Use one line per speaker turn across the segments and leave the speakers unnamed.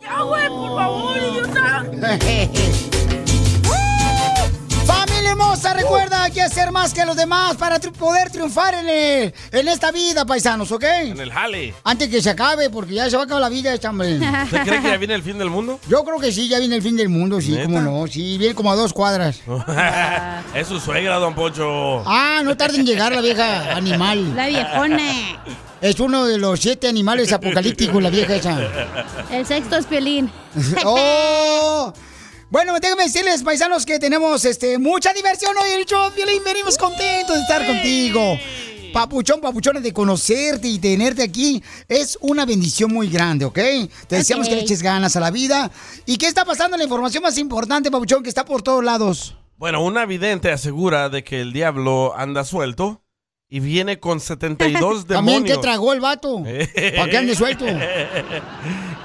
Ya, güey, por favor, idiota.
Familia hermosa, recuerda que hacer más que los demás para tri- poder triunfar en, el- en esta vida, paisanos, ¿ok?
En el jale.
Antes que se acabe, porque ya se va a acabar la vida esta hombre.
¿Usted cree que ya viene el fin del mundo?
Yo creo que sí, ya viene el fin del mundo, sí,
¿Neta?
cómo no, sí, viene como a dos cuadras.
es su suegra, don Poncho.
Ah, no tarda en llegar la vieja animal.
La viejona.
Es uno de los siete animales apocalípticos, la vieja esa.
El sexto es Piolín.
¡Oh! Bueno, déjenme decirles, paisanos, que tenemos este, mucha diversión hoy en el show, Piolín. Venimos contentos de estar contigo. Papuchón, papuchones, de conocerte y tenerte aquí es una bendición muy grande, ¿ok? Te deseamos
Ok.
que le eches ganas a la vida. ¿Y qué está pasando? La información más importante, papuchón, que está por todos lados.
Bueno, una vidente asegura de que el diablo anda suelto y viene con 72 demonios.
También, ¿qué tragó el vato? ¿Para qué ande suelto?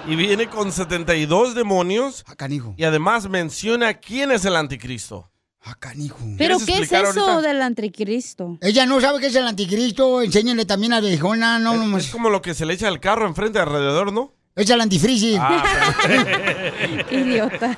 y viene con 72 demonios.
Ah, canijo.
Y además menciona quién es el anticristo.
Ah, canijo.
¿Quieres
¿Pero qué es
explicar
eso
ahorita?
del anticristo?
Ella no sabe que es el anticristo. Enséñale también a la viejona, no nomás.
Es como lo que se le echa al carro enfrente alrededor, ¿no?
Es el antifrisis.
Ah,
Idiota.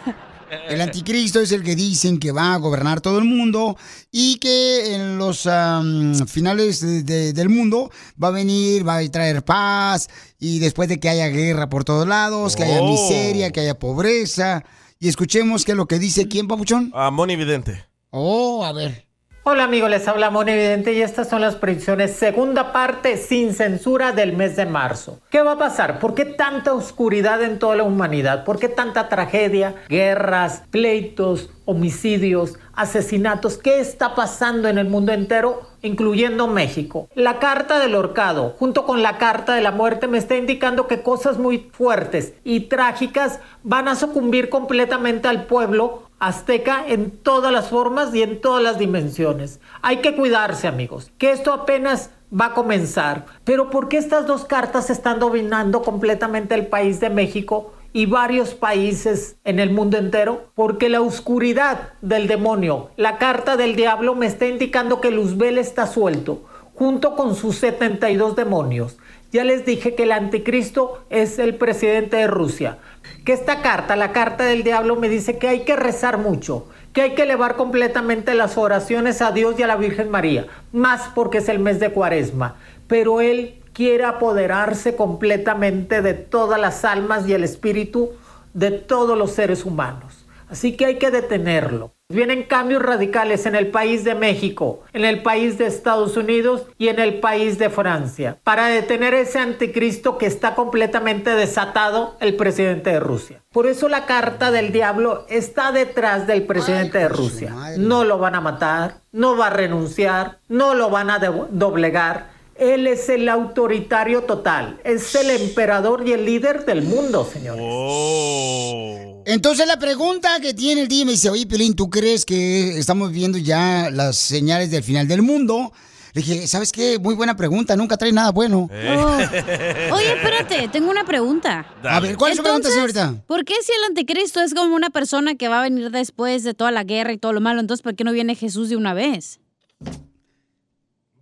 El anticristo es el que dicen que va a gobernar todo el mundo y que en los am, finales de- de- del mundo va a venir, va a traer paz y después de que haya guerra por todos lados, que haya
Oh.
miseria, que haya pobreza. Y escuchemos que lo que dice quién, Papuchón.
a Ah, Moni Vidente.
Oh, a ver.
Hola amigos, les habla Moni Vidente y estas son las predicciones segunda parte sin censura del mes de marzo. ¿Qué va a pasar? ¿Por qué tanta oscuridad en toda la humanidad? ¿Por qué tanta tragedia? Guerras, pleitos, homicidios, asesinatos. ¿Qué está pasando en el mundo entero, incluyendo México? La carta del horcado, junto con la carta de la muerte, me está indicando que cosas muy fuertes y trágicas van a sucumbir completamente al pueblo azteca en todas las formas y en todas las dimensiones. Hay que cuidarse, amigos, que esto apenas va a comenzar. Pero ¿por qué estas dos cartas están dominando completamente el país de México y varios países en el mundo entero? Porque la oscuridad del demonio, la carta del diablo me está indicando que Luzbel está suelto, junto con sus 72 demonios. Ya les dije que el anticristo es el presidente de Rusia. Que esta carta, la carta del diablo, me dice que hay que rezar mucho, que hay que elevar completamente las oraciones a Dios y a la Virgen María, más porque es el mes de cuaresma. Pero él quiere apoderarse completamente de todas las almas y el espíritu de todos los seres humanos. Así que hay que detenerlo. Vienen cambios radicales en el país de México, en el país de Estados Unidos y en el país de Francia, para detener ese anticristo que está completamente desatado el presidente de Rusia. Por eso la carta del diablo está detrás del presidente de Rusia. No lo van a matar, no va a renunciar, no lo van a de- doblegar. Él es el autoritario total, es el emperador y el líder del mundo, señores.
Entonces la pregunta que tiene el día me dice, oye, Pelín, ¿tú crees que estamos viendo ya las señales del final del mundo? Le dije, ¿sabes qué? Muy buena pregunta, nunca trae nada bueno.
Oh. Oye, espérate, tengo una pregunta.
A ver, ¿cuál es su pregunta,
Entonces,
señorita?
¿Por qué si el anticristo es como una persona que va a venir después de toda la guerra y todo lo malo, entonces por qué no viene Jesús de una vez?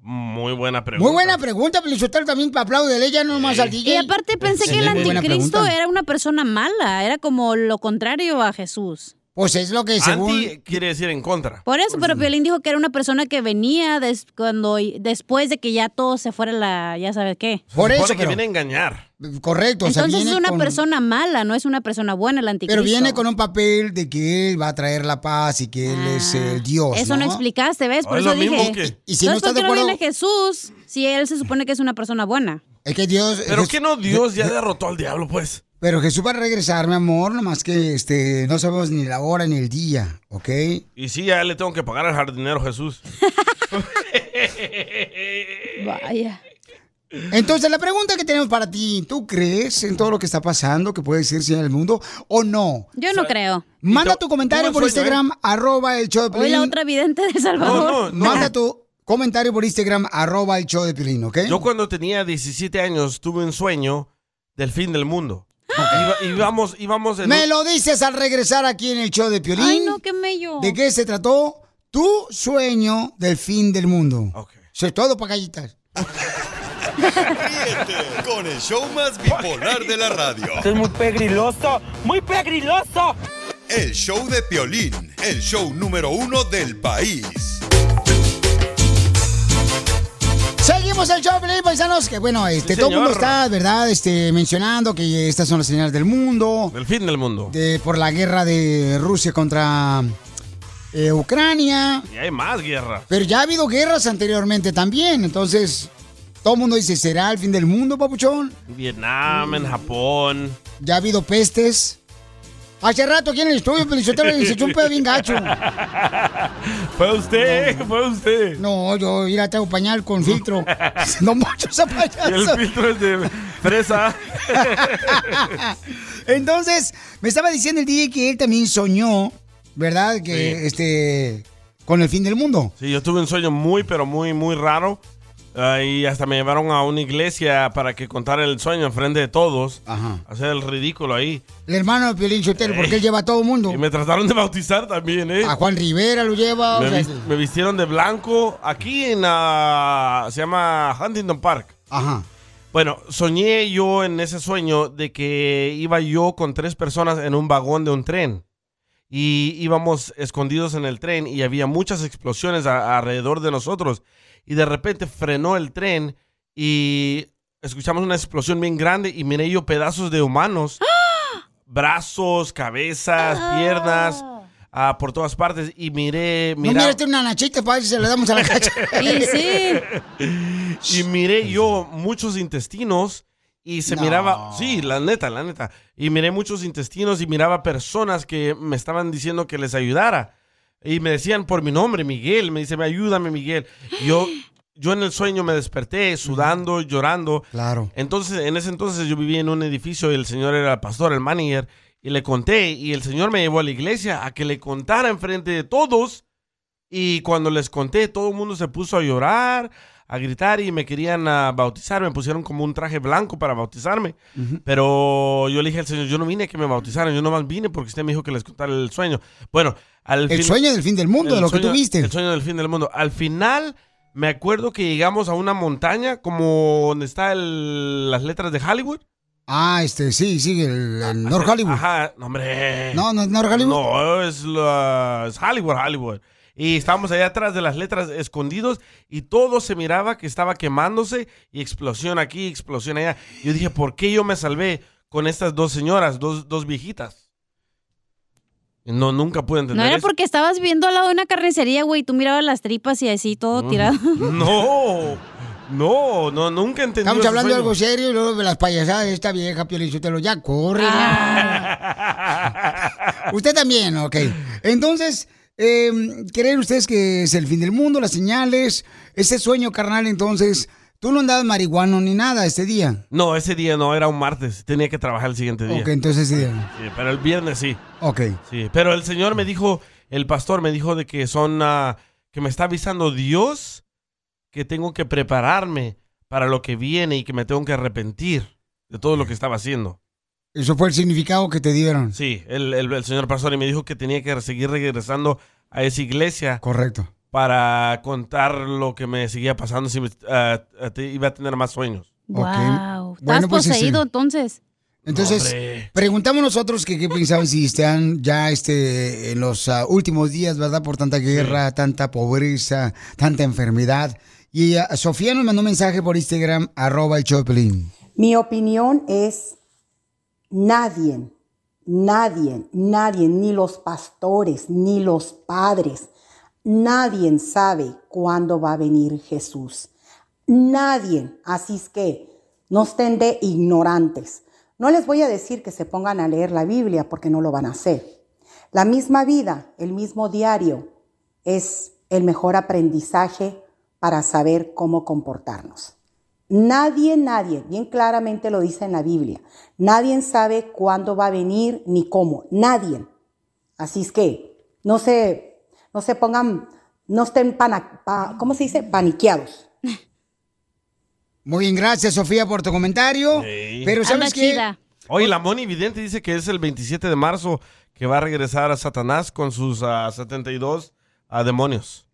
Muy buena pregunta.
Muy buena pregunta, Pelizotero también para aplaudele ya nomás al DJ.
Y aparte pensé que el
Excelente. Buena
anticristo
pregunta.
era una persona mala, era como lo contrario a Jesús.
Pues es lo que según...
Anti quiere decir en contra.
Por eso,
Pues,
pero
mm.
Piolín dijo que era una persona que venía des- cuando, después de que ya todo se fuera la, ya sabes qué.
Por
Supone
eso,
que
pero-
viene a engañar.
Correcto. o sea,
Entonces es
viene
una
con-
persona mala, no es una persona buena el anticristo.
Pero viene con un papel de que él va a traer la paz y que él es el Dios,
Ah, Eso no,
Pues ¿no?
explicaste, ¿ves? Por
Ah, es
eso
lo mismo
dije.
que-
Y si no
Entonces,
estás de
¿por qué
acuerdo-
no viene Jesús si él se supone que es una persona buena?
Pues, Es que Dios...
Pero
Jes-
que no, Dios ya derrotó al diablo, pues.
Pero Jesús va a regresar, mi amor, nomás que este, no sabemos ni la hora ni el día, ¿ok?
Y sí, ya le tengo que pagar al jardinero Jesús.
Vaya.
Entonces, la pregunta que tenemos para ti, ¿tú crees en todo lo que está pasando, que puede decirse en el mundo o no?
Yo no creo.
Manda
Y to-
tu comentario
tuvo
por
el sueño, ¿eh?
Instagram, arroba el show de
Hoy la
Piolín.
otra vidente de Salvador.
No, no,
Manda tu comentario por Instagram, arroba el show de Piolín, ¿ok?
Yo cuando tenía 17 años tuve un sueño del fin del mundo. Iba- íbamos, íbamos en
Me
un-
lo dices al regresar aquí en el show de Piolín.
Ay, no, qué mello.
¿De qué se trató? Tu sueño del fin del mundo.
Ok.
Eso es todo, pacallitas.
Ríete con el show más bipolar de la radio.
es muy pegriloso, muy pegriloso.
El show de Piolín, el show número uno del país.
Seguimos el show, Piolín, paisanos. Que bueno, este,
Sí,
todo el mundo
señor.
está, ¿verdad? Este, mencionando que estas son las señales del mundo.
del fin del mundo.
de- por la guerra de Rusia contra eh, Ucrania.
Y hay más guerra.
Pero ya ha habido guerras anteriormente también. Entonces, todo el mundo dice, ¿será el fin del mundo, papuchón?
En Vietnam, en Japón.
Ya ha habido pestes. Hace rato aquí en el estudio, Pelizotero, se echó un pedo bien gacho.
Fue usted, fue usted.
No, yo ir a traer pañal con filtro. No mucho esa
Y el
payaso.
filtro es de fresa.
Entonces, me estaba diciendo el DJ que él también soñó, ¿verdad? Que
Sí.
este con el fin del mundo.
Sí, yo tuve un sueño muy, pero muy, muy raro. Ah, y hasta me llevaron a una iglesia para que contara el sueño enfrente de todos.
Ajá.
Hacer el ridículo ahí.
El hermano de Piolín Sotelo, porque él lleva a todo el mundo.
Y me trataron de bautizar también, ¿eh?
A Juan Rivera lo lleva. o
Me,
sea,
vis- me vistieron de blanco aquí en la... Se llama Huntington Park.
Ajá.
Bueno, soñé yo en ese sueño de que iba yo con tres personas en un vagón de un tren. Y íbamos escondidos en el tren y había muchas explosiones a- alrededor de nosotros. Y de repente frenó el tren y escuchamos una explosión bien grande y miré yo pedazos de humanos. Brazos, cabezas, piernas, ah, por todas partes. Y miré,
No
mirá-
miraste una nachita para ver si se la damos a la cacha.
Y sí.
Y miré yo muchos intestinos y se
No.
miraba, sí, la neta, la neta. Y miré muchos intestinos y miraba personas que me estaban diciendo que les ayudara. Y me decían por mi nombre, Miguel. Me dice, ayúdame, Miguel. Yo, yo en el sueño me desperté sudando, llorando.
Claro.
Entonces, en ese entonces yo vivía en un edificio y el señor era el pastor, el manager, y le conté y el señor me llevó a la iglesia a que le contara enfrente de todos y cuando les conté todo el mundo se puso a llorar, a gritar y me querían ah, bautizar, me pusieron como un traje blanco para bautizarme, pero yo le dije al señor, yo no vine a que me bautizaran, yo nomás vine porque usted me dijo que les contara el sueño. Bueno, al
El
fin-
sueño del fin del mundo,
el
de lo que
sueño-
tú viste.
El sueño del fin del mundo. Al final, me acuerdo que llegamos a una montaña como donde están las letras de Hollywood.
Ah, este, sí, sí, el, el North Hollywood.
Ajá, no, hombre.
No, no es North Hollywood.
No, es, la- es Hollywood, Hollywood. Y estábamos allá atrás de las letras escondidos y todo se miraba que estaba quemándose y explosión aquí, explosión allá. Yo dije, ¿por qué yo me salvé con estas dos señoras, dos, dos viejitas? No, nunca pude entender
No era
eso.
porque estabas viendo al lado de una carnicería, güey, y tú mirabas las tripas y así todo tirado.
No, no, no, nunca entendí.
Estamos
ese
hablando de
sueño.
algo serio y luego de las payasadas de esta vieja Piolichotelo. Ya corre.
Ah.
Usted también, ok. Entonces, eh, ¿creen ustedes que es el fin del mundo, las señales? Ese sueño carnal, entonces, tú no andabas marihuano ni nada este día.
No, ese día no, era un martes. Tenía que trabajar el siguiente día.
Ok, entonces ese día.
Sí, pero el viernes sí,
Ok.
sí. Pero el señor me dijo, el pastor me dijo de que son, ah, que me está avisando Dios que tengo que prepararme para lo que viene y que me tengo que arrepentir de todo lo que estaba haciendo.
Eso fue el significado que te dieron.
Sí, el, el- el señor pastor y me dijo que tenía que seguir regresando a esa iglesia
Correcto.
para contar lo que me seguía pasando si me- ah, ah, te- iba a tener más sueños.
Wow. Estabas
Bueno, pues,
poseído
este-
entonces.
Entonces,
Hombre.
preguntamos nosotros que qué pensaban si están ya este, en los ah, últimos días, ¿verdad? Por tanta guerra, tanta pobreza, tanta enfermedad. Y ah, Sofía nos mandó un mensaje por Instagram, arroba el Choplin.
Mi opinión es nadie, nadie, nadie, ni los pastores, ni los padres, nadie sabe cuándo va a venir Jesús. Nadie. Así es que no estén de ignorantes. No les voy a decir que se pongan a leer la Biblia porque no lo van a hacer. La misma vida, el mismo diario, es el mejor aprendizaje para saber cómo comportarnos. Nadie, nadie, bien claramente lo dice en la Biblia, nadie sabe cuándo va a venir ni cómo, nadie. Así es que no se, no se pongan, no estén, pana- pa- ¿cómo se dice? Paniqueados.
Muy bien, gracias Sofía por tu comentario. Pero sabes qué?
Oye, la Moni Vidente dice que es el 27 de marzo que va a regresar a Satanás con sus ah, 72 a ah, demonios.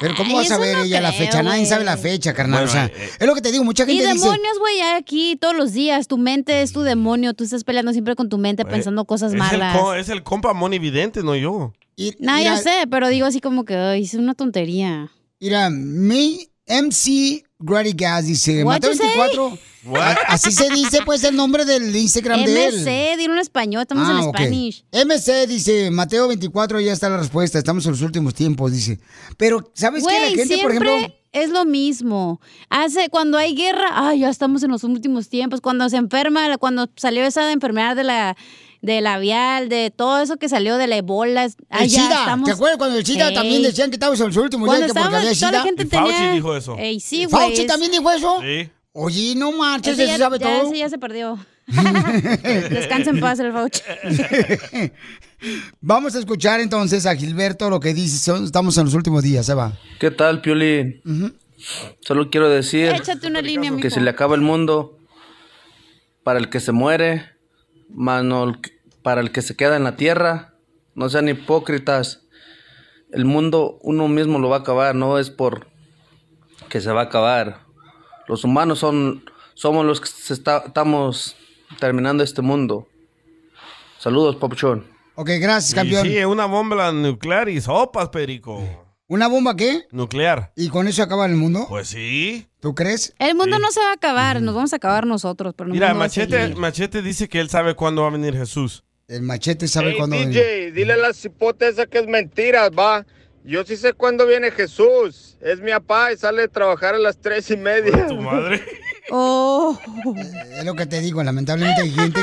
Pero ¿cómo vas a ver ella la fecha? Nadie sabe la fecha, carnal.
Bueno,
o sea,
eh, eh.
es lo que te digo, mucha
Y
gente dice.
demonios, güey, hay aquí todos los días. Tu mente es tu demonio. Tú estás peleando siempre con tu mente, pensando cosas
Eh, es el,
malas.
co- es el compa Moni Vidente, no yo.
No, yo sé, pero digo así como que, ay, es una tontería.
Mira, mi MC Grady Gas dice,
What
Mateo
you say?
24.
What?
A- Así se dice pues el nombre del Instagram de él.
MC, dile un español, estamos en
Ah, ok.
Spanish.
MC dice, Mateo 24, ya está la respuesta, estamos en los últimos tiempos, dice. Pero, ¿sabes qué? La
Güey,
gente, por
siempre
ejemplo...
es lo mismo. Hace cuando hay guerra, ay, ya estamos en los últimos tiempos. Cuando se enferma, cuando salió esa enfermedad de la de labial, de todo eso que salió de la ebola, es- ay,
El
ya
SIDA,
estamos-
¿te acuerdas cuando el SIDA
Ey.
también decían que estábamos en los últimos
Cuando
días que porque
estábamos-
había
toda la
SIDA?
gente Eh,
Y Fauci tenía- dijo eso.
Ey, sí, güey.
¿Fauci también dijo eso?
Sí.
Oye, no marches,
Ese
ese
ya,
sabe
ya
todo.
ese ya se perdió. Descansa en paz el Fauci.
Vamos a escuchar entonces a Gilberto lo que dice, son- estamos en los últimos días, se va.
¿Qué tal, Piolín? Solo quiero decir
Échate una línea, mijo.
que se le acaba el mundo para el que se muere, mano, el que- para el que se queda en la tierra. No sean hipócritas. El mundo uno mismo lo va a acabar, no es por que se va a acabar. Los humanos son somos los que se está- estamos terminando este mundo. Saludos, Papuchón.
Ok, gracias, campeón.
Y sí, una bomba nuclear y sopas, Perico.
¿Una bomba qué?
Nuclear.
¿Y con eso acaba el mundo?
Pues sí.
¿Tú crees?
El mundo no se va a acabar, nos vamos a acabar nosotros. Pero el
Mira,
mundo va a
Machete,
seguir.
Machete dice que él sabe cuándo va a venir Jesús.
El Machete sabe
Ey,
cuándo va a
DJ, dile a la cipota esa que es mentira, va. Yo sí sé cuándo viene Jesús. Es mi papá y sale de trabajar a las tres y media. ¿Tu
madre?
Oh.
Es lo que te digo, lamentablemente hay gente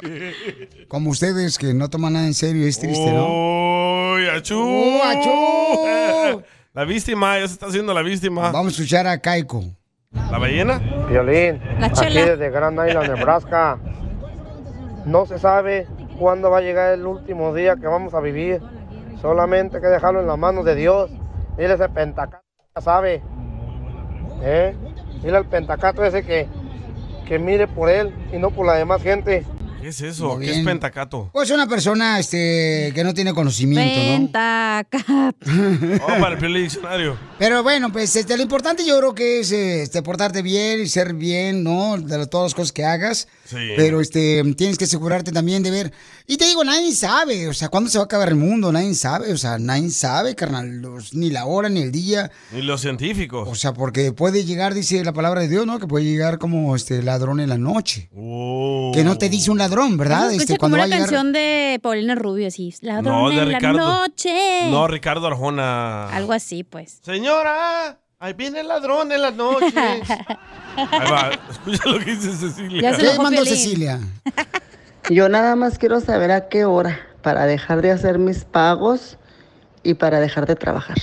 que, como ustedes, que no toman nada en serio, es triste, ¿no?
¡Uy, achú!
¡Oh, achú!
La víctima, ya se está haciendo la víctima.
Vamos a escuchar a Caico.
¿La ballena?
Violín,
La
aquí
chela.
desde Grand Island, Nebraska. No se sabe cuándo va a llegar el último día que vamos a vivir. Solamente hay que dejarlo en las manos de Dios. Dile ese pentacato, ya sabe. ¿Eh? Dile al pentacato ese que, que mire por él y no por la demás gente.
¿Qué es eso?
Muy
¿Qué es
bien.
pentacato?
Pues una persona este, que no tiene conocimiento,
Pentacato.
¿no?
Oh, para el Piolín diccionario.
Pero bueno, pues este, lo importante yo creo que es eh, este, portarte bien y ser bien, ¿no? De lo- todas las cosas que hagas.
Sí.
Pero este, tienes que asegurarte también de ver. Y te digo, nadie sabe, o sea, cuándo se va a acabar el mundo, nadie sabe, o sea, nadie sabe, carnal, los- ni la hora, ni el día.
Y los científicos.
O sea, porque puede llegar, dice la palabra de Dios, ¿no? Que puede llegar como este ladrón en la noche.
Oh.
Que no te dice un ladrón, ¿verdad?
Eso se escucha
Este,
como
cuando va
una
a llegar.
canción de Paulina Rubio, así. Ladrón
No, de
en
Ricardo.
la noche.
No, Ricardo Arjona.
Algo así, pues.
Señora, ahí viene el ladrón en las noches. Ahí va, escucha lo que dice Cecilia.
Yo nada más quiero saber a qué hora para dejar de hacer mis pagos y para dejar de trabajar.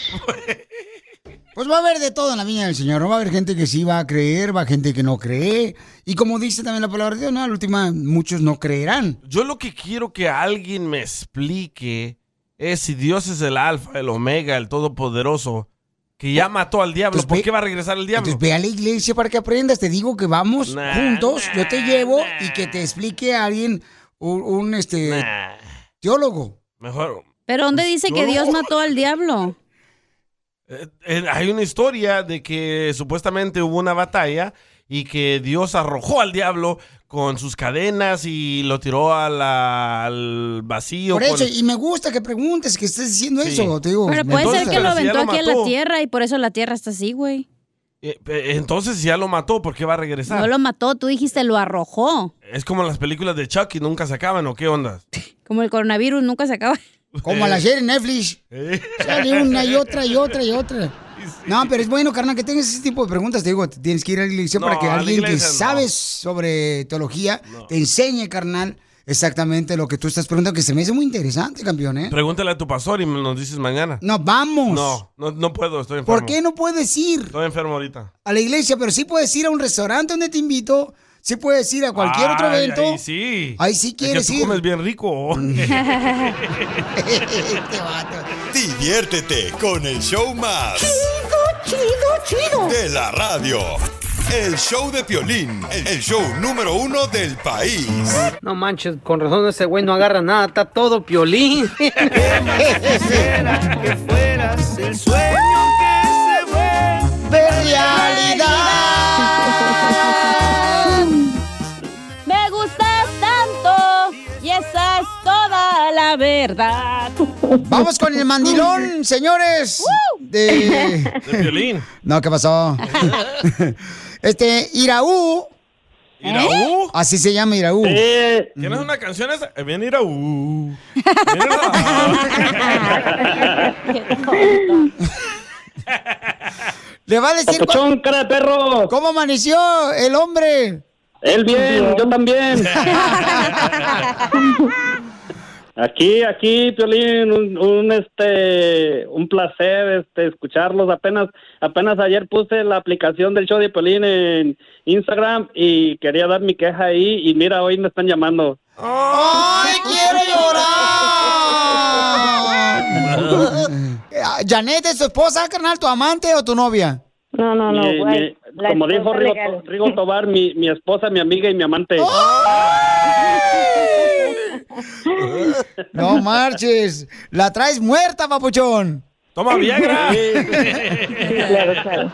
Pues va a haber de todo en la viña del Señor, ¿no? Va a haber gente que sí va a creer, va a gente que no cree. Y como dice también la palabra de Dios, ¿no? Al última, muchos no creerán.
Yo lo que quiero que alguien me explique es si Dios es el alfa, el omega, el todopoderoso, que ya mató al diablo, ¿por qué va a regresar el diablo?
Entonces ve a la iglesia para que aprendas. Te digo que vamos
Nah,
juntos, yo te llevo y que te explique a alguien, un, un, este, teólogo.
Mejor.
Pero ¿dónde dice que
No.
Dios mató al diablo?
eh, eh, hay una historia de que supuestamente hubo una batalla y que Dios arrojó al diablo con sus cadenas y lo tiró a la- al vacío.
Por
con-
eso, y me gusta que preguntes, que estés diciendo
Sí.
eso, te digo.
Pero
me
puede ser
gusta.
que lo
pero si ya
aventó
lo
aquí a la
mató.
tierra y por eso la tierra está así, güey.
Eh, eh, Entonces si ya lo mató, ¿por qué va a regresar?
No lo mató, tú dijiste lo arrojó.
Es como las películas de Chucky, nunca se acaban, ¿o qué onda?
Como el coronavirus nunca se acaba.
Como la serie Netflix.
Eh.
Sale una y otra y otra y otra. No, pero es bueno, carnal, que tengas ese tipo de preguntas. Te digo, te tienes que ir a la iglesia
No,
para que
a la
alguien que
iglesia no.
sabe sobre teología te enseñe, carnal, exactamente lo que tú estás preguntando, que se me hace muy interesante, campeón, ¿eh?
Pregúntale a tu pastor y me nos dices mañana.
No, vamos.
No, no, no puedo, estoy enfermo.
¿Por qué no puedes ir
Estoy enfermo ahorita.
a la iglesia? Pero sí puedes ir a un restaurante donde te invito, sí puedes ir a cualquier otro
Ay,
evento.
Ahí sí.
Ahí sí
Es que
quieres
tú
ir.
comes bien rico.
Este
Diviértete con el show más.
Chido, chido, chido.
De la radio. El show de Piolín, el show número uno del país.
No manches, con razón ese güey no agarra nada, está todo piolín.
que fueras el sueño que se vuelve realidad.
Me gustas tanto y esa es toda la verdad.
Vamos con el mandilón, señores. De...
De violín.
No, ¿qué pasó? este, Iraú.
¿Iraú?
Así se llama Iraú.
¿Tienes una canción esa? Eh, Bien ir a uh.
Le va a decir.
Papuchón, cara de perro.
¿Cómo amaneció el hombre?
Él bien, yo también. Aquí, aquí, Piolín, un, un, este, un placer, este, escucharlos. Apenas, apenas ayer puse la aplicación del show de Piolín en Instagram y quería dar mi queja ahí y mira, hoy me están llamando.
¡Ay, quiero llorar! Ah, ¿Janet es tu esposa, carnal, tu amante o tu novia?
No, no,
Mi- mi- como dijo Rigo, To- Rigo Tobar, mi, mi esposa, mi amiga y mi amante.
¡Oh!
No marches. La traes muerta, papuchón.
Toma Viagra.
Claro, claro.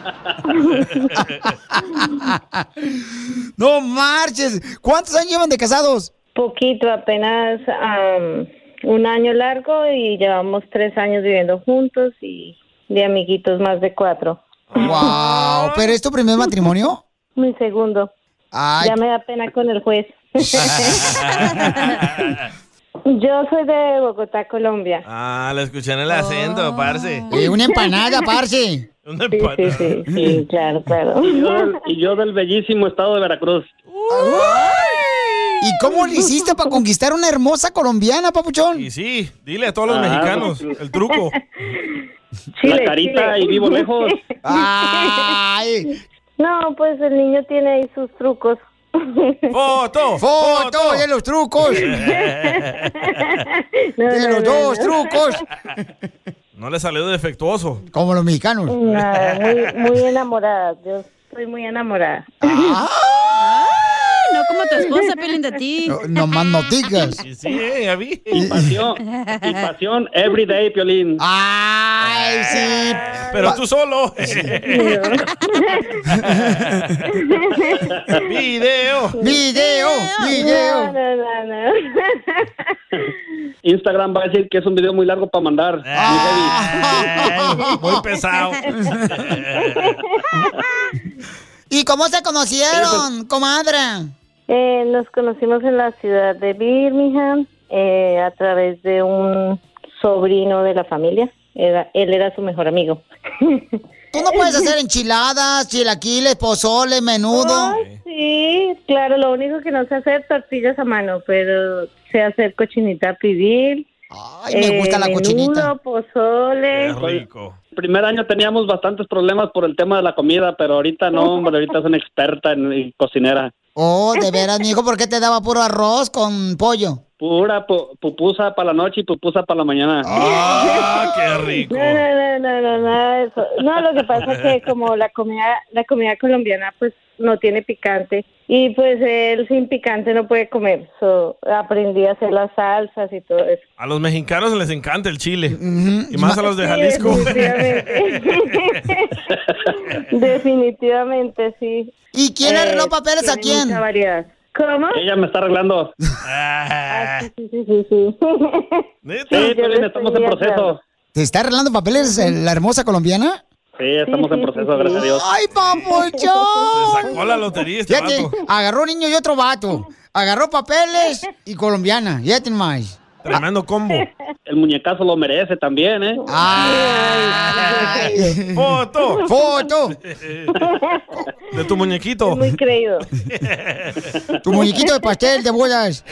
No marches. ¿Cuántos años llevan de casados?
Poquito, apenas am, un año largo y llevamos tres años viviendo juntos y de amiguitos más de cuatro.
Wow, ¿pero es tu primer matrimonio?
Mi segundo. Ya me da pena con el juez. Yo soy de Bogotá, Colombia.
Ah, la escuché en el
Oh.
acento, parce.
parce.
Una empanada.
Sí, sí, sí, sí, claro, claro.
Y yo, del- y yo del bellísimo estado de Veracruz.
¿Y cómo le hiciste para conquistar una hermosa colombiana, papuchón?
Y sí, dile a todos los
Ah,
mexicanos
pues,
el truco.
Chile, Chile.
Ah. Ay.
No, pues el niño tiene ahí sus trucos.
Oh.
¡Foto!
¡Foto! ¡De los trucos! de los dos trucos.
No le salió defectuoso.
Como los mexicanos.
No, muy, muy enamorada. Yo estoy muy enamorada.
Ah.
No como tu esposa, Pelín, de ti.
No más noticas.
Sí, eh, ya vi.
Y pasión, y pasión everyday, Piolín.
¡Ay, sí!
Ah, Pero tú solo. Video.
Video, video.
No, no, no, no.
Instagram va a decir que es un video muy largo para mandar.
Ah, muy pesado.
¿Y cómo se conocieron, comadre?
Eh, nos conocimos en la ciudad de Birmingham eh, a través de un sobrino de la familia. Era, él era su mejor amigo.
¿Tú no puedes hacer enchiladas, chilaquiles, pozole, menudo?
Sí, claro, lo único que no sé hacer tortillas a mano, pero sé hacer cochinita pibil. Eh,
Ay, me gusta la cochinita.
pozole.
El primer año teníamos bastantes problemas por el tema de la comida, pero ahorita no, hombre, ahorita es una experta en, en cocinera.
Oh, de veras, mijo, ¿por qué te daba puro arroz con pollo?
pura pu- pupusa para la noche y pupusa para la mañana.
¡Ah, qué rico!
No, no, no, no, no, nada de eso. No, lo que pasa es que como la comida, la comida colombiana pues no tiene picante y pues él sin picante no puede comer. So, aprendí a hacer las salsas y todo eso.
A los mexicanos les encanta el chile. Y más a los de
Sí,
Jalisco.
Definitivamente sí. Eh,
¿Y quién arregló papeles a
tiene
quién?
Mucha variedad. ¿Cómo?
Ella me está arreglando.
Sí, sí, sí, sí.
Sí,
yo
Piolín,
le
estamos
estoy
en proceso.
hablando.
¿Te está arreglando papeles eh, la hermosa colombiana?
Sí, estamos en proceso, gracias a Dios.
¡Ay, papuchón!
Se sacó la lotería este
Fíjate,
vato.
agarró niño y otro vato. Agarró papeles y colombiana. Fíjate más.
Tremendo combo.
El muñecazo lo merece también, ¿eh?
Ah.
¡Foto!
¡Foto!
De tu muñequito.
Muy creído.
Tu muñequito de pastel de bodas.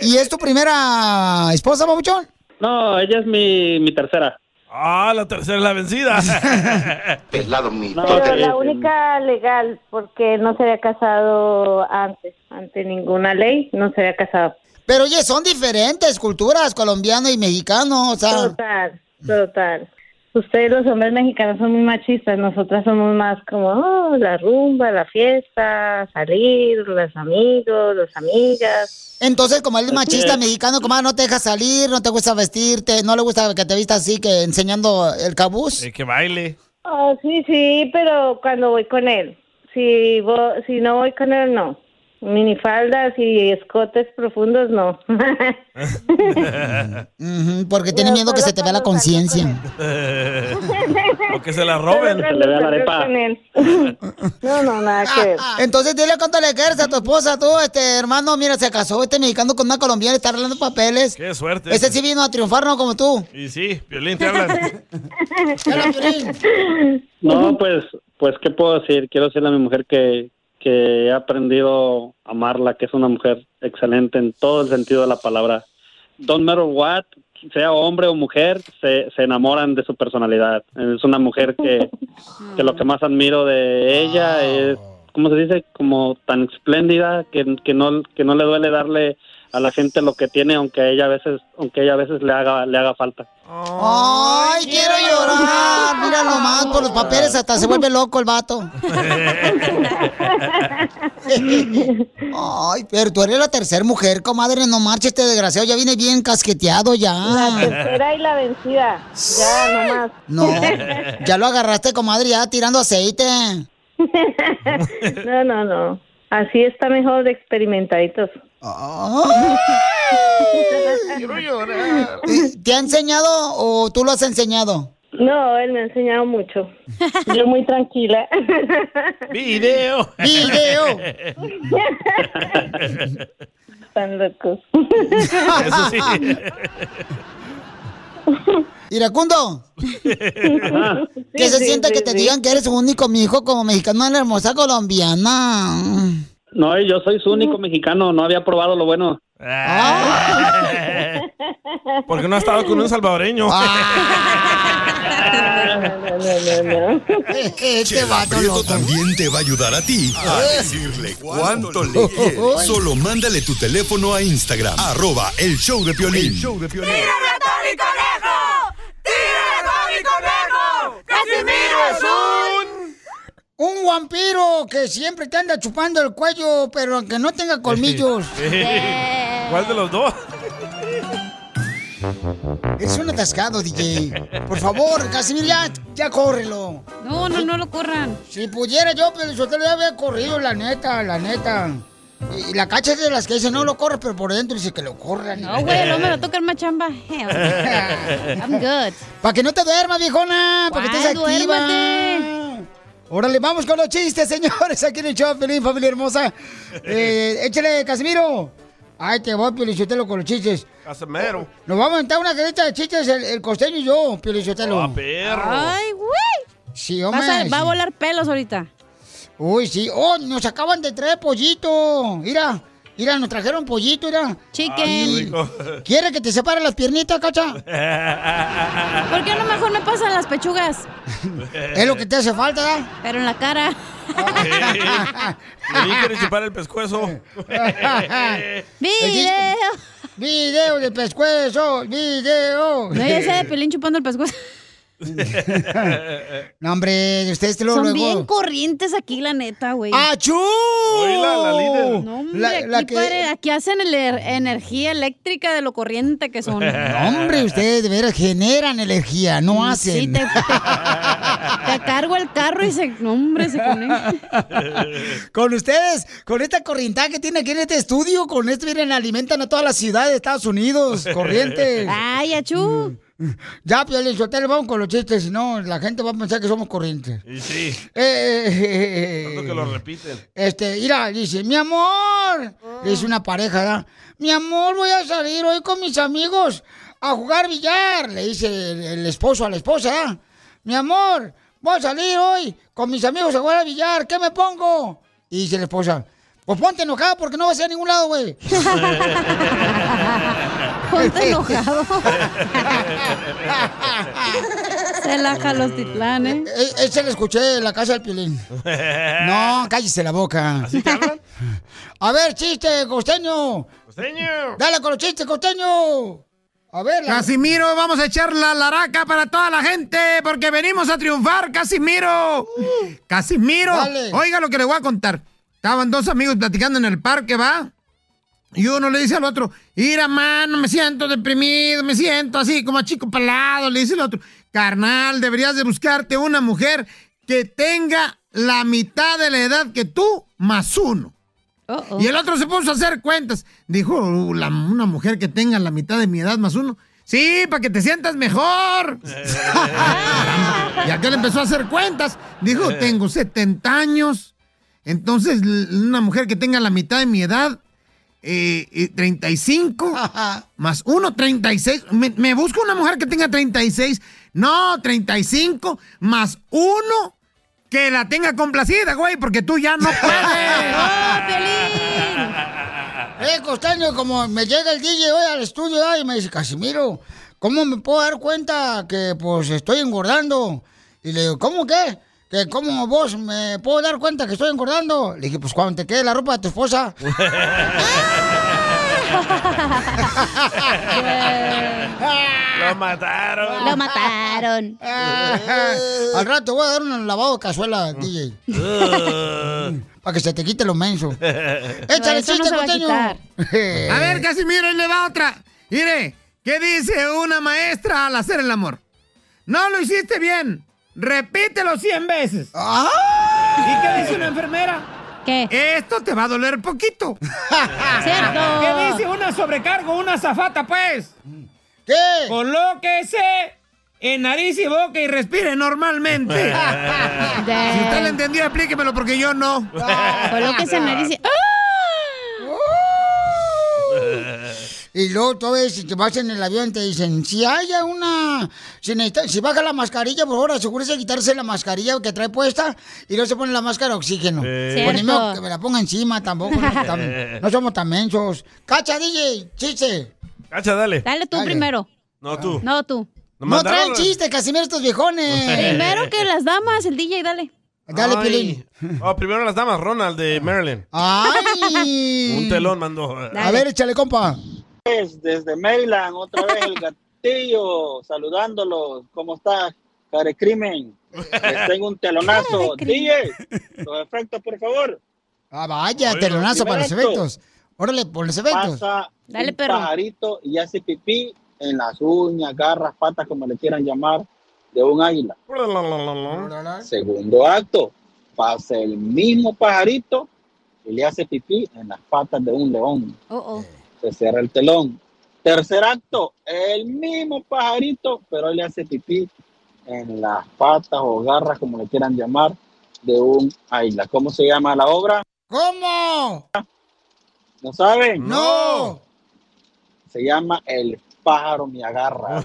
¿Y es tu primera esposa, papuchón?
No, ella es mi, mi tercera.
Ah, la tercera es la vencida.
Pelado
Pero la única legal, porque él no se había casado antes, ante ninguna ley, no se había casado.
Pero oye, son diferentes culturas, colombiano y mexicano, o sea.
Total, total. Ustedes los hombres mexicanos son muy machistas, nosotras somos más como oh, la rumba, la fiesta, salir, los amigos, las amigas.
Entonces, como él es
Así
machista
es.
mexicano, como ah, no te deja salir, no te gusta vestirte, no le gusta que te vistas así, que enseñando el cabuz.
Eh, que baile.
Oh, sí, sí, pero cuando voy con él, si vo- si no voy con él, no. Minifaldas y escotes profundos, no.
Ujú, porque tiene miedo que se te vea la conciencia.
o que se la roben.
Se le vea la arepa. No, no, nada que ver.
Ah, Entonces, dile cuánto le quieres a tu esposa, tú, este hermano. Mira, se casó este mexicano con una colombiana, está arreglando papeles.
Qué suerte.
Ese sí vino a triunfar, no como tú.
Y sí, violín te hablan.
No, pues, pues, ¿qué puedo decir? Quiero decirle a mi mujer que, que he aprendido a amarla, que es una mujer excelente en todo el sentido de la palabra. Don't matter what, sea hombre o mujer, se, se enamoran de su personalidad. Es una mujer que, que lo que más admiro de ella es, ¿cómo se dice? Como tan espléndida que, que, no, que no le duele darle a la gente lo que tiene, aunque ella a veces, aunque ella a veces le haga, le haga falta.
¡Ay, quiero llorar! Mira nomás, por los papeles hasta se vuelve loco el vato. Ay, pero tú eres la tercera mujer, comadre, no marches, este desgraciado ya viene bien casqueteado ya.
La tercera y la vencida. Ya, no más.
No, ya lo agarraste, comadre, ya tirando aceite.
No, no, no. Así está mejor de experimentaditos.
Eh, ¿Te ha enseñado o tú lo has enseñado?
No, él me ha enseñado mucho. Yo muy tranquila.
Video.
Video.
Están locos.
Eso sí.
Iracundo, que se siente que te digan que eres único, mi hijo, como mexicano en la hermosa colombiana.
No, yo soy su único mexicano, no había probado lo bueno.
Ah. Porque no ha estado con un salvadoreño.
Ah.
Ah.
Este
Chela
vato
Prieto
loco.
también te va a ayudar a ti a
Eh.
decirle cuánto le quieres. Solo mándale tu teléfono a Instagram, arroba el show de Piolín.
¡Tony Conejo! ¡Tírame Tony Conejo! ¡Casimiro es un...
Un vampiro que siempre te anda chupando el cuello, pero que no tenga colmillos.
¿Cuál de los dos?
Es un atascado, DJ. Por favor, Casimir, ya, ya córrelo.
No, no, no lo corran.
Si pudiera yo, pero yo te lo había corrido, la neta, la neta. Y, y la cacha es de las que dice, no lo corre, pero por dentro dice que lo corran.
No, güey, no me lo tocan más chamba. I'm good.
Para que no te duermas, viejona, para que estés
¿Cuál?
activa.
Duérmete.
Órale, vamos con los chistes, señores. Aquí en el show, Pelín, familia hermosa. Eh, échale, Casimiro. Ay, te voy, Piolichotelo, con los chistes.
Casimiro.
Nos vamos a inventar una carita de chistes, el, el costeño y yo, Piolichotelo.
Ah, perro.
Ay, güey.
Sí,
Vas
hombre.
a- va a
sí.
volar pelos ahorita.
Uy, sí. Oh, nos acaban de traer pollito. Mira, Mira, nos trajeron pollito, mira. Chicken. ¿Quiere que te separe las piernitas, cacha?
¿Por qué no mejor me pasan las pechugas?
Es lo que te hace falta, ¿verdad?
Pero en la cara.
Piolín quiere chupar el pescuezo.
¡Video! ¡Video de pescuezo! ¡Video!
No, ya sé de pelín chupando el pescuezo.
No, hombre, ustedes te lo
Son
luego-
bien corrientes aquí, la neta, güey.
¡Achú!
Oíla,
la líder.
No, hombre,
La-
aquí,
la que-
pare- aquí hacen el- er, energía eléctrica de lo corriente que son.
No, hombre, ustedes de veras generan energía, no hacen.
Sí, te, te cargo el carro y se... No, hombre, se conecta.
con ustedes, con esta corrientada que tiene aquí en este estudio, con esto miren, alimentan a toda la ciudad de Estados Unidos, corriente.
Ay, achú.
Ya, Piolín, Sotelo, vamos con los chistes, si no, la gente va a pensar que somos corrientes.
Y sí.
Eh, eh, eh,
Tanto que lo repiten.
Este, mira, dice, mi amor, le dice una pareja, ¿verdad? Mi amor, voy a salir hoy con mis amigos a jugar billar, le dice el, el esposo a la esposa, ¿verdad? Mi amor, voy a salir hoy con mis amigos a jugar al billar, ¿qué me pongo? Y dice la esposa, pues ponte enojada porque no vas a ir a ningún lado, güey.
Ponte enojado. Se la ¿eh? los titlanes.
Ese lo escuché en Eh, la casa del Piolín. No, cállese la boca. A ver, chiste, costeño.
Costeño.
Dale con los chistes, costeño. A ver. la-
Casimiro, vamos a echar la laraca para toda la gente porque venimos a triunfar, Casimiro. Casimiro,
Uh. Dale.
oiga lo que le voy a contar. Estaban dos amigos platicando en el parque, ¿va? Y uno le dice al otro, mira, mano, me siento deprimido, me siento así como a chico palado. Le dice el otro, carnal, deberías de buscarte una mujer que tenga la mitad de la edad que tú más uno. Y el otro se puso a hacer cuentas. Dijo, "Uh, la- una mujer que tenga la mitad de mi edad más uno. Sí, para que te sientas mejor. y aquel empezó a hacer cuentas. Dijo, tengo 70 años. Entonces, l- una mujer que tenga la mitad de mi edad, eh, eh, 35, más uno, 36. Me, me busco una mujer que tenga 36. No, 35, más uno, que la tenga complacida, güey, porque tú ya no puedes.
Eh, costeño, como me llega el DJ hoy al estudio ¿verdad? y me dice, Casimiro, ¿cómo me puedo dar cuenta que pues estoy engordando? Y le digo, ¿cómo qué? ¿Que ¿Cómo vos me puedo dar cuenta que estoy engordando? Le dije, pues cuando te quede la ropa de tu esposa.
Lo mataron.
Lo mataron.
Al rato voy a dar un lavado de cazuela, DJ. Para que se te quite lo menso. Échale
eso no
chiste,
se va a
costeño.
quitar. A
Eh.
ver, Casimiro, ahí le va otra. Mire, ¿qué dice una maestra al hacer el amor? No lo hiciste bien. Repítelo 100 veces. ¿Y qué dice una enfermera?
¿Qué?
Esto te va a doler poquito.
Cierto.
¿Qué dice una sobrecargo, una zafata, pues?
¿Qué?
Colóquese en nariz y boca y respire normalmente. si usted lo entendió, explíquemelo porque yo no.
Colóquese en nariz y-
Y luego todavía si te vas en el avión te dicen, si haya una, si, necesita- si baja la mascarilla, por favor, asegúrese de quitarse la mascarilla que trae puesta y luego se pone la máscara de oxígeno. Pues ni
Cierto.
modo que me la ponga encima tampoco. No, tam- no somos tan mensos. Cacha, DJ, chiste.
Cacha, dale.
Dale tú primero.
No, tú.
No, tú.
No traen
mandaron-
chiste, Casimiro, estos viejones.
Primero que las damas, el DJ, dale.
Ay. Oh, primero las damas, Ronald de Maryland.
Ay.
Un telón mandó.
A ver, échale, compa.
Es Pues, desde Maryland, otra vez el gatillo, saludándolos. ¿Cómo estás, Carecrimen? Les tengo un telonazo. DJ, los efectos, por favor.
Ah, vaya,
Oye,
telonazo para los
primer acto.
efectos. Órale, por los efectos.
Pasa
Dale,
un
perro.
pajarito y hace pipí en las uñas, garras, patas, como le quieran llamar, de un águila. Segundo acto, pasa el mismo pajarito y le hace pipí en las patas de un león.
Oh, oh.
se cierra el telón. Tercer acto, el mismo pajarito, pero le hace pipí en las patas o garras, como le quieran llamar, de un águila. ¿Cómo se llama la obra?
¿Cómo?
¿No saben?
No.
Se llama El pájaro me agarra.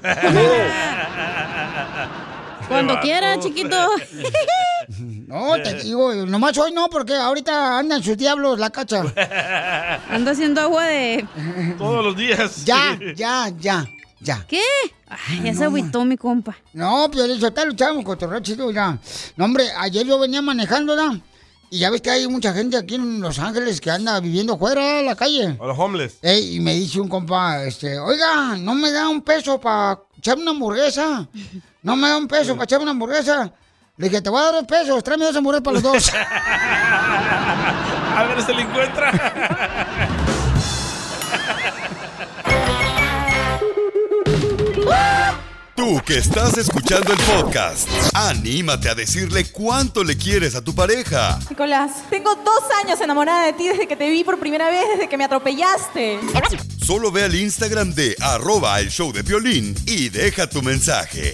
Cuando quiera, chiquito.
No,
Eh.
te digo, nomás hoy no, porque ahorita andan sus diablos la cacha.
Anda haciendo agua de...
Todos los días.
Ya, ya, ya, ya.
¿Qué? ya se agüitó mi compa.
No, Piolín, yo está luchando, cotorreo chido, ya. No, hombre, ayer yo venía manejando, ¿da? Y ya ves que hay mucha gente aquí en Los Ángeles que anda viviendo fuera de la calle.
O los homeless.
Ey, y me dice un compa, este, oiga, no me da un peso para echar una hamburguesa. No me da un peso para echar una hamburguesa. Le dije, te voy a dar dos pesos, tráeme dos hamburguesas para los dos.
A ver, se le encuentra.
Tú que estás escuchando el podcast, anímate a decirle cuánto le quieres a tu pareja.
Nicolás, tengo dos años enamorada de ti desde que te vi por primera vez, desde que me atropellaste.
Solo ve al Instagram de arroba el show de violín y deja tu mensaje.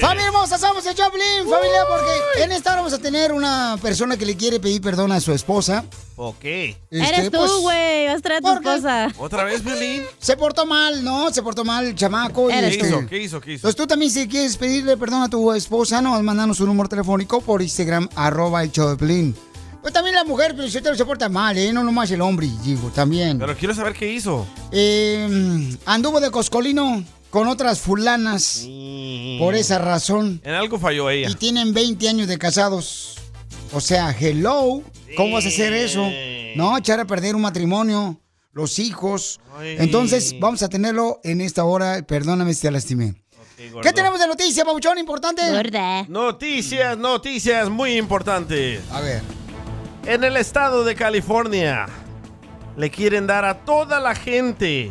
Familia hermosa, somos el Chaplin, familia, porque en esta hora vamos a tener una persona que le quiere pedir perdón a su esposa.
Ok.
Este,
Eres
pues,
tú, güey. Vas a traer a tu
¿por qué?
esposa.
¿Otra vez, Violín?
Se portó mal, ¿no? Se portó mal el chamaco. y,
¿Qué
este,
hizo? ¿Qué hizo? ¿Qué hizo?
Entonces tú también si quieres pedirle perdón a tu esposa, no, mandanos un número telefónico por Instagram, arroba el Choplin. Pues también la mujer, pero si usted se porta mal, ¿eh? No nomás el hombre, digo, también.
Pero quiero saber qué hizo.
Eh, anduvo de coscolino con otras fulanas. Por esa razón.
En algo falló ella.
Y tienen 20 años de casados. O sea, hello. ¿Cómo vas a hacer eso? No, echar a perder un matrimonio, los hijos.
Ay.
Entonces, vamos a tenerlo en esta hora. Perdóname si te lastimé. ¿Qué tenemos de noticia, Pabuchón? Importante.
Noticias, noticias muy importantes.
A ver.
En el estado de California le quieren dar a toda la gente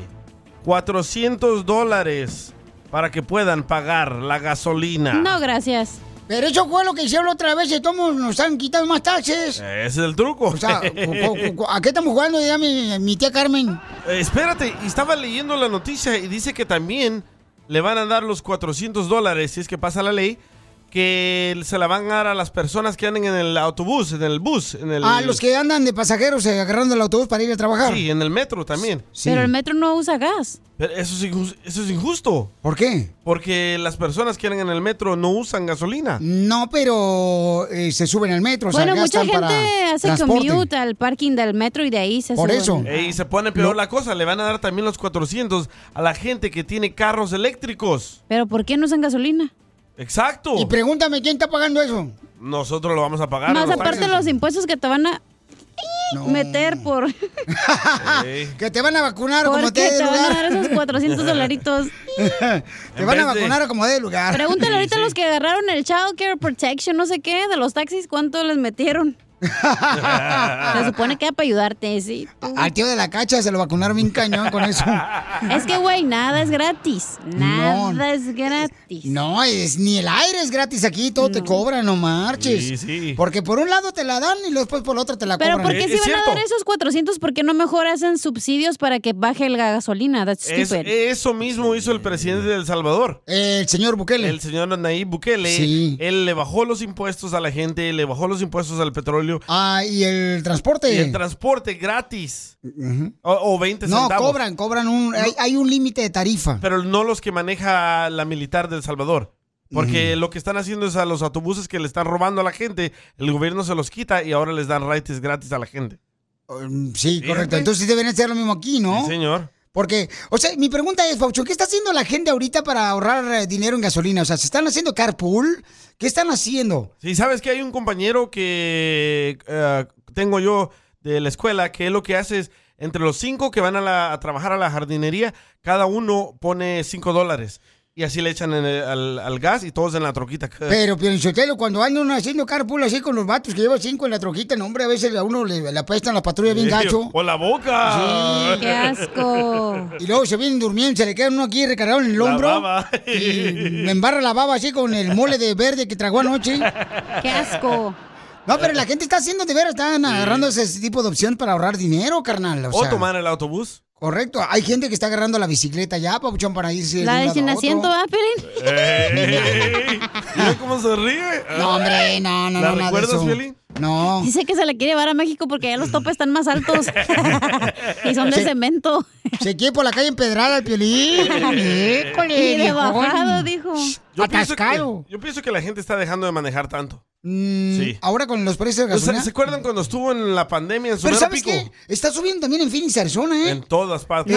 400 dólares para que puedan pagar la gasolina.
No, gracias.
Pero eso fue lo que hicieron la otra vez y todos nos han quitado más taxes.
Eh, Ese es el truco.
O sea, cu- cu- cu- ¿a qué estamos jugando ya mi, mi tía Carmen?
Eh, Espérate, y estaba leyendo la noticia y dice que también le van a dar los 400 dólares, si es que pasa la ley, que se la van a dar a las personas que anden en el autobús, en el bus, en el...
A Ah, los que andan de pasajeros eh, agarrando el autobús para ir a trabajar.
Sí, en el metro también.
Pero el metro no usa gas.
Pero eso, es injus- eso es injusto.
¿Por qué?
Porque las personas que andan en el metro no usan gasolina.
No, pero eh, se suben al metro.
bueno,
o sea,
mucha
gastan
gente
para
hace
transporte.
commute al parking del metro y de ahí se suben.
Eh, Y se pone peor la cosa. Le van a dar también los 400 a la gente que tiene carros eléctricos.
Pero ¿por qué no usan gasolina?
Exacto.
Y pregúntame, ¿quién está pagando eso?
Nosotros lo vamos a pagar.
Más
los
aparte
taxis.
los impuestos que te van a meter por...
Ah,
Eh,
Que te van a vacunar como
Porque
te dé
te van a
lugar.
dar esos 400 dolaritos.
te van a vacunar como dé lugar.
Pregúntale ahorita a los que agarraron el Child Care Protection, no sé qué, de los taxis, ¿cuánto les metieron?
Ah.
Se supone que era para ayudarte, sí. tú.
Al tío de la cacha se lo vacunaron bien cañón con eso. ah.
Es que, güey, nada es gratis. Nada es gratis.
No, es ni el aire es gratis aquí, todo te cobran, no marches.
Sí, sí. Eh,
Porque por un lado te la dan y después por el otro te la
Pero
cobran.
¿por qué si van a dar esos 400? ¿Por qué no mejor hacen subsidios para que baje la gasolina? That's
es-
stupid.
eso mismo hizo el presidente de El Salvador.
El señor Bukele.
El señor Nayib Bukele.
Sí.
Él le bajó los impuestos a la gente, le bajó los impuestos al petróleo.
Ah, y el transporte.
Y el transporte gratis. o, o 20
no,
centavos.
cobran, cobran un. Hay, hay un límite de tarifa.
Pero no los que maneja la militar del Salvador. Porque lo que están haciendo es a los autobuses que le están robando a la gente, el gobierno se los quita y ahora les dan rides gratis a la gente.
Oh, Sí, Correcto, entonces deben hacer lo mismo aquí, ¿no?
señor.
Porque, o sea, mi pregunta es, Paucho, ¿qué está haciendo la gente ahorita para ahorrar eh, dinero en gasolina? O sea, ¿se están haciendo carpool? ¿Qué están haciendo?
Sí, sabes que hay un compañero que eh, tengo yo de la escuela que él lo que hace es entre los cinco que van a, la- a trabajar a la jardinería, cada uno pone cinco dólares y así le echan en el- al, al gas y todos en la troquita.
Pero, Pionichotelo, cuando andan haciendo carpool así con los vatos que lleva cinco en la troquita, no, hombre, a veces a uno le, le apestan la patrulla bien gacho.
¡O la boca!
Sí. Y luego se vienen durmiendo, se le queda uno aquí recargado en el
La
hombro.
baba.
Y me embarra la baba así con el mole de verde que tragó anoche.
Qué asco.
No, pero la gente está haciendo de veras, están agarrando ese tipo de opción para ahorrar dinero, carnal. O,
O
sea,
tomar el autobús.
Correcto, hay gente que está agarrando la bicicleta ya, papuchón, para irse.
La
de
de
un
sin
lado a otro.
asiento, ¿verdad, Pelín?
Mira cómo se ríe.
No, hombre, no, no,
¿La
no. nada de
recuerdas,
eso.
Piolín?
No.
Dice que se la quiere llevar a México porque allá los topes están más altos. y son de
Se-
cemento.
Se quiere por la calle empedrada el Piolín. École,
Y de
viejón.
bajado, dijo.
Yo pienso,
Atascado.
que, yo pienso que la gente está dejando de manejar tanto.
Mm,
Sí.
Ahora con los precios de
¿Se-
gasolina.
¿Se acuerdan cuando estuvo en la pandemia en
Pero
Sonora
¿sabes
Pico?
qué? Está subiendo también en Phoenix, Arizona, ¿eh?
En todas partes.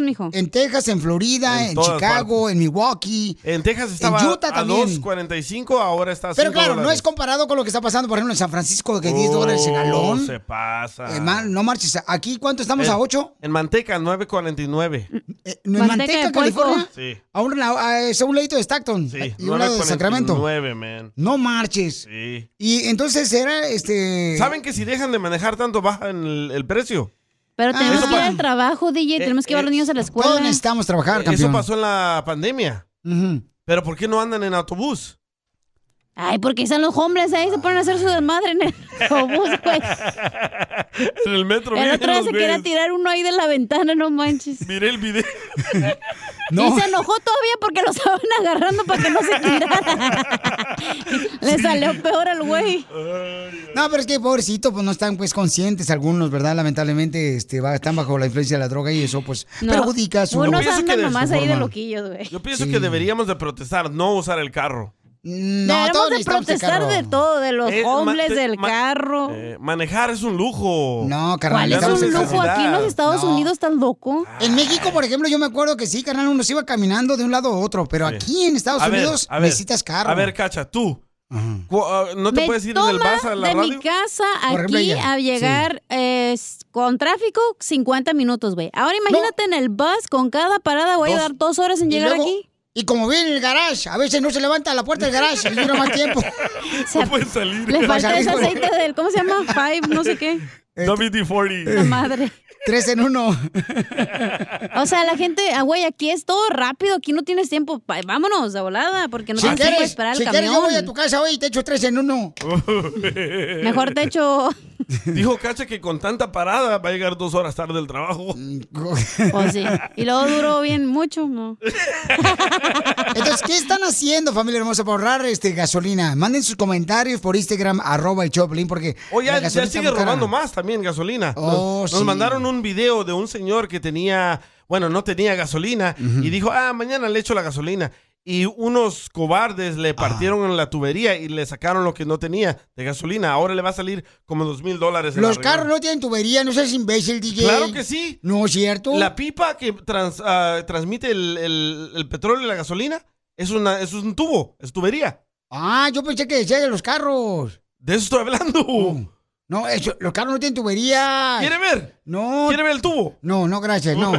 mijo. En Texas, en Florida,
En
en,
todas
Chicago, en Milwaukee.
En Texas estaba
En Utah
a
también.
2.45, ahora está a
Pero
5
claro, no
dólares.
es comparado con lo que está pasando, por ejemplo, en San Francisco, que 10 dólares el
Oh,
galón.
se pasa.
Eh, ma- no marches. ¿Aquí cuánto estamos?
En-
¿A 8?
En manteca, 9.49.
¿En
Manteca
Manteca,
de puerco.
California?
Sí.
A un, lado- a- es a un ladito de Stockton
Sí,
y un lado de Sacramento.
9.49, man.
No marches.
Sí.
Y entonces era este.
¿Saben que si dejan de manejar tanto baja en el, el precio?
Pero
Ah,
tenemos
Eso Eh,
que ir
pa-
al trabajo, DJ. Tenemos que llevar a los niños a la escuela.
Todos necesitamos trabajar,
Eh, Eso
campeón.
pasó en la pandemia. ¿Pero por qué no andan en autobús?
Ay, porque están los hombres ahí, se ponen a hacer su desmadre en el autobús, güey.
en el metro.
El
miren
otro día
los
se quería
güeyes.
tirar uno ahí de la ventana, no manches.
Miré el video.
Y se enojó todavía porque lo estaban agarrando para que no se tirara. Le salió peor al güey.
No, pero es que pobrecito, pues no están pues conscientes algunos, ¿verdad? Lamentablemente este, va- están bajo la influencia de la droga y eso pues
No.
perjudica su
Unos
pienso que
andan
de
nomás
su
ahí de
forma.
loquillos, güey.
Yo pienso que deberíamos de protestar, no usar el carro.
Deberíamos de protestar de todo, de los
Eh, ma-
hombres,
te-
del
ma-
carro.
Eh, manejar es un lujo.
No, carnal.
¿Cuál es
estamos
un
en
lujo
necesidad.
aquí en los Estados Unidos tan loco?
Ah. En México, por ejemplo, yo me acuerdo que sí, carnal, uno se iba caminando de un lado a otro, pero aquí en Estados
A ver,
Unidos
a ver,
necesitas carro.
A ver, Cacha, tú. cu- ah, ¿No te
Me
puedes ir del
toma
bus a la
de
radio?
mi casa
Por ejemplo,
aquí
ella.
a llegar eh, s- con tráfico 50 minutos, güey. Ahora imagínate en el bus con cada parada voy a
Dos.
dar dos horas en
Y
llegar
luego-
aquí.
Y como viene el garage, a veces no se levanta la puerta del garage y dura más tiempo.
No puedes salir.
Le falta ese aceite del, ¿cómo se llama? Five, no sé qué.
WD-40.
La madre.
Tres en uno.
O sea, la gente, ah, güey, aquí es todo rápido, aquí no tienes tiempo. pa- Vámonos de volada, porque no
si
tienes tiempo de
quieres,
esperar el
si quieres,
camión.
yo voy a tu casa hoy y te echo tres en uno.
Mejor techo.
Dijo Cacha que con tanta parada va a llegar dos horas tarde del trabajo.
Mm,
O Oh, sí. Y luego duró bien mucho, ¿no?
Entonces, ¿qué están haciendo, familia hermosa, para ahorrar este, gasolina? Manden sus comentarios por Instagram, arroba el Choplin, porque.
O Oh, ya,
la
ya
gasolina está
sigue
muy cara.
robando más también gasolina.
Oh,
nos,
sí.
nos mandaron un video de un señor que tenía, bueno, no tenía gasolina y dijo, ah, mañana le echo la gasolina. Y unos cobardes
Ah.
le partieron en la tubería y le sacaron lo que no tenía de gasolina. Ahora le va a salir como dos mil dólares. en
Los
arreglar.
carros no tienen tubería, no seas imbécil, DJ.
Claro que sí.
No es cierto.
La pipa que trans- ah, transmite el, el- el petróleo y la gasolina es, una, es un tubo, es tubería.
Ah, yo pensé que decía de los carros.
De eso estoy hablando.
Mm. No, eso- los carros no tienen tubería.
¿Quiere ver?
No.
¿Quiere ver el tubo?
No, no, gracias, no.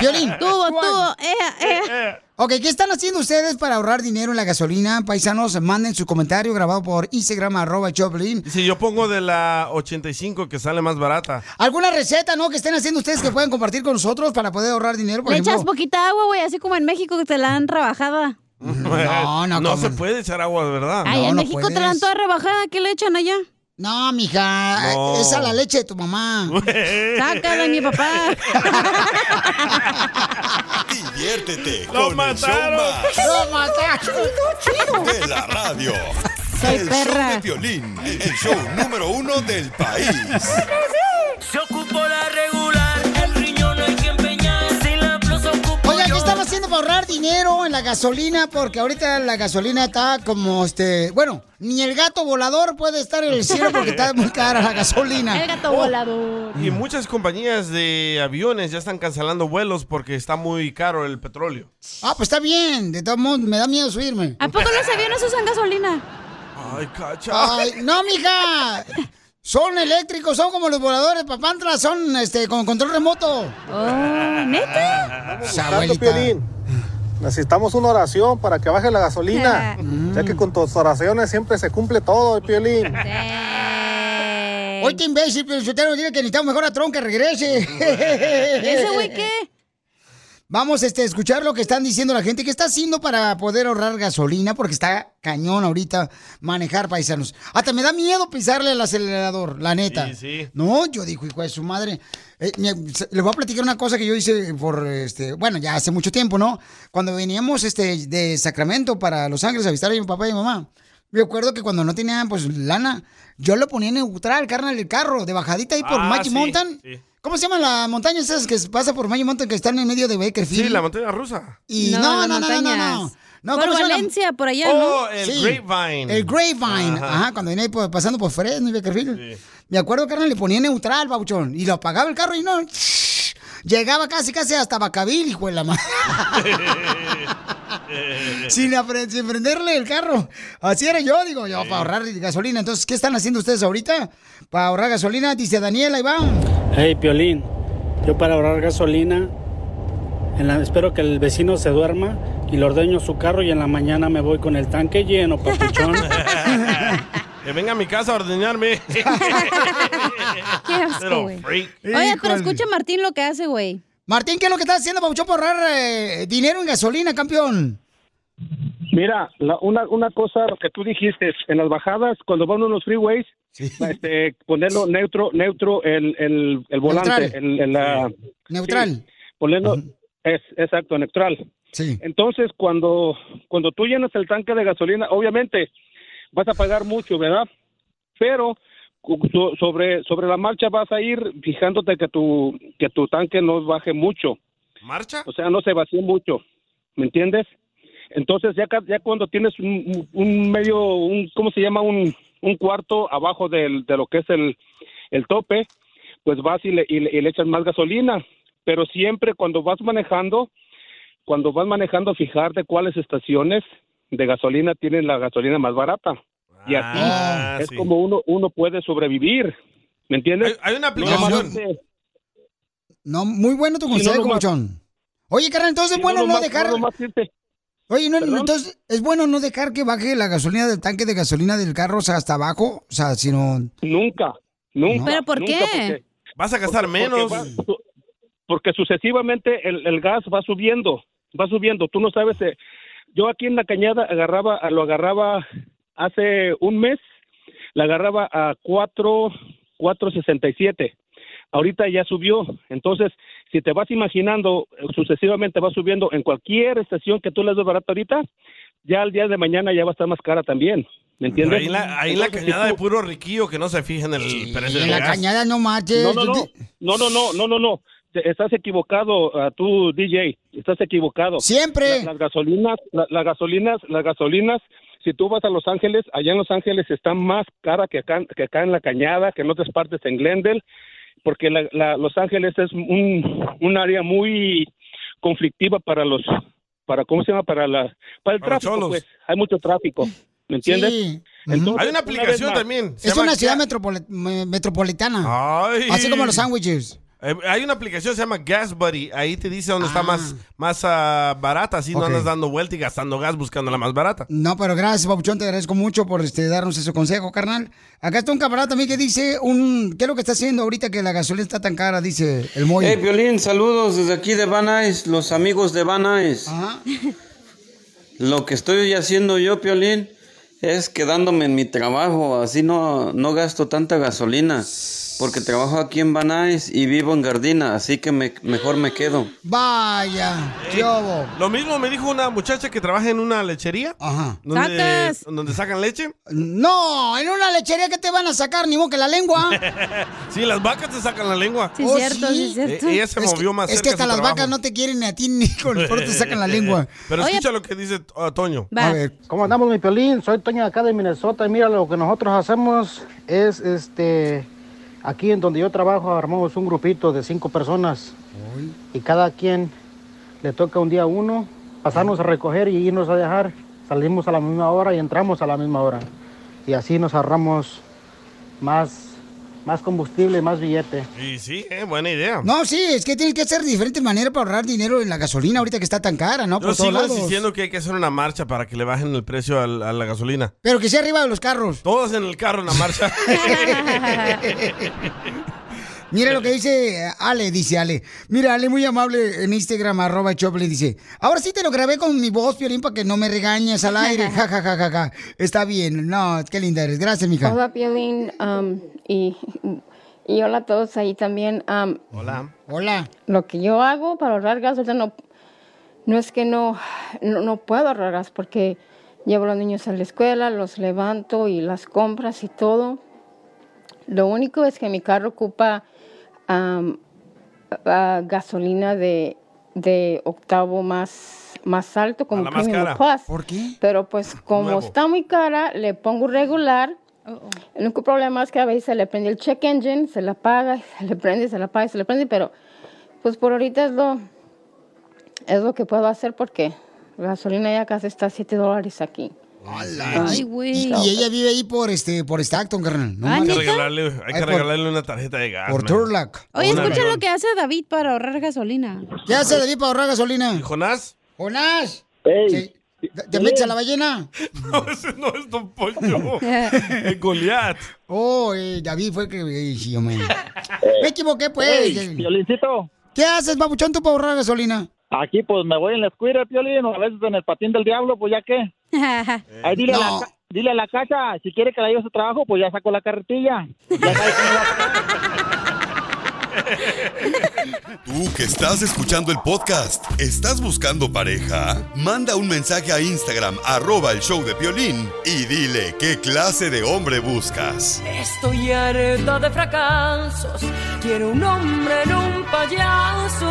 Violín.
Tubo, tubo, eh, eh.
Ok, ¿qué están haciendo ustedes para ahorrar dinero en la gasolina? Paisanos, manden su comentario grabado por Instagram, arroba el Choplin.
Si yo pongo de la 85 que sale más barata.
¿Alguna receta, no, que estén haciendo ustedes que puedan compartir con nosotros para poder ahorrar dinero? Por
Le
ejemplo?
echas poquita agua, güey, así como en México que te la dan rebajada.
No, no,
No
¿cómo?
se puede echar agua, de
Ah,
¿verdad?
Ay, en México te la dan toda rebajada, ¿qué le echan allá?
No, mija, eh,
No.
esa es la leche de tu mamá.
Sácala, mi papá.
Diviértete
Lo
con el show
mataron.
más
¡Lo mataron!
de la radio.
Soy
el
perra.
show de Piolín, el show número uno del país.
Se ocupó la regular, el riñón no hay que empeñar. Si la blusa ocupó
Oigan, ¿qué están haciendo para ahorrar dinero en la gasolina porque ahorita la gasolina está como este. Bueno, ni el gato volador puede estar en el cielo porque está muy cara la gasolina.
El gato
Oh.
volador.
Y muchas compañías de aviones ya están cancelando vuelos porque está muy caro el petróleo.
Ah, pues está bien. De todos modos, me da miedo subirme.
¿A poco los
aviones usan gasolina?
Ay, cacha.
Ay, no, mija. Son eléctricos, son como los voladores, papantla, son este con control remoto.
Oh, ¿neta?
Esa
Tanto,
abuelita.
Piolín, Necesitamos una oración para que baje la gasolina. Ya que con tus oraciones siempre se cumple todo, Piolín.
Oye, imbécil, pero Sotelo, dile que necesitamos mejor a Tron que regrese. ¿Ese
güey qué?
Vamos este, a escuchar lo que están diciendo la gente. ¿Qué está haciendo para poder ahorrar gasolina? Porque está cañón ahorita manejar paisanos. Hasta me da miedo pisarle el acelerador, la neta.
Sí, sí.
No, yo digo, hijo de su madre. Eh, mira, se- les voy a platicar una cosa que yo hice por, este, bueno, ya hace mucho tiempo, ¿no? Cuando veníamos este, de Sacramento para Los Ángeles a visitar a mi papá y mi mamá. Me acuerdo que cuando no tenía, pues, lana, yo lo ponía en neutral, carnal, el carro, de bajadita ahí por
Ah,
Magic
sí,
Mountain.
sí.
¿Cómo se llaman las montañas esas que pasa por Magic Mountain que están en medio de Bakerfield?
Sí, la montaña rusa.
Y no, no, no, no, no, no. No,
Por
¿cómo se llama?
Valencia, por allá,
Oh,
¿no?
el
Sí.
Grapevine.
El Grapevine. Ajá,
Ajá.
cuando venía ahí por- pasando por Fresno y Bakerfield. Me acuerdo, carnal, le ponía neutral, babuchón. Y lo apagaba el carro y no. Llegaba casi, casi hasta Bacavil, hijo de la madre. sin, apre- sin prenderle el carro. Así era yo, digo yo, para ahorrar gasolina. Entonces, ¿qué están haciendo ustedes ahorita? Para ahorrar gasolina, dice Daniela Iván.
Hey, Piolín, yo para ahorrar gasolina, en la- espero que el vecino se duerma y le ordeño su carro y en la mañana me voy con el tanque lleno, papuchón.
Que venga a mi casa a ordeñarme.
Qué asco,
Pero
güey.
freak.
Oye, pero
Híjole.
escucha Martín lo que hace, güey.
Martín, ¿qué es lo que estás haciendo, babuchón, para ahorrar eh, dinero en gasolina, campeón?
Mira, la- una, una cosa que tú dijiste, en las bajadas, cuando van unos freeways, este, ponerlo neutro, neutro el, el, el volante,
Neutral.
el, el, la-
Neutral.
sí, ponerlo, es, exacto, neutral.
Sí.
Entonces, cuando, cuando tú llenas el tanque de gasolina, obviamente vas a pagar mucho, ¿verdad? Pero cu- so- sobre, sobre la marcha vas a ir fijándote que tu, que tu tanque no baje mucho.
¿Marcha?
O sea, no se vacíe mucho, ¿me entiendes? Entonces, ya, ca- ya cuando tienes un, un medio, un, ¿cómo se llama? Un, un cuarto abajo del, de lo que es el, el tope, pues vas y le, y, le, y le echas más gasolina. Pero siempre cuando vas manejando, cuando vas manejando, fijarte cuáles estaciones de gasolina tienen la gasolina más barata. Y así
Ah,
es
sí.
como uno, uno puede sobrevivir, ¿me entiendes?
Hay una
aplicación.
No, muy bueno tu
Sí, no,
consejo,
nomás-
babuchón. Oye, carnal, entonces
Sí,
es bueno
no,
no
nomás-
dejar...
no, nomás
Oye, no, no,
¿Perdón?
entonces es bueno no dejar que baje la gasolina del tanque de gasolina del carro o sea, hasta abajo, o sea, sino...
Nunca, nunca.
¿Pero por
nunca,
qué?
porque-
Vas a gastar
porque
menos.
va- su- porque sucesivamente el, el gas va subiendo, va subiendo. Tú no sabes. eh, yo aquí en la cañada agarraba, lo agarraba hace un mes, la agarraba a cuatro, cuatro sesenta y siete. Ahorita ya subió. Entonces, si te vas imaginando, eh, sucesivamente va subiendo en cualquier estación que tú le des barata ahorita, ya al día de mañana ya va a estar más cara también.
Pero
¿Me entiendes?
ahí la, ahí la
Entonces, si
cañada
tú-
de puro riquillo que no se fija en el precio del
en la
gas.
caña-
Mañana no marches.
no, no, no, no, no, no, no, no, no. Te- Estás equivocado, ah, tú DJ, estás equivocado.
Siempre.
La- Las, gasolinas, la- las gasolinas, las gasolinas. Si tú vas a Los Ángeles, allá en Los Ángeles está más cara que acá, que acá en la Cañada, que en otras partes en Glendale, porque la- la- Los Ángeles es un, un área muy conflictiva para los, para cómo se llama, para la, para el
Para los
tráfico,
cholos.
pues. Hay mucho tráfico, ¿me entiendes?
Sí.
Entonces,
Hay una
vez
aplicación
más,
también. Se
Es
llama
una ciudad
Ga-
metropoli- me- metropolitana.
Ay.
Así como los sándwiches.
Eh, hay una aplicación que se llama Gas Buddy. Ahí te dice dónde está más, más ah, barata. Así no
Ok.
andas dando vuelta y gastando gas buscando la más barata.
No, pero gracias, Papuchón, te agradezco mucho por este, darnos ese consejo, carnal. Acá está un camarada también que dice un... ¿Qué es lo que está haciendo ahorita que la gasolina está tan cara? Dice el Moy.
Eh,
Hey, Violín, saludos desde aquí de Van Nuys, los amigos de Van Nuys.
Ah.
Eh,
Lo que estoy haciendo yo, Piolín, es quedándome en mi trabajo, así no, no gasto tanta gasolina. Porque trabajo aquí en Banais y vivo en Gardina, así que me- mejor me quedo.
Vaya, qué obo.
Eh, Lo mismo me dijo una muchacha que trabaja en una lechería.
Ajá.
Donde,
¡Sacas!
donde sacan leche.
No, en una lechería que te van a sacar, ni modo que la lengua.
sí, las vacas te sacan la lengua.
Oh,
Eh, ella se
Es
movió
que-
más
Es que
cerca
hasta
a su
las
trabajo.
vacas no te quieren ni a ti ni con el te sacan la lengua.
Pero
Oye.
escucha lo que dice uh, Toño.
¿Cómo andamos, mi Piolín? Soy Toño de acá de Minnesota y mira, lo que nosotros hacemos es, este, aquí en donde yo trabajo armamos un grupito de cinco personas y cada quien le toca un día a uno pasarnos a recoger y irnos a dejar. Salimos a la misma hora y entramos a la misma hora. Y así nos ahorramos más, más combustible, más billete.
Y sí, eh, buena idea.
No, sí, es que tienes que hacer diferentes maneras para ahorrar dinero en la gasolina ahorita que está tan cara, ¿no?
Yo
Ah, Por todos
sigo
lados.
insistiendo que hay que hacer una marcha para que le bajen el precio al- a la gasolina.
Pero que sea arriba de los carros.
Todos en el carro en la marcha.
Mira lo que dice eh, Ale, dice Ale. Mira, Ale, muy amable en Instagram, arroba el Choplin, dice. Ahora sí te lo grabé con mi voz, Piolín, para que no me regañes al aire. Ja, ja, ja, ja, ja. Está bien. No, qué linda eres. Gracias, mija.
Hola, Piolín, um, y, y hola a todos ahí también. um,
Hola.
Hola.
Lo que yo hago para ahorrar gas, ahorita no, no es que no, no, no puedo ahorrar gas porque llevo a los niños a la escuela, los levanto y las compras y todo. Lo único es que mi carro ocupa um, ah, gasolina de, de octavo más, más alto, como
la más
Premium
cara.
Plus.
¿Por qué?
Pero pues como
Nuevo.
está muy cara, le pongo regular. El único problema es que a veces se le prende el check engine, se la apaga, se le prende, se la apaga, se le prende, pero pues por ahorita es lo, es lo que puedo hacer porque la gasolina ya casi está a 7 dólares aquí.
Y- Y, y ella vive ahí por este, por Stockton, carnal. No
hay que
manches.
regalarle, hay que
Ay, por-
regalarle una tarjeta de gas.
Por
man.
Turlock.
Oye,
Una
escucha
millón.
lo que hace David para ahorrar gasolina.
¿Qué hace David para ahorrar gasolina?
Jonás?
Jonás.
Ey.
Sí. ¿Te metes a la ballena?
No, ese no es Don Poncho. es Goliat.
Oh, eh, David fue que... eh, sí, hombre. Me equivoqué, pues.
Ey,
¿Qué haces, babuchón, tú para ahorrar gasolina?
Aquí pues me voy en la escuira, Piolín, o a veces en el patín del diablo, pues ya qué. Ahí dile, a, la,
No.
ca- dile a la cacha, si quiere que la lleve a su trabajo, pues ya saco la carretilla. Ya sabe cómo la-
Tú que estás escuchando el podcast, ¿estás buscando pareja? Manda un mensaje a Instagram, arroba el show de Piolín, y dile qué clase de hombre buscas.
Estoy harta de fracasos. Quiero un hombre en un payaso.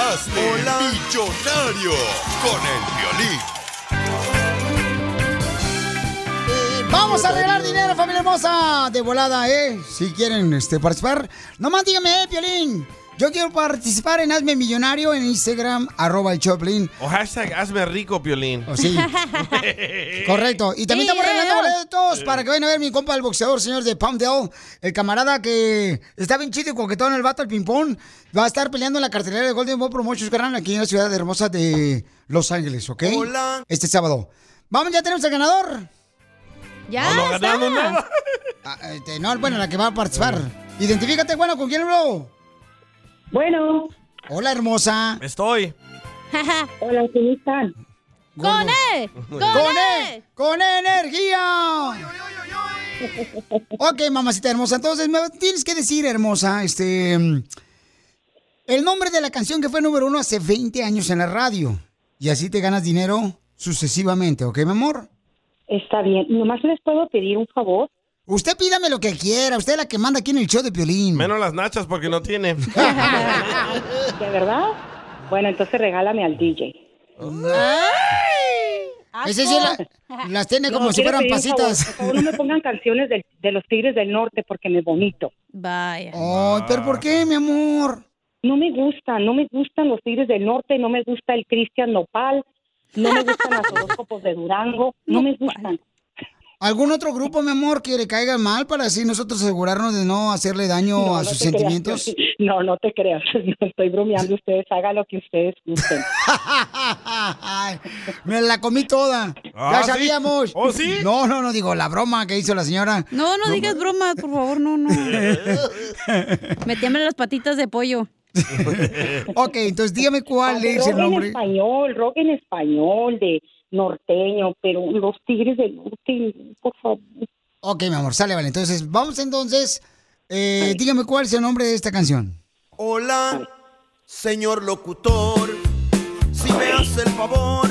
Hazte millonario con el violín.
Vamos a arreglar dinero, familia hermosa. De volada, ¿eh? Si quieren este, participar, nomás díganme, eh, Piolín. Yo quiero participar en Hazme Millonario en Instagram, arroba el Choplin. Pues
O hashtag hazme rico, Piolín.
Oh, sí. Correcto. Y también estamos regalando boletos
Sí.
para que vayan a ver mi compa el boxeador, señor de Palmdale, el camarada que está bien chido y coquetón el vato al ping-pong. Va a estar peleando en la cartelera de Golden Ball Promotions Gran aquí en la ciudad hermosa de Los Ángeles, ¿ok?
Hola.
Este sábado. Vamos, ya tenemos el ganador.
Ya No lo está. ganamos nada.
Ah, este, no, bueno, la que va a participar. Identifícate, bueno, ¿con quién hablo?
Bueno.
Hola, hermosa.
Estoy.
Hola, ¿cómo están?
¡Con él! ¡Con E. él! ¡Con E, energía! Ok, mamacita hermosa, entonces me tienes que decir, hermosa, este... El nombre de la canción que fue número uno hace 20 años en la radio. Y así te ganas dinero sucesivamente, ¿ok, mi amor?
Está bien. Nomás les puedo pedir un favor.
Usted pídame lo que quiera, usted es la que manda aquí en el show de Piolín.
Menos las nachas porque no tiene.
¿De verdad? Bueno, entonces regálame al DJ.
Ah, Ese sí la- las tiene como si
quiero
fueran
pedir un favor,
pasitas.
por favor, no me pongan canciones de, de los Tigres del Norte porque me vomito.
Vaya.
Ay, pero ¿por qué, mi amor?
No me gustan, no me gustan los Tigres del Norte, no me gusta el Cristian Nopal, no me gustan los horóscopos de Durango, no me gustan.
¿Algún otro grupo, mi amor, que le caiga mal para así nosotros asegurarnos de no hacerle daño
No,
a
no
sus
te creas,
sentimientos?
Piolín. no, no te creas, no estoy bromeando, ustedes hagan lo que ustedes gusten.
Ay, me la comí toda.
Ah,
ya
¿sí?
sabíamos.
¿Oh, sí?
No, no, no, digo, la broma que hizo la señora.
No, no digas bromas, por favor, no, no. Me tiemblan las patitas de pollo.
ok, entonces dígame cuál
Rock en español, rock en español, de norteño, pero los Tigres del Norte, por favor.
Ok, mi amor, sale, vale. Entonces, vamos entonces. eh, dígame cuál es el nombre de esta canción.
Hola, señor locutor, si me hace el favor.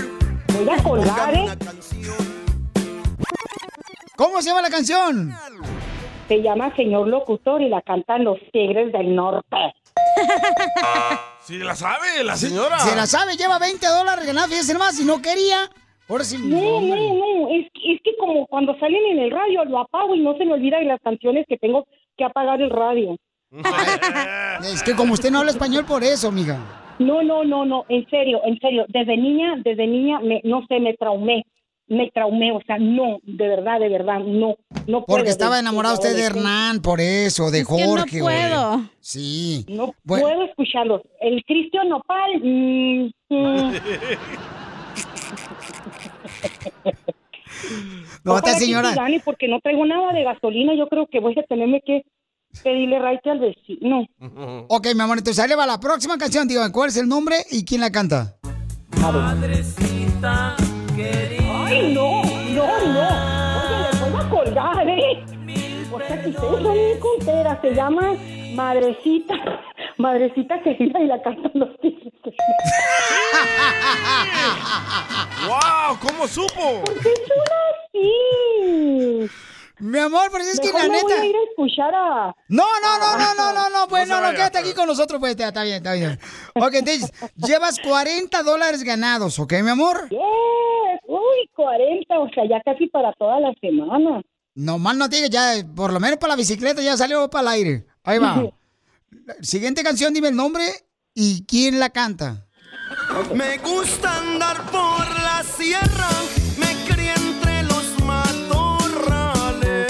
Voy a colgar, ¿eh?
¿Cómo se llama la canción?
Se llama Señor Locutor y la cantan los Tigres del Norte.
Sí, la sabe, la señora.
Se la sabe, lleva 20 dólares ganados, fíjese más, y no quería. Ahora sí.
No, no, no, es, que- es que como cuando salen en el radio lo apago y no se me olvida de las canciones que tengo que apagar el radio.
Es que como usted no habla español, por eso, amiga.
No, no, no, no, en serio, en serio, desde niña, desde niña, me, no sé, me traumé, me traumé, o sea, no, de verdad, de verdad, no, no puedo.
Porque estaba
desde-
enamorado
desde
usted de
adolescente.
Hernán, por eso, de
Es que no
Jorge. güey.
puedo.
Sí.
No
Bueno.
puedo escucharlos. El Cristian Nopal, mm, mm.
No,
Ojalá
esta
que
señora.
sí gane, porque no traigo nada de gasolina, yo creo que voy a tenerme que pedirle raite al vecino.
Mm. Ok, mi amor, entonces ahí le va la próxima canción. Dígame cuál es el nombre y quién la canta.
Madrecita querida.
Ay, no, no, no. Oye, les voy a colgar, ¿eh? O sea, que ustedes son bien conteras. Se llama Madrecita. Madrecita querida y la cantan los tigres.
¡Wow! ¿Cómo supo?
Pues Sí.
Mi amor, pero es que
Mejor
la
me voy
neta-
a ir a escuchar a...
No, no, no, no, no, no, no, pues
No
no,
se
no,
vaya,
quédate aquí con nosotros, pues, está está bien, está bien. Ok, entonces, llevas 40 dólares ganados, ¿ok, mi amor?
Yes. Uy, 40, o sea, ya casi para toda la semana.
Nomás no te digas, ya, por lo menos para la bicicleta ya salió para el aire. Ahí va. Siguiente canción, dime el nombre y quién la canta.
Me gusta andar por la sierra, me crié entre los matorrales.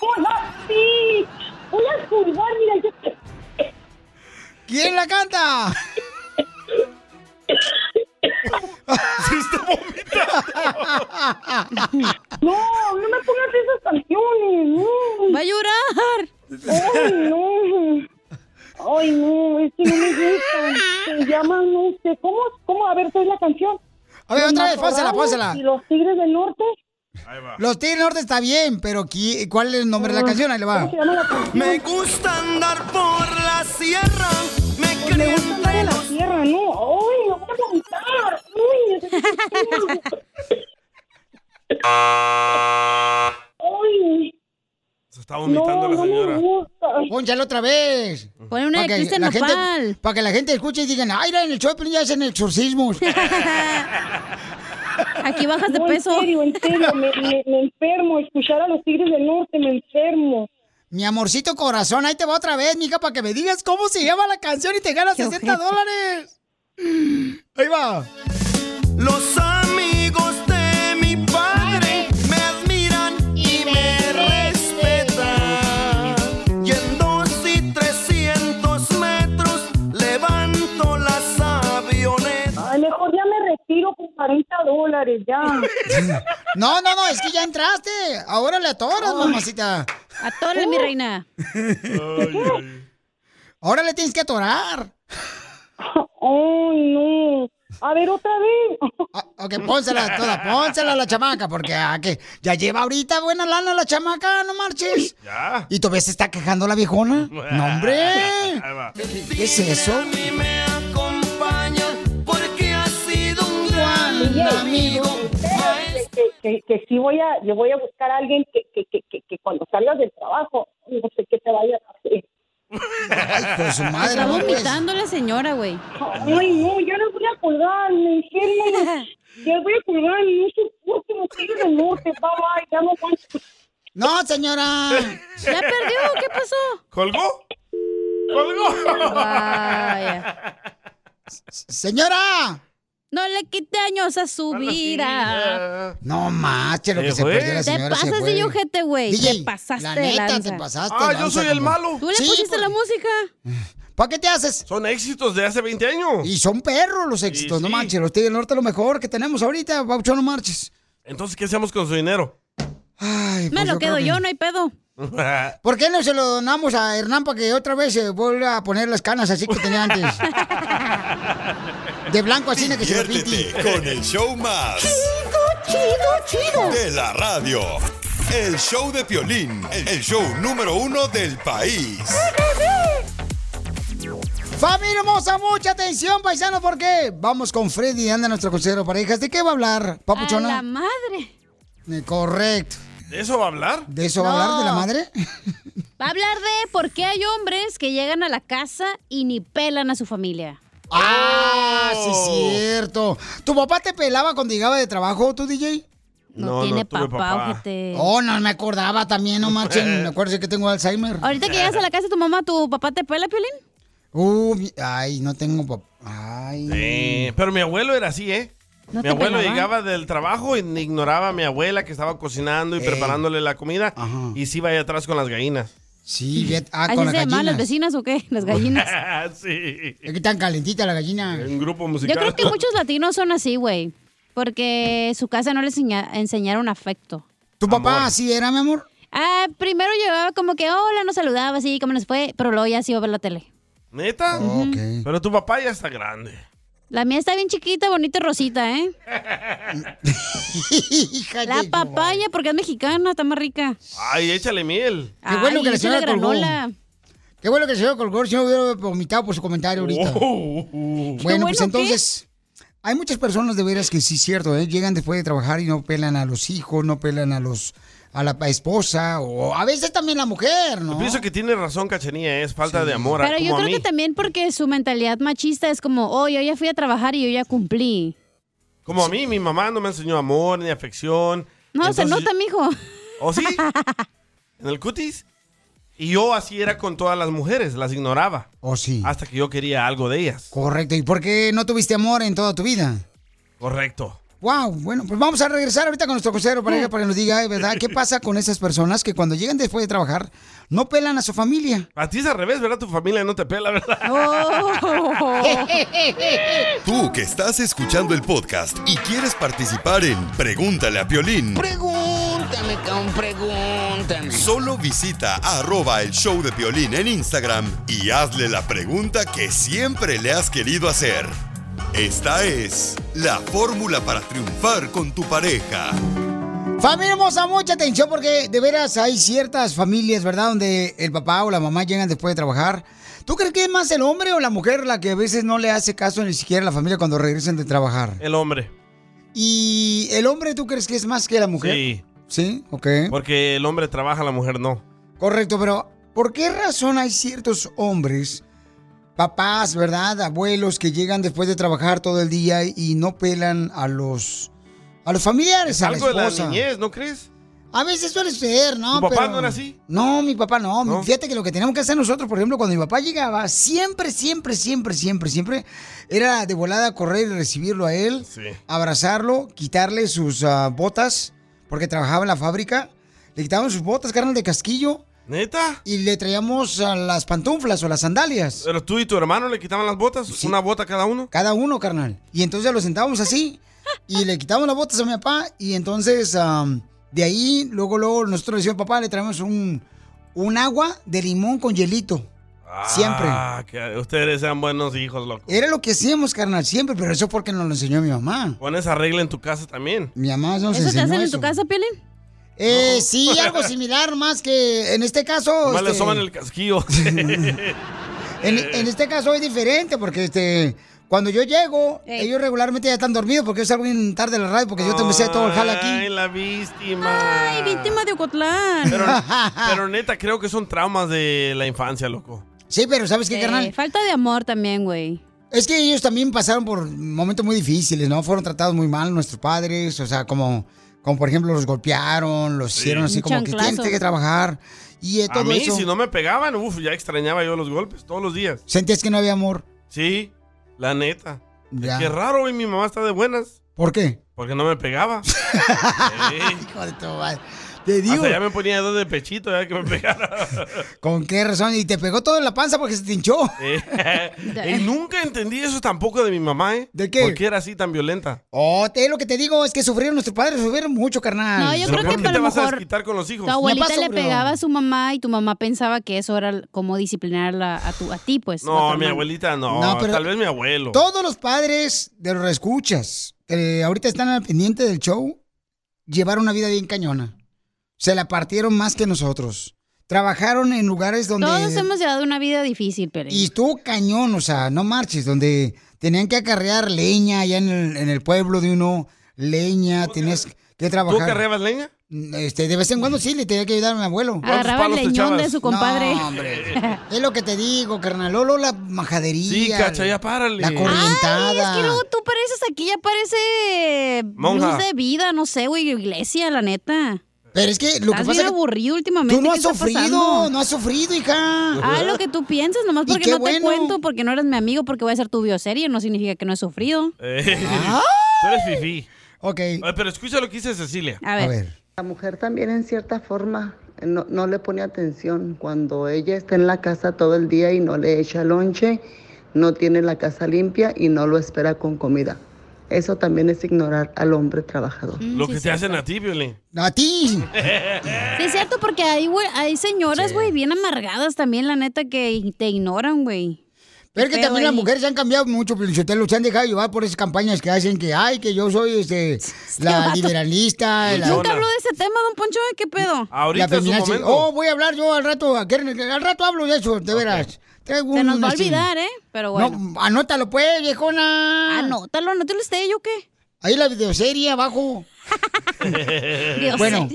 ¡Hola, sí! Voy a colgar, mira, yo...
¿Quién la canta?
No, no me pongas esas canciones, no.
Va a llorar.
Ay, no. Ay, no, es que no me gustan. Se llaman, no sé, ¿cómo? ¿Cómo? A ver, ¿cuál es la canción?
A ver,
Los
otra vez,
matorrales
pónsela, pónsela.
¿Y los tigres del norte?
Los Tigres del Norte está bien, pero ¿qui- ¿cuál es el nombre de
Ah,
la canción? Ahí le va.
Me gusta andar por la sierra, me
Pues
crié entre los
Tierra, no. Ay, no voy a vomitar. Uy, necesito tierra. Ay,
Se está vomitando la señora.
Pónchalo otra vez.
Pon una de
Pa' que
Cristian
la gente-
Nopal.
Para que la gente escuche y digan, ay, mira, en el show ya hacen exorcismos.
Aquí bajas de
no,
peso.
En serio, en serio, me, me- me enfermo. Escuchar a los tigres del norte, me enfermo.
Mi amorcito corazón, ahí te va otra vez, mija, para que me digas cómo se llama la canción y te ganas 60 dólares. Ahí va.
Los amigos de mi padre me admiran y me respetan. Y en dos y trescientos metros levanto las avionetas.
Ay, mejor ya me retiro pues, con 40 dólares, ya.
No, no, no, es que ya entraste. Ahora le
Oh.
atoras, mamacita. Uh.
Atórale, mi reina.
Ahora le tienes que atorar.
Ay, no. A ver, otra vez.
ok, pónsela toda, pónsela a la chamaca, porque ah, que ya lleva ahorita buena lana la chamaca, no marches.
Ya.
¿Y todavía se está quejando la viejona? ¡No, hombre!
Ahí va.
¿Qué es eso?
Acompaña porque ha sido un gran
Oye, pero Que, que, que sí voy a, yo voy a buscar a alguien que, que, que, que, que cuando salgas del trabajo, no sé qué te vaya a hacer.
Pues su madre.
Está
no, pues.
vomitando la señora, güey.
Ay, no, yo no voy a colgar, me dijeron. Yo voy a colgar, no soporto mujeres del norte, bye bye, ya no aguanto.
No, señora.
¿Ya perdió? ¿Qué pasó?
¿Colgó? ¡Colgó!
Vaya.
¡Señora!
No le quite años a su vida.
No manches,
Eh,
lo que se
fue?
perdió la
Te
señora. se
pasas
fue.
de ojete, güey.
DJ,
Te pasaste
La
de
neta,
lanza.
te pasaste.
Ah, yo soy el malo.
Tú le pusiste la
pues.
música.
¿Para qué te haces?
Son éxitos de hace 20 años.
Y son perros los éxitos, no manches. Los Tigres del Norte, lo mejor que tenemos ahorita, Paucho, no marches.
Entonces, ¿qué hacemos con su dinero?
Ay,
Me
pues creo
lo quedo
que-
yo, no hay pedo.
¿Por qué no se lo donamos a Hernán para que otra vez se vuelva a poner las canas así que tenía antes? De blanco así, ¿no? que se lo pinte.
Diviértete con el show más.
Chido, chido, chido.
De la radio. El show de Piolín, el show número uno del país.
Familia hermosa, mucha atención, paisano, porque vamos con Freddy, anda nuestro consejero de parejas. ¿De qué va a hablar,
A la
papuchona?
madre.
Eh, Correcto.
¿De eso va a hablar?
¿De eso va a hablar de la
No.
madre?
Va a hablar de por qué hay hombres que llegan a la casa y ni pelan a su familia.
Ah, sí, cierto. ¿Tu papá te pelaba cuando llegaba de trabajo, tú, DJ?
No No, no tiene tuve papá, papá. ojete.
Oh, no, me acordaba también, no marchen. Me acuerdo que tengo Alzheimer.
Ahorita que llegas a la casa de tu mamá, ¿tu papá te pela, Piolín?
Uh, mi- ay, no tengo papá. Ay.
Sí, pero mi abuelo era así, ¿eh?
¿No
mi
te
abuelo
pelaban?
llegaba del trabajo y ignoraba a mi abuela que estaba cocinando y preparándole la comida y se iba ahí atrás con las gallinas.
Sí,
¿Así se llamaban ah, las vecinas o qué? Las gallinas.
sí.
Es que tan calentita la gallina.
Un grupo
Yo
musical.
creo que muchos latinos son así, güey. Porque su casa no les enseña- enseñaron afecto.
¿Tu papá así era, mi amor?
Ah, primero llegaba como que, hola, nos saludaba, así, como nos fue? Pero luego ya se iba a ver la tele.
¿Neta?
Oh,
Pero tu papá ya está grande.
La mía está bien chiquita, bonita y rosita, ¿eh? la papaya, porque es mexicana, está más rica.
Ay, échale miel.
Qué bueno
Ay,
que la
échale
señora colgó.
granola.
Qué bueno que el señor colgó, si no hubiera vomitado por su comentario ahorita.
Qué
Bueno, pues
bueno,
entonces, hay muchas personas de veras que sí es cierto, ¿eh? llegan después de trabajar y no pelan a los hijos, no pelan a los a la esposa o a veces también la mujer,
Yo
¿no?
pienso que tiene razón, Cachenía, es falta de amor.
Pero
como
yo
a
creo
mí.
que también porque su mentalidad machista es como, oh, yo ya fui a trabajar y yo ya cumplí.
Como a mí, mi mamá no me enseñó amor ni afección.
No, se
Entonces- ah.
nota, mijo.
¿O sí? ¿En el cutis? Y yo así era con todas las mujeres, las ignoraba.
¿O sí?
Hasta que yo quería algo de ellas.
Correcto, ¿y por qué no tuviste amor en toda tu vida?
Correcto.
Wow, bueno, pues vamos a regresar ahorita con nuestro consejero
Mm.
para, para que nos diga, ¿eh, ¿verdad? ¿Qué pasa con esas personas que cuando llegan después de trabajar no pelan a su familia?
A ti es al revés, ¿verdad? Tu familia no te pela, ¿verdad?
Tú que estás escuchando el podcast y quieres participar en Pregúntale a Piolín,
Pregúntame, cabrón, pregúntame.
solo visita arroba el show de Piolín en Instagram y hazle la pregunta que siempre le has querido hacer. Esta es la fórmula para triunfar con tu pareja.
Familia hermosa, mucha atención porque de veras hay ciertas familias, ¿verdad? Donde el papá o la mamá llegan después de trabajar. ¿Tú crees que es más el hombre o la mujer la que a veces no le hace caso ni siquiera a la familia cuando regresan de trabajar?
El hombre.
¿Y el hombre tú crees que es más que la mujer?
Sí.
Sí, ok.
Porque el hombre trabaja, la mujer no.
Correcto, pero ¿por qué razón hay ciertos hombres, papás, ¿verdad? Abuelos que llegan después de trabajar todo el día y no pelan a los, a los familiares, a la
Algo de la
esposa?
niñez, ¿no crees?
A veces suele ser, ¿no?
¿Tu papá
Pero-
no era así?
No, mi papá no. Fíjate que lo que teníamos que hacer nosotros, por ejemplo, cuando mi papá llegaba, siempre, siempre, siempre, siempre, siempre, era de volada correr y recibirlo a él, abrazarlo, quitarle sus ah, botas, porque trabajaba en la fábrica. Le quitaban sus botas, carnal de casquillo.
¿Neta?
Y le traíamos ah, las pantuflas o las sandalias.
Pero tú y tu hermano le quitaban las botas, una bota cada uno.
Cada uno, carnal. Y entonces lo sentábamos así y le quitamos las botas a mi papá y entonces am, de ahí, luego, luego nosotros le decíamos, papá, le traemos un, un agua de limón con hielito. Siempre.
Ah, que ustedes sean buenos hijos, loco.
Era lo que hacíamos, carnal, siempre, pero eso porque nos lo enseñó mi mamá.
Pon esa regla en tu casa también.
Mi mamá
¿Eso
nos
te
enseñó
hacen en
eso.
tu
casa, Piolín?
Eh, sí, algo similar, más que en este caso...
Más le
este,
soban el casquillo.
En, en este caso es diferente porque este Cuando yo llego, ellos regularmente ya están dormidos porque yo salgo bien tarde de la radio porque yo te empecé todo el jale aquí.
Ay, la víctima.
Ay, víctima de Ocotlán.
Pero, pero neta, creo que son traumas de la infancia, loco.
Sí, pero ¿sabes qué,
Sí,
carnal?
Falta de amor también, güey.
Es que ellos también pasaron por momentos muy difíciles, ¿no? Fueron tratados muy mal nuestros padres, o sea, como, como por ejemplo los golpearon, los hicieron así
Un
como que
chanclazo.
tienen que trabajar. Y eh, todo
A mí,
eso.
si no me pegaban, uff, ya extrañaba yo los golpes todos los días.
Sentías que no había amor.
Sí, la neta.
Ya.
Qué raro, güey, mi mamá está de buenas.
¿Por qué?
Porque no me pegaba.
Hijo de tu madre. Te digo.
Hasta ya me ponía dos de pechito, ya que me pegara.
¿Con qué razón? Y te pegó todo en la panza porque se te hinchó.
Eh, y nunca entendí eso tampoco de mi mamá, ¿eh?
¿De qué?
¿Por qué era así tan violenta?
Oh, te, lo que te digo es que sufrieron nuestros padres, sufrieron mucho, carnal.
No, yo
¿Pero
creo que
por qué
a
te
lo
vas a
mejor
desquitar con los hijos?
Tu abuelita le pegaba a su mamá y tu mamá pensaba que eso era como disciplinarla a, tu, a ti, pues. o a tu
No, mi
hermano.
abuelita no.
No, pero-
Tal vez mi abuelo.
Todos los padres de los escuchas que ahorita están al pendiente del show llevaron una vida bien cañona. Se la partieron más que nosotros. Trabajaron en lugares donde.
Todos hemos llevado una vida difícil, pero
Y estuvo cañón, o sea, no marches, donde tenían que acarrear leña allá en el, en el pueblo de uno, leña, tenías que
¿Tú
trabajar.
carreabas leña?
Este, de vez en cuando sí, le tenía que ayudar a mi abuelo.
agarraba el leñón de su compadre.
No, hombre. Es lo que te digo, carnal. Lolo, la majadería.
Sí, cacha, ya párale.
La corrientada.
Ay, es que luego tú pareces aquí, ya parece
Monja.
luz de vida, no sé, güey, iglesia, la neta.
Pero es que lo que
Estás
pasa
bien
es que
aburrido últimamente.
tú no has
¿qué está
sufrido,
pasando?
no has sufrido, hija.
Ah, lo que tú piensas, nomás
Y
porque
qué
no te
bueno.
cuento, porque no eres mi amigo, porque voy a ser tu bioserie, no significa que no he sufrido.
Eh, Tú eres fifí.
Ah. Ok.
Pero escucha lo que dice Cecilia.
La mujer también en cierta forma no, no le pone atención. Cuando ella está en la casa todo el día y no le echa lonche, no tiene la casa limpia y no lo espera con comida. Eso también es ignorar al hombre trabajador.
Lo que te hacen a ti, Violín.
A ti.
Sí, es cierto, porque hay, güey, hay señoras, güey, bien amargadas también, la neta, que te ignoran, güey.
Pero es que
Feo
también las
ahí.
mujeres se han cambiado mucho, Pelichotelo. Se han dejado llevar por esas campañas que hacen que, ay, que yo soy este, la
vato.
liberalista. la-
Pues Nunca habló de ese tema, don Poncho, ¿eh? ¿qué pedo?
la feminazi. Oh, voy a hablar yo al rato. a- Al rato hablo de eso, de veras. Traigo
Se nos
un,
va a
este,
olvidar, ¿eh? Pero bueno.
No, anótalo pues, viejona.
Anótalo, anótalo usted, ¿yo qué?
Ahí la videoserie abajo. Bueno,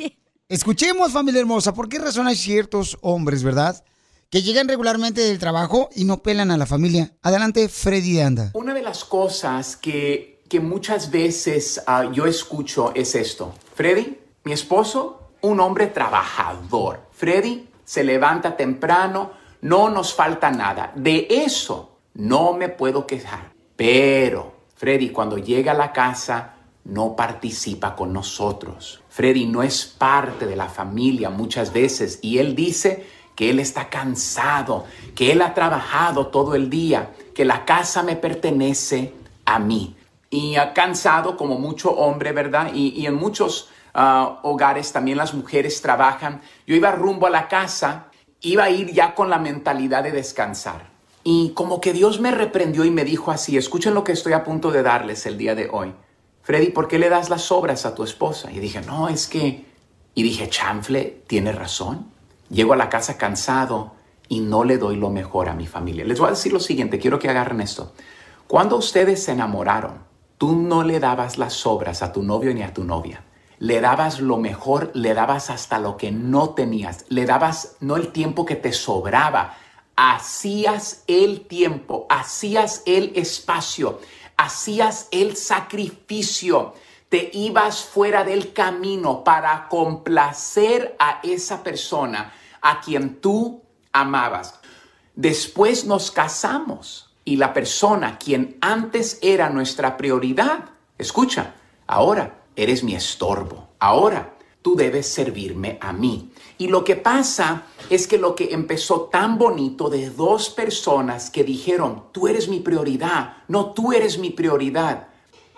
escuchemos, familia hermosa, ¿por qué razón hay ciertos hombres, verdad? Que llegan regularmente del trabajo y no pelan a la familia. Adelante, Freddy de Anda.
Una de las cosas que, que muchas veces ah, yo escucho es esto. Freddy, mi esposo, un hombre trabajador. Freddy se levanta temprano, no nos falta nada. De eso no me puedo quejar. Pero Freddy cuando llega a la casa no participa con nosotros. Freddy no es parte de la familia muchas veces y él dice que él está cansado, que él ha trabajado todo el día, que la casa me pertenece a mí. Y ah, cansado como mucho hombre, ¿verdad? Y, y en muchos ah, hogares también las mujeres trabajan. Yo iba rumbo a la casa, iba a ir ya con la mentalidad de descansar. Y como que Dios me reprendió y me dijo así, escuchen lo que estoy a punto de darles el día de hoy. Freddy, ¿por qué le das las obras a tu esposa? Y dije, no, es que... Y dije, chanfle, tiene razón. Llego a la casa cansado y no le doy lo mejor a mi familia. Les voy a decir lo siguiente, quiero que agarren esto. Cuando ustedes se enamoraron, tú no le dabas las obras a tu novio ni a tu novia. Le dabas lo mejor, le dabas hasta lo que no tenías, le dabas no el tiempo que te sobraba, hacías el tiempo, hacías el espacio, hacías el sacrificio, te ibas fuera del camino para complacer a esa persona a quien tú amabas. Después nos casamos y la persona quien antes era nuestra prioridad, escucha, ahora eres mi estorbo, ahora tú debes servirme a mí. Y lo que pasa es que lo que empezó tan bonito de dos personas que dijeron, tú eres mi prioridad, no tú eres mi prioridad,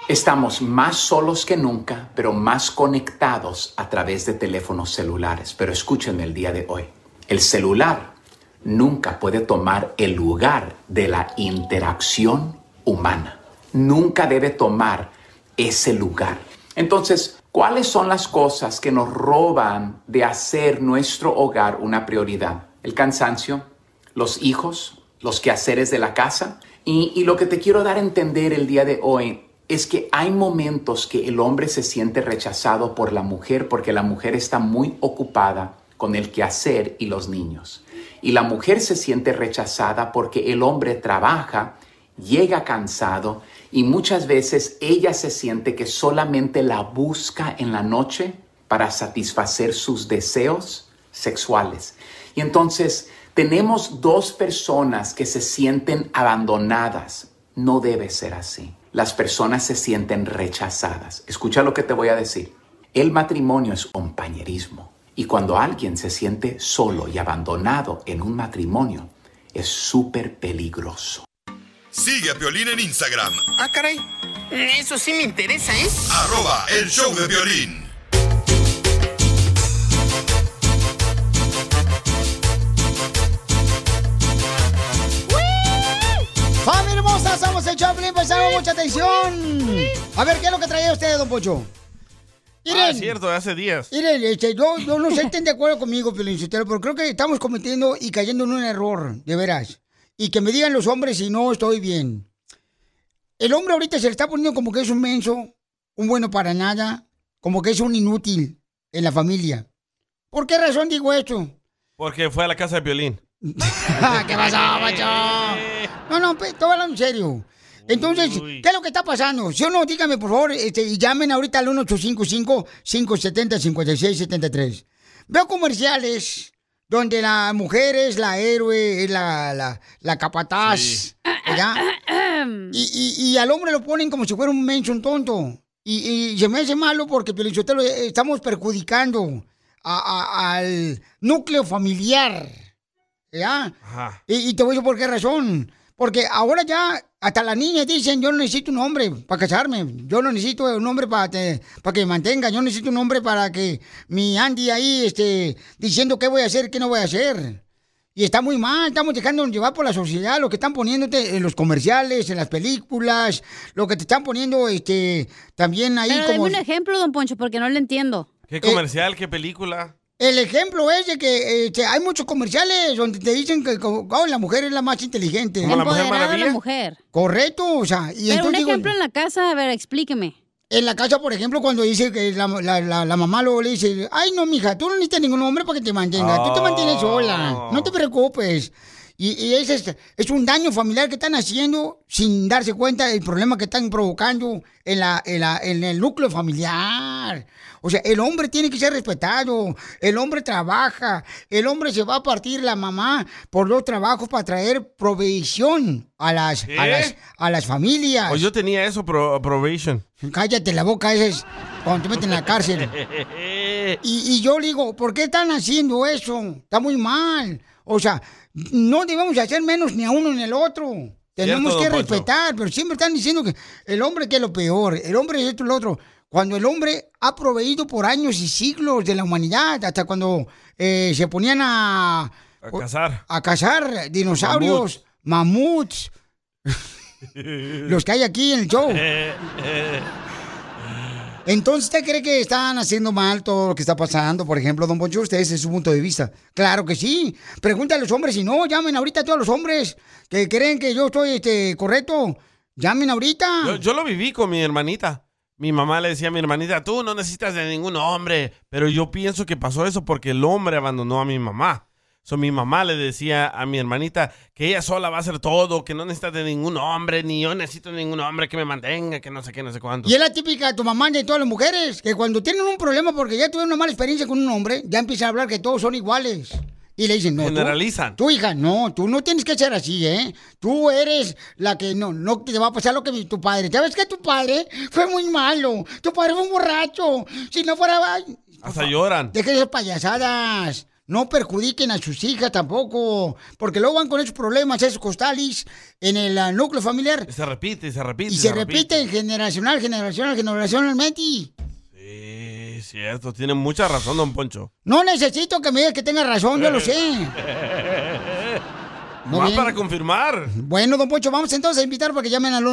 Estamos más solos que nunca, pero más conectados a través de teléfonos celulares. Pero escúchenme el día de hoy. El celular nunca puede tomar el lugar de la interacción humana. Nunca debe tomar ese lugar. Entonces, ¿cuáles son las cosas que nos roban de hacer nuestro hogar una prioridad? El cansancio, los hijos, los quehaceres de la casa. Y, y lo que te quiero dar a entender el día de hoy es que hay momentos que el hombre se siente rechazado por la mujer porque la mujer está muy ocupada con el quehacer y los niños. Y la mujer se siente rechazada porque el hombre trabaja, llega cansado y muchas veces ella se siente que solamente la busca en la noche para satisfacer sus deseos sexuales. Y entonces tenemos dos personas que se sienten abandonadas. No debe ser así. Las personas se sienten rechazadas. Escucha lo que te voy a decir. El matrimonio es compañerismo. Y cuando alguien se siente solo y abandonado en un matrimonio, es súper peligroso.
Sigue a Piolín en Instagram.
Ah, caray. Eso sí me interesa, ¿eh?
Arroba el show de violín.
¡Familia hermosa! Somos el Choplin, paisano, mucha atención. A ver, ¿qué es lo que traía usted, don Pocho?
Ah, es cierto, hace días.
Miren, este, yo, yo no sé si estén de acuerdo conmigo, Pelincitero, pero creo que estamos cometiendo y cayendo en un error, de veras. Y que me digan los hombres si no estoy bien. El hombre ahorita se le está poniendo como que es un menso, un bueno para nada, como que es un inútil en la familia. ¿Por qué razón digo esto?
Porque fue a la casa de violín.
¿Qué pasó, macho? No, no, pe- estoy hablando en serio. Entonces, ¿qué es lo que está pasando? Si o no, dígame, por favor, este, y llamen ahorita al 1855-570-5673. Veo comerciales donde la mujer es la héroe, es la, la, la capataz, ¿verdad? y, y- y al hombre lo ponen como si fuera un menso, un tonto. Y, y se me hace malo porque, Pelichotelo, estamos perjudicando a- a- al núcleo familiar, ¿verdad?
Ajá.
Y, y te voy a decir por qué razón. Porque ahora ya hasta las niñas dicen, yo no necesito un hombre para casarme, yo no necesito un hombre para, te- para que me mantenga, yo necesito un hombre para que mi Andy ahí esté diciendo qué voy a hacer, qué no voy a hacer. Y está muy mal, estamos dejándonos llevar por la sociedad, lo que están poniéndote en los comerciales, en las películas, lo que te están poniendo este también ahí
Pero
como...
dame un ejemplo, don Poncho, porque no le entiendo.
¿Qué
Eh.
comercial? ¿Qué película?
El ejemplo es de que este, hay muchos comerciales donde te dicen que como, oh, la mujer es la más inteligente.
Como la Mujer Empoderada Maravilla. la mujer.
Correcto, o sea. Y
Pero un
entonces digo,
ejemplo en la casa, a ver, explíqueme.
en la casa, por ejemplo, cuando dice que la, la- la- la mamá luego le dice, ay, no, mija, tú no necesitas ningún hombre para que te mantenga, tú te mantienes sola, no te preocupes. Y, y ese es, este, es un daño familiar que están haciendo sin darse cuenta del problema que están provocando en, la- en la- en el núcleo familiar. O sea, el hombre tiene que ser respetado, el hombre trabaja, el hombre se va a partir la mamá por los trabajos para traer provisión a las, a
¿Qué?
las, a las familias.
O Pues yo tenía eso, pro, probation. Eh,
Cállate la boca, ese es cuando te meten en la cárcel. Y, y yo le digo, ¿por qué están haciendo eso? Está muy mal. O sea, no debemos hacer menos ni a uno ni al otro. Tenemos
Cierto,
que
don Poncho.
respetar, pero siempre están diciendo que el hombre que es lo peor, el hombre es esto y lo otro. Cuando el hombre ha proveído por años y siglos de la humanidad, hasta cuando eh, se ponían a,
A cazar.
a cazar dinosaurios, mamuts, los que hay aquí en el show. Entonces, ¿usted cree que están haciendo mal todo lo que está pasando? Por ejemplo, don Poncho, usted ese es su punto de vista. Claro que sí. Pregúntale a los hombres, si no, llamen ahorita a todos los hombres que creen que yo estoy este, correcto. Llamen ahorita.
Yo, yo lo viví con mi hermanita. Mi mamá le decía a mi hermanita, tú no necesitas de ningún hombre. Pero yo pienso que pasó eso porque el hombre abandonó a mi mamá. So, mi mamá le decía a mi hermanita que ella sola va a hacer todo, que no necesitas de ningún hombre, ni yo necesito de ningún hombre que me mantenga, que no sé qué, no sé cuánto.
Y es la típica de tu mamá de todas las mujeres, que cuando tienen un problema porque ya tuvieron una mala experiencia con un hombre, ya empiezan a hablar que todos son iguales. Y le dicen, no. tú-
Generalizan.
Tú, hija, no, tú no tienes que ser así, ¿eh? Tú eres la que no, no te va a pasar lo que tu padre. ¿Sabes que tu padre fue muy malo? Tu padre fue un borracho. Si no fuera. ay,
Hasta lloran.
Dejen esas payasadas. No perjudiquen a sus hijas tampoco. Porque luego van con esos problemas, esos costales, en el ah, núcleo familiar.
Y se repite, y se repite.
Y se repite generacional, generacional, generacionalmente.
Sí, cierto, tiene mucha razón, don Poncho.
No necesito que me digas que tenga razón,
Eh.
yo lo sé. Muy
Más
bien.
para confirmar.
Bueno, don Pocho, vamos entonces a invitar para que llamen al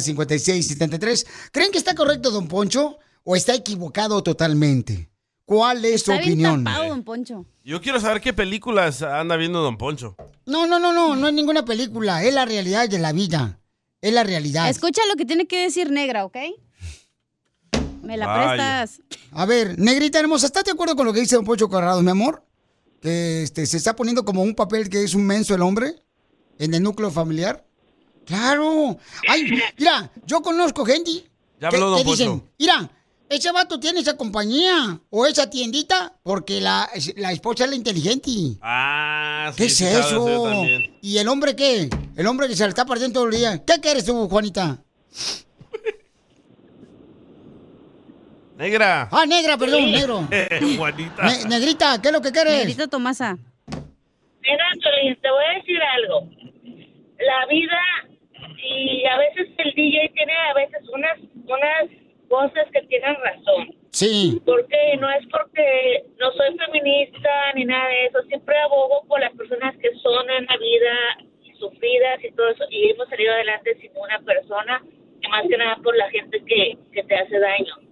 1-855-570-5673. ¿Creen que está correcto, don Poncho? ¿O está equivocado totalmente? ¿Cuál es su
Está bien
opinión?
tapado, don Poncho.
Yo quiero saber qué películas anda viendo don Poncho.
No, no, no, no, no es ninguna película, es la realidad de la vida. Es la realidad.
Escucha lo que tiene que decir negra, ¿ok? Me la
Vaya.
prestas.
A ver, negrita hermosa, ¿estás de acuerdo con lo que dice Don Pocho Corrado, mi amor? Que este, se está poniendo como un papel que es un menso el hombre en el núcleo familiar. Claro. Ay, mira, yo conozco gente
Ya habló Don Poncho.
mira, ese vato tiene esa compañía o esa tiendita porque la, la esposa es la inteligente.
Ah, sí,
¿Qué
sí
es
sabe hacer
eso?
también.
¿Y el hombre qué? El hombre que se le está perdiendo todo el día. ¿Qué quieres tú, Juanita?
Negra.
Ah, negra, perdón, negro.
Juanita.
Ne- negrita, ¿qué es lo que quieres?
Negrita Tomasa.
Mira, Piolín, te voy a decir algo. La vida y a veces el DJ tiene a veces unas unas cosas que tienen razón.
Sí.
Porque no es porque no soy feminista ni nada de eso. Siempre abogo por las personas que son en la vida sufridas y todo eso. Y hemos salido adelante sin una persona, que más que nada por la gente que, que te hace daño.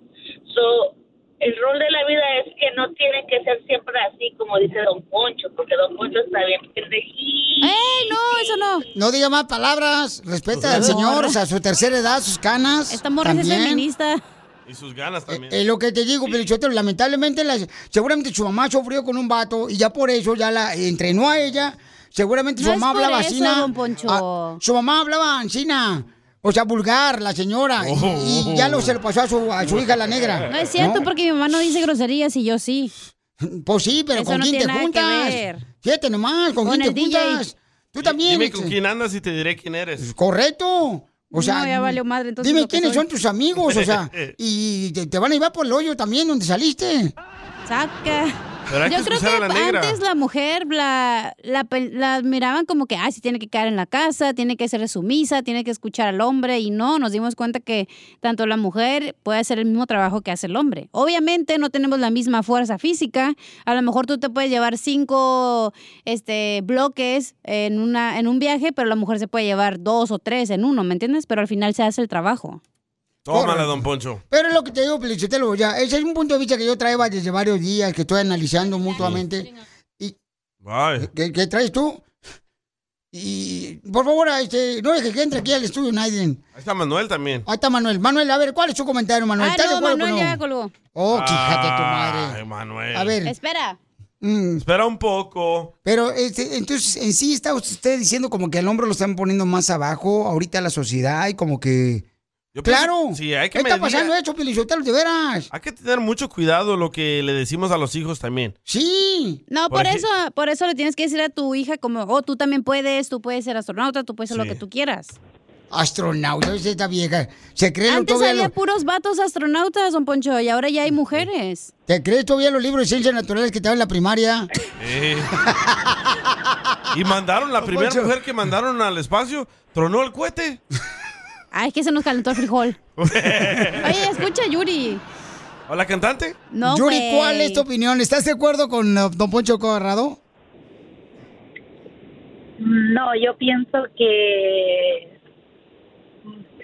So, el rol de la vida es que no tiene que ser siempre así, como dice Don Poncho, porque Don Poncho está bien pendejito.
¡Ey, Eh, no! Eso no. Pues
No diga más palabras, respeta al
Esta
señor,
morra.
o sea, su tercera edad, sus canas. Esta
morra sí es feminista.
Y sus
eh,
ganas también.
lo que te digo, Pelichotero, lamentablemente, la- seguramente su mamá sufrió con un vato y ya por eso ya la entrenó a ella. Seguramente su
No es
mamá
por
hablaba
eso,
así.
don Poncho.
Ah, su mamá hablaba ansina. O sea, vulgar, la señora. y- Y, ya lo se lo pasó a su, a su hija, la negra.
No es cierto,
¿No?
porque mi mamá no dice groserías y yo sí.
Pues sí, pero
Eso
¿con
no
quién te
tiene nada que
juntas?
ver.
Fíjate nomás, ¿con,
Con
quién
el
te
DJ.
juntas? Tú también. Pues
Dime con
este.
quién andas y te diré quién eres.
Correcto. O
No,
sea,
ya valió madre, entonces
dime
lo que
quiénes
soy.
son tus amigos, o sea, y te, te van a llevar por el hoyo también donde saliste.
Saca.
Pero hay que
Yo creo
escuchar
que
a la negra.
antes la mujer la, la, pe- la miraban como que, ay, si tiene que quedar en la casa, tiene que ser sumisa, tiene que escuchar al hombre. Y no, nos dimos cuenta que tanto la mujer puede hacer el mismo trabajo que hace el hombre. Obviamente no tenemos la misma fuerza física. A lo mejor tú te puedes llevar cinco este, bloques en, una, en un viaje, pero la mujer se puede llevar dos o tres en uno, ¿me entiendes? Pero al final se hace el trabajo.
Tómala, don Poncho.
Pero es lo que te digo, Pelichotelo, ya, ese es un punto de vista que yo traía desde varios días, que estoy analizando mutuamente.
Bye.
¿Qué, qué traes tú? Y, por favor, este, no dejes que entre aquí al estudio nadie.
Ahí está Manuel también.
Ahí está Manuel. Manuel, a ver, ¿cuál es tu comentario, Manuel?
Ah,
¿Estás de
no,
acuerdo o
Manuel
no?
ya colgó.
Oh, fíjate tu
Ay,
madre.
Manuel.
A ver.
Espera.
Espera un poco.
Mm. Pero este, entonces, en sí está usted diciendo como que al hombre lo están poniendo más abajo ahorita la sociedad y como que...
Yo pienso-
claro.
sí, hay que
¿Qué está
medir-
pasando eso, Pelichotelo, de veras?
Hay que tener mucho cuidado lo que le decimos a los hijos también.
Sí.
No,
Por
por,
ej-
eso, por eso le tienes que decir a tu hija como, oh, tú también puedes, tú puedes ser astronauta, tú puedes ser
Sí.
lo que tú quieras.
Astronauta, es esta vieja. Se cree
Antes
todavía
había
lo-
puros vatos astronautas, don Poncho, y ahora ya hay mujeres.
¿Te crees todavía los libros de ciencias naturales que te dan en la primaria?
Eh. y mandaron, la primera
Poncho.
mujer que mandaron al espacio, tronó el cohete.
Ay, es que se nos calentó el frijol. Oye, escucha, Yuri.
¿O la cantante?
No,
Yuri,
güey.
¿cuál es tu opinión? ¿Estás de acuerdo con uh, Don Poncho Corrado?
No, yo pienso que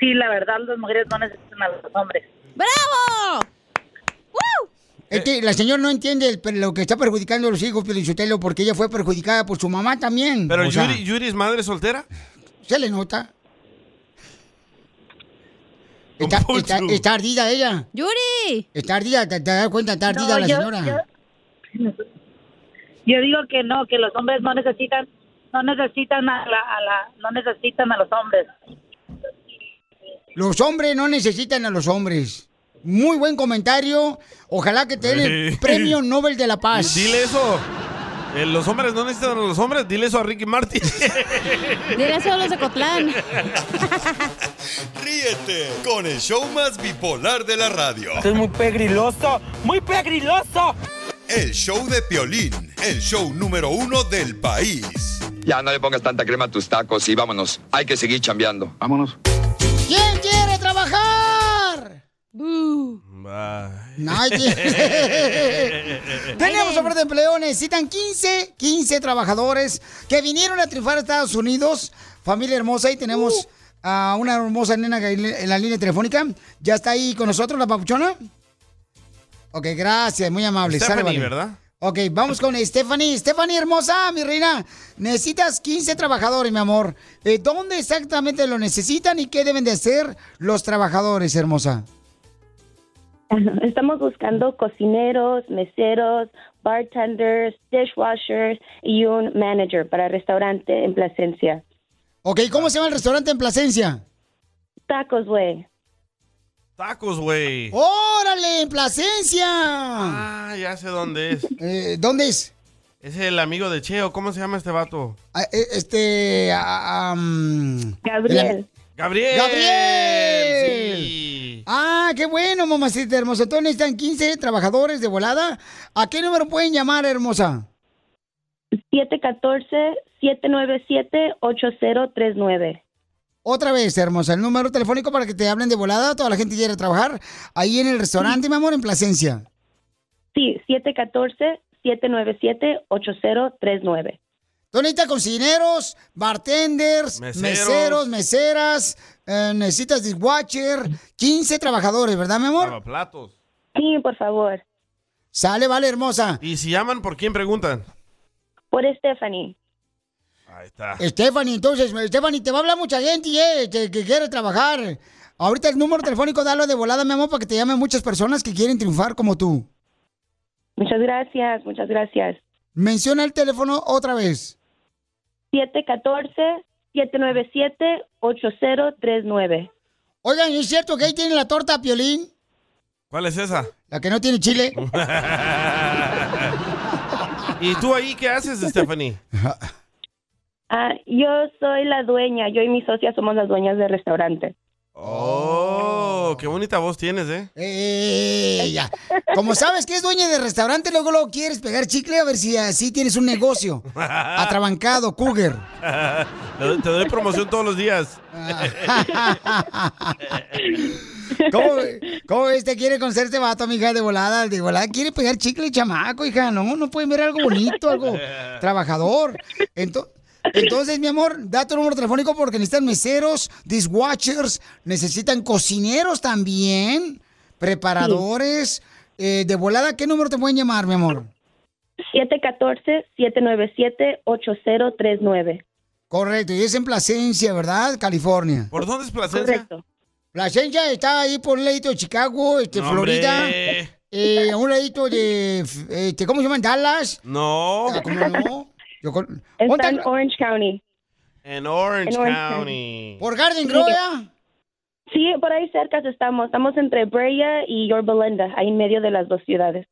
sí, la verdad, las mujeres no necesitan a los hombres.
¡Bravo!
Eh.
Es que la señora no entiende el- lo que está perjudicando a los hijos, Pelichotelo, porque ella fue perjudicada por su mamá también.
Pero
O sea,
Yuri, Yuri es madre soltera.
Se le nota. Está, está- está ardida ella.
¡Yuri!
Está ardida, te, te das cuenta, está ardida
No,
la
yo-
señora.
Yo digo que no, que los hombres no necesitan, no necesitan a la, a la- no necesitan a los hombres.
Los hombres no necesitan a los hombres. Muy buen comentario. Ojalá que te den el
Sí.
premio Nobel de la Paz.
Dile eso. Eh, los hombres no necesitan a los hombres. Dile eso a Ricky Martin.
Dile eso a los de Cotlán.
Ríete con el show más bipolar de la radio.
Esto es muy pegriloso, muy pegriloso.
El show de Piolín, el show número uno del país.
Ya no le pongas tanta crema a tus tacos y vámonos. Hay que seguir chambeando. Vámonos.
¿Quién quiere trabajar? Nadie. Tenemos oferta de empleo, necesitan 15, 15 trabajadores que vinieron a triunfar a Estados Unidos. Familia hermosa, y tenemos
Uh.
a una hermosa nena que en la línea telefónica. ¿Ya está ahí con nosotros la papuchona? Ok, gracias, muy amable.
Stephanie,
sálvale.
¿verdad?
Ok, vamos con Stephanie. Stephanie, hermosa, mi reina. Necesitas 15 trabajadores, mi amor. Eh, ¿Dónde exactamente lo necesitan y qué deben de hacer los trabajadores, hermosa?
Estamos buscando cocineros, meseros, bartenders, dishwashers y un manager para restaurante en Plasencia.
Ok, ¿cómo se llama el restaurante en Plasencia?
Tacos, güey.
Tacos, güey.
¡Órale, en Plasencia!
Ah, ya sé dónde es.
Eh, ¿Dónde es?
Es el amigo de Cheo. ¿Cómo se llama este vato?
Ah, eh, Este... ah, ah, mm,
Gabriel.
Gabriel.
¡Gabriel!
Sí.
Ah, qué bueno, mamacita hermosa. Entonces necesitan 15 trabajadores de volada. ¿A qué número pueden llamar, hermosa?
714-797-8039.
Otra vez, hermosa, el número telefónico para que te hablen de volada. Toda la gente quiere trabajar ahí en el restaurante, mi amor, en Plasencia.
Sí, 714-797-8039.
Tú necesitas cocineros, bartenders,
Meseros.
meseros, meseras, eh, necesitas dishwasher, 15 trabajadores, ¿verdad, mi amor?
Platos.
Sí, por favor.
Sale, vale, hermosa.
Y si llaman, ¿por quién preguntan?
Por Stephanie.
Ahí está.
Stephanie, entonces, Stephanie, te va a hablar mucha gente eh, que, que quiere trabajar. Ahorita el número telefónico, dalo de volada, mi amor, para que te llamen muchas personas que quieren triunfar como tú.
Muchas gracias, muchas gracias.
Menciona el teléfono otra vez.
714-797-8039.
Oigan, ¿es cierto que ahí tiene la torta Piolín?
¿Cuál es esa?
La que no tiene chile.
¿Y tú ahí qué haces, Stephanie?
Ah, yo soy la dueña, yo y mi socia somos las dueñas del restaurante.
Oh, qué bonita voz tienes, ¿eh?
Ella. Como sabes que es dueña de restaurante, luego luego quieres pegar chicle a ver si así tienes un negocio. Atrabancado, cougar.
Te doy- Te doy promoción todos los días.
Ah. ¿Cómo, cómo este quiere conocer este vato, amiga, de volada? De volada quiere pegar chicle, chamaco, hija. No, no pueden ver algo bonito, algo trabajador. Ento- entonces, mi amor, da tu número telefónico porque necesitan meseros, dishwashers, necesitan cocineros también, preparadores. Eh, de volada, ¿qué número te pueden llamar, mi amor?
714-797-8039.
Correcto, y es en Plasencia, ¿verdad? California.
¿Por dónde es Placencia?
Correcto.
Plasencia está ahí por un ladito de Chicago, este,
No,
Florida.
hombre.
Eh, a un ladito de, f- este, ¿cómo se llama? Dallas.
No.
Ah, ¿Cómo no? Yo con-
Está
¿Dónde-
en Orange County.
En Orange,
En Orange
County.
¿Por Garden Grove? ya?
Sí, por ahí cerca estamos. Estamos entre Brea y Yorba Linda, ahí en medio de las dos ciudades.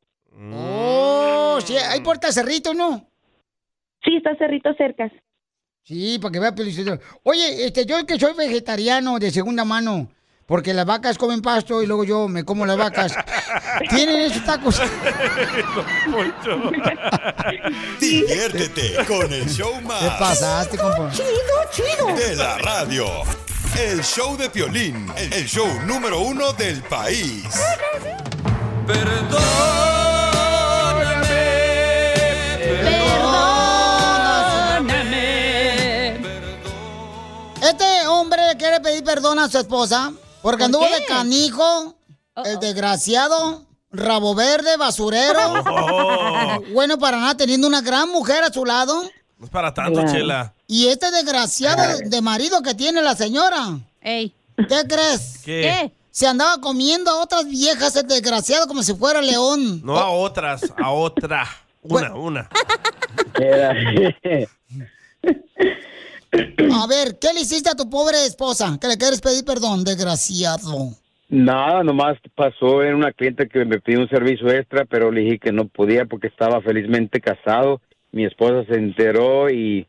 Oh, sí, ahí por Cerrito, ¿no?
Sí, está Cerrito cerca.
Sí, para que vea Pio Oye, este, yo que soy vegetariano de segunda mano, porque las vacas comen pasto y luego yo me como las vacas. ¿Tienen esos tacos?
Diviértete con el show más.
¿Qué pasaste, compa?
Chido, chido. De la radio. El show de Piolín, el show número uno del país.
Este hombre le quiere pedir perdón a su esposa porque
¿Por
anduvo
qué?
de canijo, el desgraciado, rabo verde, basurero.
Oh.
Bueno, para nada, teniendo una gran mujer a su lado.
No es para tanto, Chela.
Y este desgraciado de marido que tiene la señora. ¿Qué crees?
¿Qué? ¿Qué?
Se andaba comiendo a otras viejas, el desgraciado, como si fuera león.
No a otras, a otra. Una, una.
A ver, ¿qué le hiciste a tu pobre esposa? Que le quieres pedir perdón, desgraciado.
Nada, nomás pasó en una cliente que me pidió un servicio extra, pero le dije que no podía porque estaba felizmente casado. Mi esposa se enteró y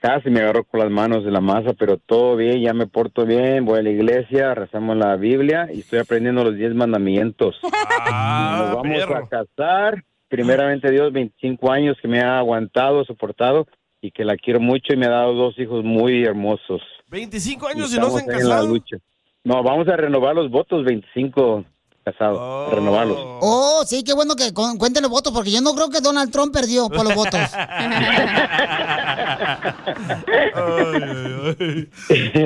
casi me agarró con las manos de la masa, pero todo bien, ya me porto bien, voy a la iglesia, rezamos la Biblia y estoy aprendiendo los diez mandamientos.
Ah,
Nos
Ah.
vamos a casar, primeramente Dios, 25 años que me ha aguantado, soportado y que la quiero mucho y me ha dado dos hijos muy hermosos.
25
Y
años y no se han
estamos ahí en la
casado.
lucha. No, vamos a renovar los votos, 25 casados, renovarlos.
Oh, sí, qué bueno que con- cuenten los votos, porque yo no creo que Donald Trump perdió por los votos.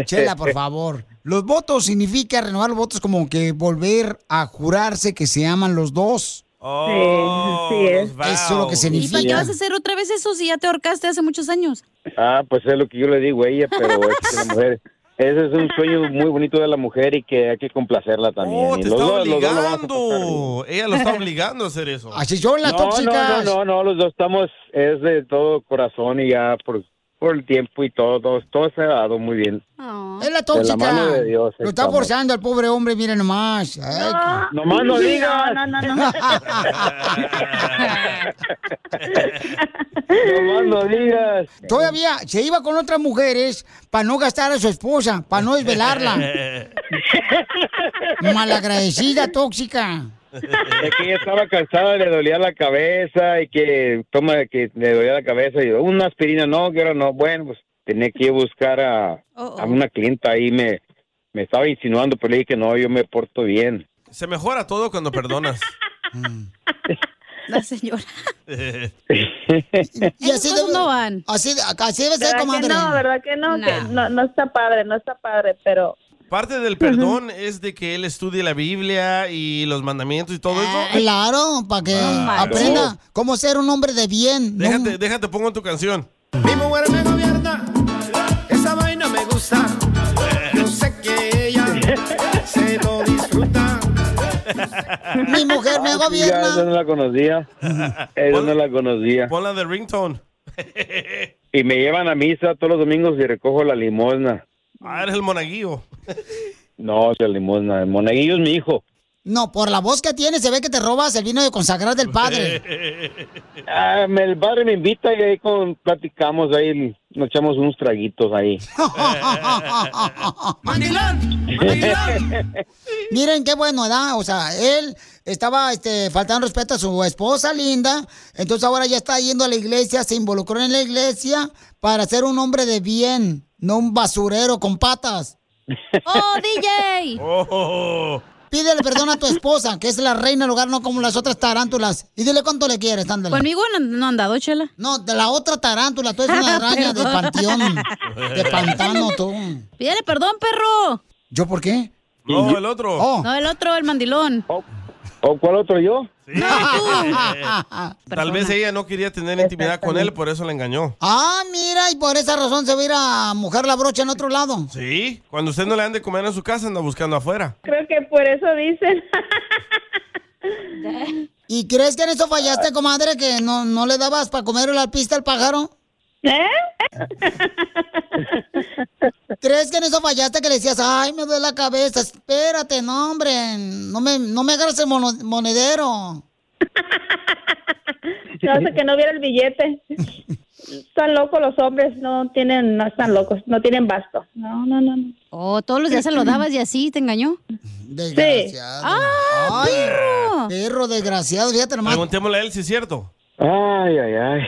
Chela, por favor. Los votos significa renovar los votos como que volver a jurarse que se aman los dos.
Oh,
Sí, sí es.
los vows.
Eso es lo que
¿Y para qué
significa.
vas a hacer otra vez eso si ya te ahorcaste hace muchos años?
Ah, pues es lo que yo le digo a ella, pero es que la mujer, ese es un sueño muy bonito de la mujer y que hay que complacerla también.
Oh,
Y
te
los
está
dos- los dos lo vamos a
obligando. Ella lo está obligando a hacer eso.
Así son las
no,
tóxicas.
No, no, no, los dos estamos, es de todo corazón y ya por, por el tiempo y todo, todo, todo se ha dado muy bien.
Es la
De la
tóxica.
mano de Dios.
Lo está
estamos.
forzando al pobre hombre, miren nomás. Ay, qué-
Nomás no digas.
No, no, no. no.
Nomás no digas.
Todavía se iba con otras mujeres para no gastar a su esposa, para no desvelarla.
Eh,
Malagradecida, tóxica.
Es que ella estaba cansada, le dolía la cabeza y que toma que le dolía la cabeza y yo, una aspirina no, que ahora no. Bueno, pues tenía que ir a buscar a,
Oh, oh.
a una clienta ahí me me estaba insinuando, pero le dije que no, yo me porto bien.
Se mejora todo cuando perdonas.
Mm.
La señora.
Y así
Esas cosas no van.
Así, así debe
¿Verdad que no? ¿Verdad que no? Que no, no está padre, no está padre, pero...
Parte del perdón es de que él estudie la Biblia y los mandamientos y todo
Ah,
eso.
Claro, para que
Claro.
aprenda cómo ser un hombre de bien. no
Déjate, déjate, pongo tu canción.
Mi mujer me gobierna, esa vaina me gusta. Yo sé que ella se lo disfruta.
Mi mujer me
Ya, esa no la conocía. Esa no la conocía.
Pon la de ringtone.
Y me llevan a misa todos los domingos y recojo la limosna.
Ah, eres el monaguillo.
No, la limosna. El monaguillo es mi hijo.
No, por la voz que tienes se ve que te robas el vino de consagrar del padre.
Ah, me- el padre me invita y ahí con, platicamos, ahí nos echamos unos traguitos ahí.
Miren qué bueno, ¿verdad? O sea, él estaba este, faltando respeto a su esposa linda, entonces ahora ya está yendo a la iglesia, se involucró en la iglesia para ser un hombre de bien, no un basurero con patas.
¡Oh, DJ!
Oh. Pídele perdón a tu esposa, que es la reina del hogar, no como las otras tarántulas. Y dile cuánto le quieres, ándale.
Conmigo Pues no, no han dado, chela.
No, de la otra tarántula, tú eres una araña de panteón, de pantano, tú.
Pídele perdón, perro.
¿Yo por qué? Oh.
No, el otro.
No, el otro, el mandilón.
¿O cuál otro yo?
Tal vez ella no quería tener intimidad con él, por eso la engañó.
Ah, mira, y por esa razón se va a ir a mojar la brocha en otro lado.
Sí, cuando usted no le ande comer en su casa, anda buscando afuera.
Creo que por eso dicen.
¿Y crees que en eso fallaste, comadre, que no, no le dabas para comer la pista al pájaro?
¿Eh?
¿Crees que en eso fallaste que le decías, ay, me duele la cabeza, espérate, no, hombre, no me, no me agarres el mono- monedero?
No, hasta que no viera el billete. Están locos los hombres, no tienen, no están locos, no tienen basto. No, no, no. no.
Oh, todos los días se lo dabas y así te engañó.
Desgraciado. ¡Ah, perro! Perro desgraciado, fíjate nomás.
Preguntémosle a él si es cierto.
Ay, ay, ay.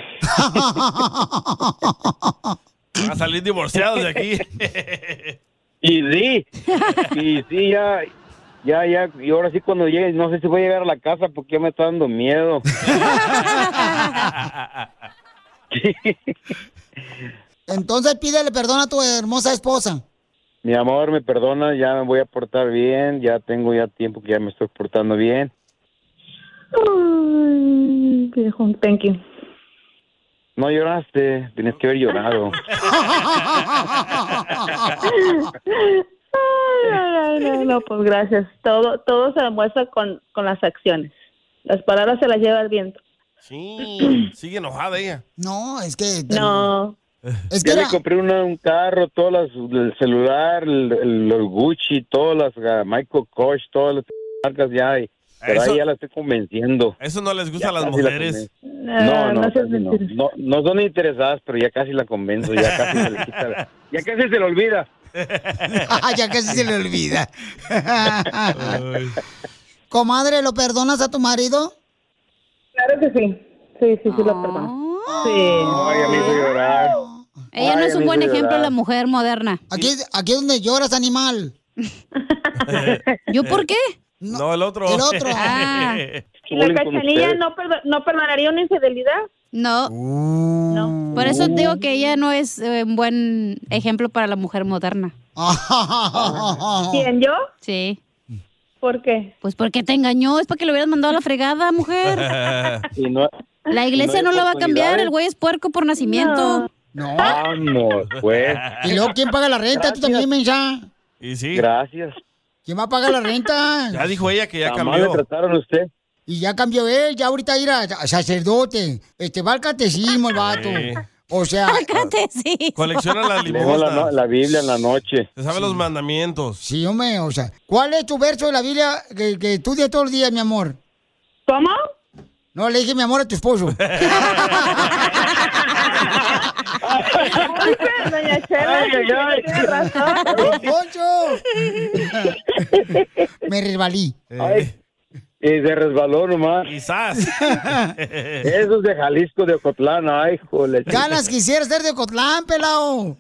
Va a salir divorciado de aquí.
Y sí, y sí, ya, ya, ya. Y ahora sí cuando llegue, no sé si voy a llegar a la casa porque ya me está dando miedo.
Entonces pídele perdón a tu hermosa esposa.
Mi amor, me perdona, ya me voy a portar bien, ya tengo ya tiempo que ya me estoy portando bien.
Ay, viejo, thank you.
No lloraste, tenías que haber llorado.
Ah,
Ay, ay, ay, no, no, pues gracias. Todo, todo se demuestra con, con las acciones. Las palabras se las lleva el viento.
Sí, sigue enojada ella.
No, es que...
No.
Es
ya le compré una- un carro, todas las, el celular, el- el- los Gucci, todas las ah, Michael Kors, todas las marcas ya. Y, pero
Eso-
ahí ya la estoy convenciendo.
Eso no les gusta
Ya
a las
casi la
mujeres.
convenzo. No, no, casi no, no, no son interesadas, pero ya casi la convenzo, ya casi se le quita la- ya casi se le olvida.
ya casi se le olvida. Comadre, ¿lo perdonas a tu marido?
Claro que sí. Sí, sí, sí, lo perdono.
Ah,
Sí.
Ay, ya me hizo llorar.
Ella no
Ay,
es
a mí
un buen
me
ejemplo de
llorar.
la mujer moderna.
Aquí, aquí es donde lloras, animal.
¿Yo por qué?
Eh, No, el otro.
el otro. Ah.
¿Y la cachanilla no, perdo- no perdonaría una infidelidad?
No. Por eso
Uh.
digo que ella no es eh, un buen ejemplo para la mujer moderna.
¿Quién, yo?
Sí. ¿Por qué? Pues porque te engañó, es para que lo hubieras mandado a la fregada, mujer.
Y no-
La iglesia
y
no,
hay
lo va a cambiar, el güey es puerco por nacimiento.
oportunidades. Vamos, pues.
¿Y luego quién paga la renta? ¿Tú también, mensa?
Y sí.
Gracias.
¿Quién va a pagar la renta?
Ya dijo ella que ya
Tan mal le
cambió.
trataron a usted.
Y ya cambió él, ya ahorita ir a a sacerdote. Este, va al catecismo el vato.
Sí.
O sea...
catecismo.
Colecciona las
Leo la, no-
limosnas.
la Biblia en la noche.
Se sabe los mandamientos.
Sí, hombre, o sea, ¿cuál es tu verso de la Biblia que, que estudias todos los días, mi amor? ¿Cómo? No, le dije mi amor a tu esposo.
Doña Chela,
Ay, ay, ay.
tiene razón.
¡Don Poncho! Me resbalí.
Ay, y se resbaló nomás.
Quizás.
Esos de Jalisco, de Ocotlán, ay, jole.
Ganas quisiera ser de Cotlán, pelao.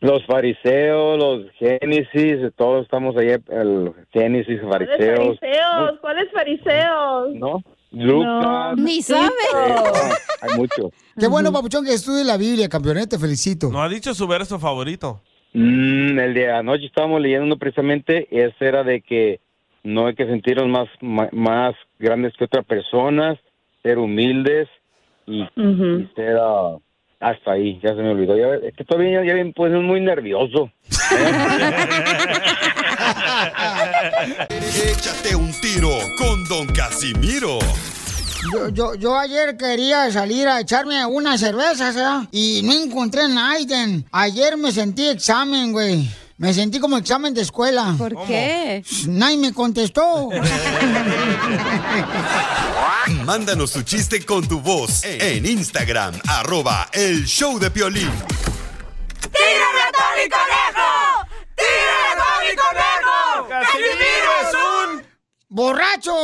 Los fariseos, los génesis, todos estamos ahí, el génesis,
¿Cuáles
fariseos.
fariseos? ¿Cuáles fariseos?
¿No? Lucas.
Ni sabe.
Eh, hay mucho.
Qué bueno, papuchón, que estudies la Biblia, campeonete, te felicito.
No ha dicho su verso favorito.
Mm, el de anoche estábamos leyendo uno precisamente, ese era de que no hay que sentirnos más, ma- más grandes que otras personas, ser humildes y, y ser ah, hasta ahí, ya se me olvidó. Ya, es que todavía ya, ya me puse muy nervioso.
Échate un tiro con Don Casimiro.
Yo, yo, yo ayer quería salir a echarme una cerveza, ¿sí? Y no encontré Naiden. Ayer me sentí examen, güey. Me sentí como examen de escuela. ¿Por
qué?
Nadie me contestó.
Mándanos tu chiste con tu voz en Instagram, arroba el show de Piolín.
¡Tírame a Tony Conejo! ¡Tírame a Tony Conejo! ¡Casimiro es un...
¡Borracho!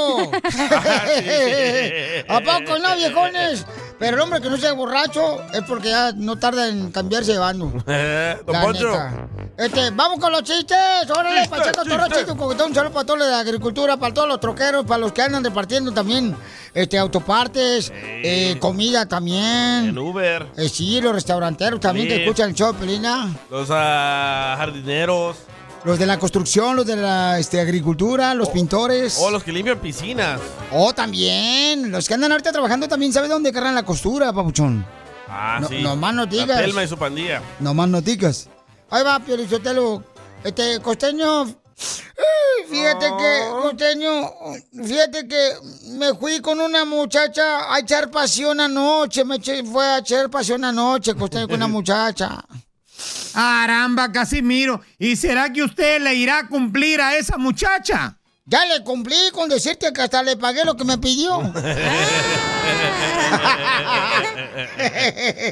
¿A poco no, viejones? Pero el hombre que no sea borracho es porque ya no tarda en cambiarse de bando.
Eh, Don
La
Poncho.
neta. Este, vamos con los chistes. Órale,
Chiste,
Pacheco Toro,
chiste.
chiste, coquetón. Un saludo para todos los de la agricultura, para todos los troqueros, para los que andan repartiendo también este, autopartes, eh, comida también.
En Uber.
Eh, sí, los restauranteros también que
Sí.
escuchan el show, Pelina.
Los ah, jardineros.
Los de la construcción, los de la este, agricultura, los pintores.
O Oh, los que limpian piscinas.
Oh, también. Los que andan ahorita trabajando también, ¿sabes dónde cargan la costura, papuchón?
Ah,
No-
sí.
nomás no digas.
La Telma y su pandilla.
No más noticas. Ahí va, Piolichotelo. Este, costeño. eh, Fíjate que, costeño, fíjate que me fui con una muchacha a echar pasión anoche. Me eché- fue a echar pasión anoche, costeño, con una muchacha.
Caramba, Casimiro. ¿Y será que usted le irá a cumplir a esa muchacha?
Ya le cumplí con decirte que hasta le pagué lo que me pidió.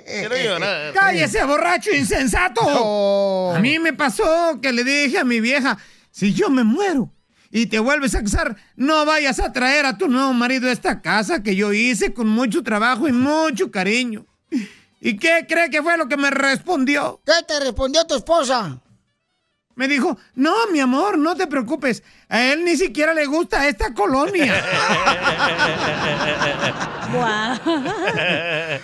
Quiero llorar.
¡Cállese, borracho insensato! A mí me pasó que le dije a mi vieja, si yo me muero y te vuelves a casar, no vayas a traer a tu nuevo marido a esta casa que yo hice con mucho trabajo y mucho cariño. ¿Y qué cree que fue lo que me respondió?
¿Qué te respondió tu esposa?
Me dijo, no, mi amor, no te preocupes. A él ni siquiera le gusta esta colonia.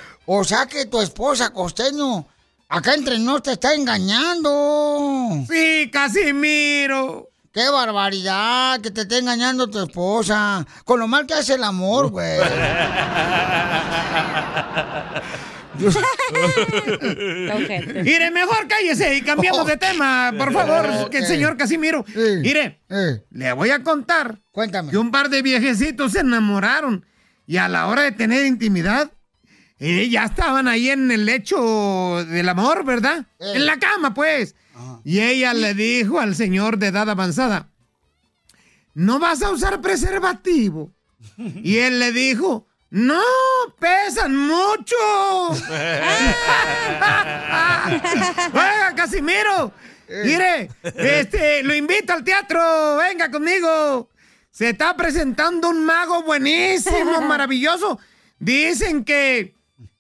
O sea que tu esposa, costeño, acá entre nos te está engañando.
Sí, Casimiro.
Qué barbaridad que te esté engañando tu esposa. Con lo mal que hace el amor, güey.
Mire, mejor cállese y cambiamos de tema, por favor, que el señor Casimiro. Mire, le voy a contar.
Cuéntame.
Que un par de viejecitos se enamoraron y a la hora de tener intimidad, eh, ya estaban ahí en el lecho del amor, ¿verdad? En la cama, pues. Y ella le dijo al señor de edad avanzada, no vas a usar preservativo. Y él le dijo, no, pesan mucho.
Ah.
Oiga, Casimiro,
Eh.
mire, este, lo invito al teatro, venga conmigo. Se está presentando un mago buenísimo, maravilloso. Dicen que,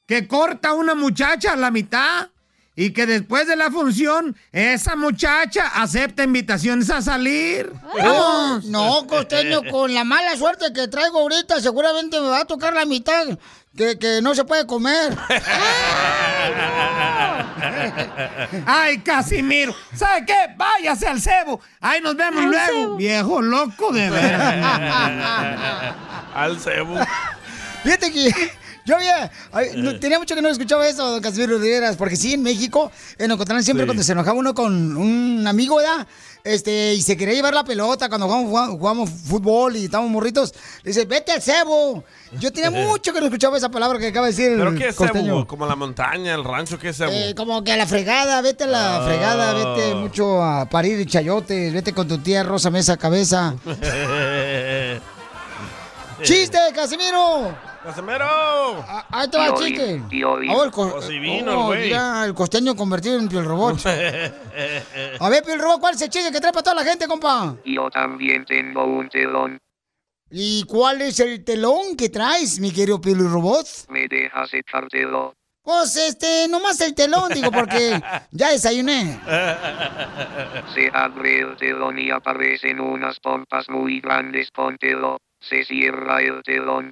que corta a una muchacha a la mitad y que después de la función, esa muchacha acepta invitaciones a salir.
No,
¡Vamos!
Oh, no, costeño, con la mala suerte que traigo ahorita, seguramente me va a tocar la mitad que, que no se puede comer.
¡Ay, Casimiro! ¿Sabe qué? ¡Váyase al cebo! ¡Ahí nos vemos luego! ¡Viejo loco de veras!
Al cebo.
Fíjate que yo había, ay,
Eh.
no- tenía mucho que no escuchaba eso, don Casimiro Rivera, porque sí, en México, en Ocotlán siempre
Sí.
cuando se enojaba uno con un amigo, ¿verdad? Este, y se quería llevar la pelota cuando jugamos, jugamos- jugamos fútbol y estábamos morritos, le dice, vete al cebo. Yo tenía mucho que no escuchaba esa palabra que acaba de decir el
¿Pero qué es
costeño.
cebo? ¿Como la montaña, el rancho? ¿Qué es cebo?
Eh, como que a la fregada, vete a la
Ah.
fregada, vete mucho a parir chayotes, vete con tu tía Rosa Mesa Cabeza. Eh, ¡Chiste, Casimiro! Ah,
¡Casimiro!
Ahí te va el
Piolín,
chiste.
Piolín.
Ah, el co-
O si vino el güey.
mira, el costeño convertido en Piel Robot. A ver, Piel Robot, ¿cuál es el chiste que trae para toda la gente, compa?
Yo también tengo un telón.
¿Y cuál es el telón que traes, mi querido Piel Robot?
¿Me dejas echártelo?
Pues este, nomás el telón, digo, porque ya desayuné.
Se abre el telón y aparecen unas pompas muy grandes. Póntelo. Se cierra el telón.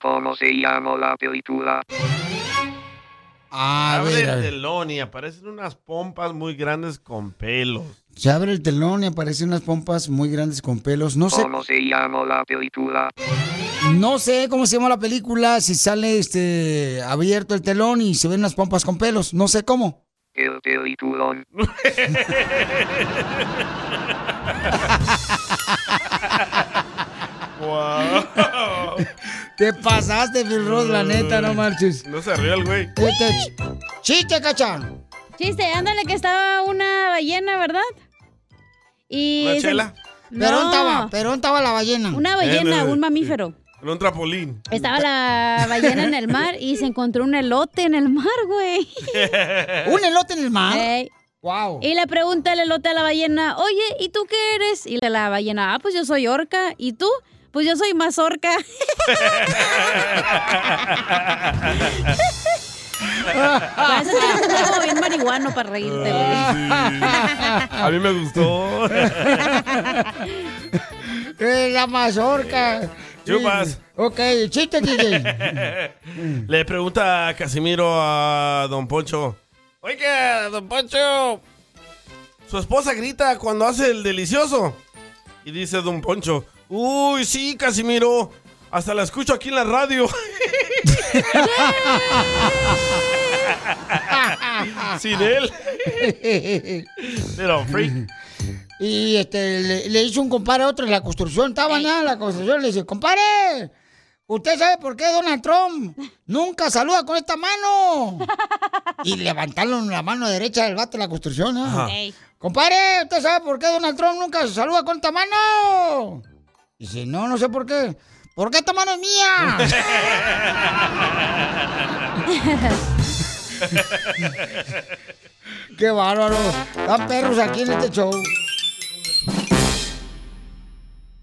¿Cómo se llama la película?
A
Abre
ver, a
el
ver.
telón y aparecen unas pompas muy grandes con pelos.
Se abre el telón y aparecen unas pompas muy grandes con pelos. No sé,
¿Cómo se llama la película?
no sé cómo se llama la película, si sale este abierto el telón y se ven unas pompas con pelos. No sé cómo.
El pelitulón.
Te pasaste, Phil Ross, la neta, no marches.
No se rió el güey.
Este, chiste, cacha.
Chiste, ándale que estaba una ballena, ¿verdad? Y
¿Una
se-
chela?
No.
Perón estaba,
Perón estaba la ballena.
Una
Eh,
ballena,
no,
un
eh,
mamífero.
En un trapolín.
Estaba la ballena en el mar y se encontró un elote en el mar, güey.
¿Un elote en el mar?
Ey.
Wow.
Y le pregunta el elote a la ballena, oye, ¿y tú qué eres? Y la, la ballena, ah, pues yo soy orca. ¿Y tú? Pues yo soy mazorca. Por eso tienes un cuerpo Pues, bien marihuano para reírte, güey. Ah,
A mí me gustó.
Eh, la mazorca.
Chupas.
Ok, chiste, DJ.
Le pregunta a Casimiro a Don Poncho. Oiga, don Poncho. Su esposa grita cuando hace el delicioso. Y dice don Poncho. Uy, sí, Casimiro. Hasta la escucho aquí en la radio. Sin él. Pero, freak.
Y este, le, le hizo un compadre a otro en la construcción. Estaba allá en la construcción. Le dice, compadre, ¿usted sabe por qué Donald Trump nunca saluda con esta mano? Y levantaron la mano derecha del vato de la construcción. ¿no?
Ajá. Ey.
Compadre, ¿usted sabe por qué Donald Trump nunca saluda con esta mano? Y dice, no, no sé por qué. ¿Por qué esta mano es mía? qué bárbaro. Están perros aquí en este show.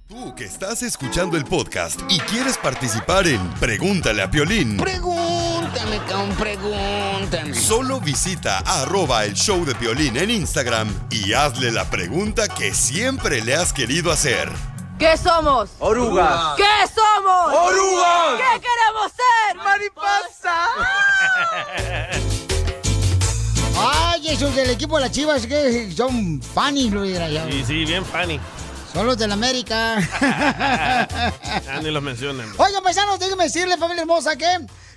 Tú que estás escuchando el podcast y quieres participar en Pregúntale a Piolín,
Pregúntame, cabrón, pregúntame.
solo visita arroba el show de Piolín en Instagram y hazle la pregunta que siempre le has querido hacer.
¿Qué somos?
Orugas.
¿Qué somos?
Orugas.
¿Qué queremos ser? Mariposa.
Ay, esos del equipo de las chivas que son funny, lo dirá ya.
Sí, sí, bien funny.
Son los del América.
Ya ni los mencionan.
Oigan, paisanos, déjenme decirle, familia hermosa, que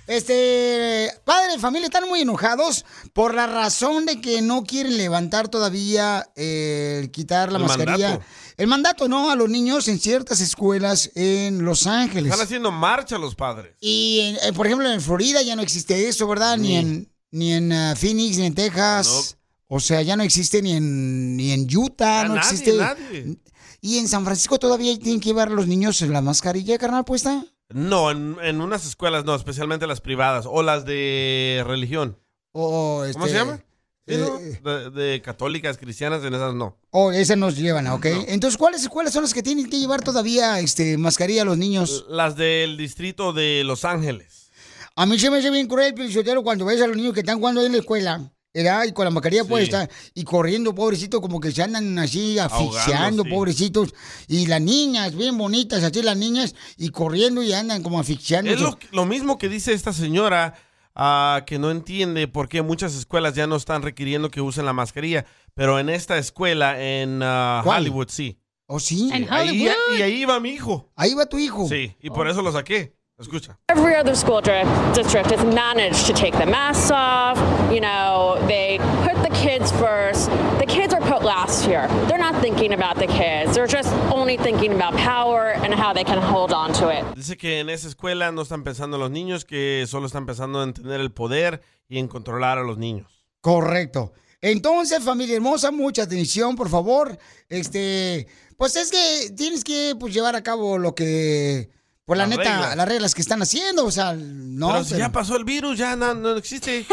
este padre y familia están muy enojados por la razón de que no quieren levantar todavía eh, el quitar la
El
mascarilla.
mandato.
El mandato, ¿no? A los niños en ciertas escuelas en Los Ángeles.
Están haciendo marcha los padres.
Y, en- eh, por ejemplo, en Florida ya no existe eso, ¿verdad? Ni en, ni en ah, Phoenix, ni en Texas. O sea, ya no existe ni en, ni en Utah,
Ya
no
nadie,
existe.
nadie.
Y en San Francisco todavía tienen que llevar los niños la mascarilla, carnal, puesta.
No, en, en unas escuelas no, especialmente las privadas o las de religión.
O, este, eh,
¿Cómo se llama? Sí, ¿no? de, de católicas, cristianas, en esas no.
O esas nos llevan, ¿ok? Entonces, ¿cuáles escuelas son las que tienen que llevar todavía este, mascarilla a los niños?
Las del distrito de Los Ángeles.
A mí se me hace bien cruel, Pilichotero, cuando ves a los niños que están jugando ahí en la escuela, ¿verdad? Y con la mascarilla puesta, y corriendo, pobrecitos, como que se andan así asfixiando,
sí.
pobrecitos. Y las niñas, bien bonitas, así las niñas, y corriendo y andan como asfixiando.
Es lo, lo mismo que dice esta señora ah, que no entiende por qué muchas escuelas ya no están requiriendo que usen la mascarilla, pero en esta escuela, en ah,
¿Cuál?
Hollywood, sí.
¿O sí?
En Ahí- Hollywood. Oh. y ahí va mi hijo.
Ahí va tu hijo.
Sí, y por eso lo saqué. Escucha.
Every other school dri- district has managed to take the masks off. You know, they put the kids first. The kids were put last year. They're not thinking about the kids. They're just only thinking about power and how they can hold on to it.
Dice que en esa escuela no están pensando en los niños, que solo están pensando en tener el poder y en controlar a los niños.
Correcto. Entonces, familia hermosa, mucha atención, por favor. Este, pues es que tienes que pues, llevar a cabo lo que, pues la
Las
neta,
reglas.
las reglas que están haciendo, o sea, no.
pero si
pero-
ya pasó el virus, ya no, no existe.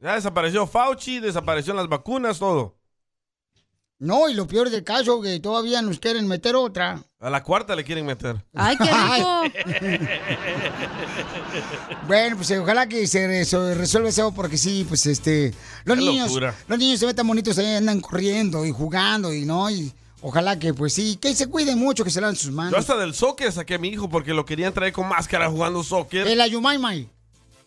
ya desapareció Fauci, desaparecieron las vacunas, todo.
No, y lo peor del caso, que todavía nos quieren meter otra.
A la cuarta le quieren meter.
Ay, qué rico. Bueno, pues eh, ojalá que se reso- resuelva eso porque sí, pues este, los
Qué
niños,
locura.
los niños se ven tan bonitos ahí andan corriendo y jugando y no y ojalá que pues sí, que se cuiden mucho, que se laven sus
Yo
manos.
hasta del soccer saqué a mi hijo porque lo querían traer con máscara jugando soccer.
El Ayumaymay.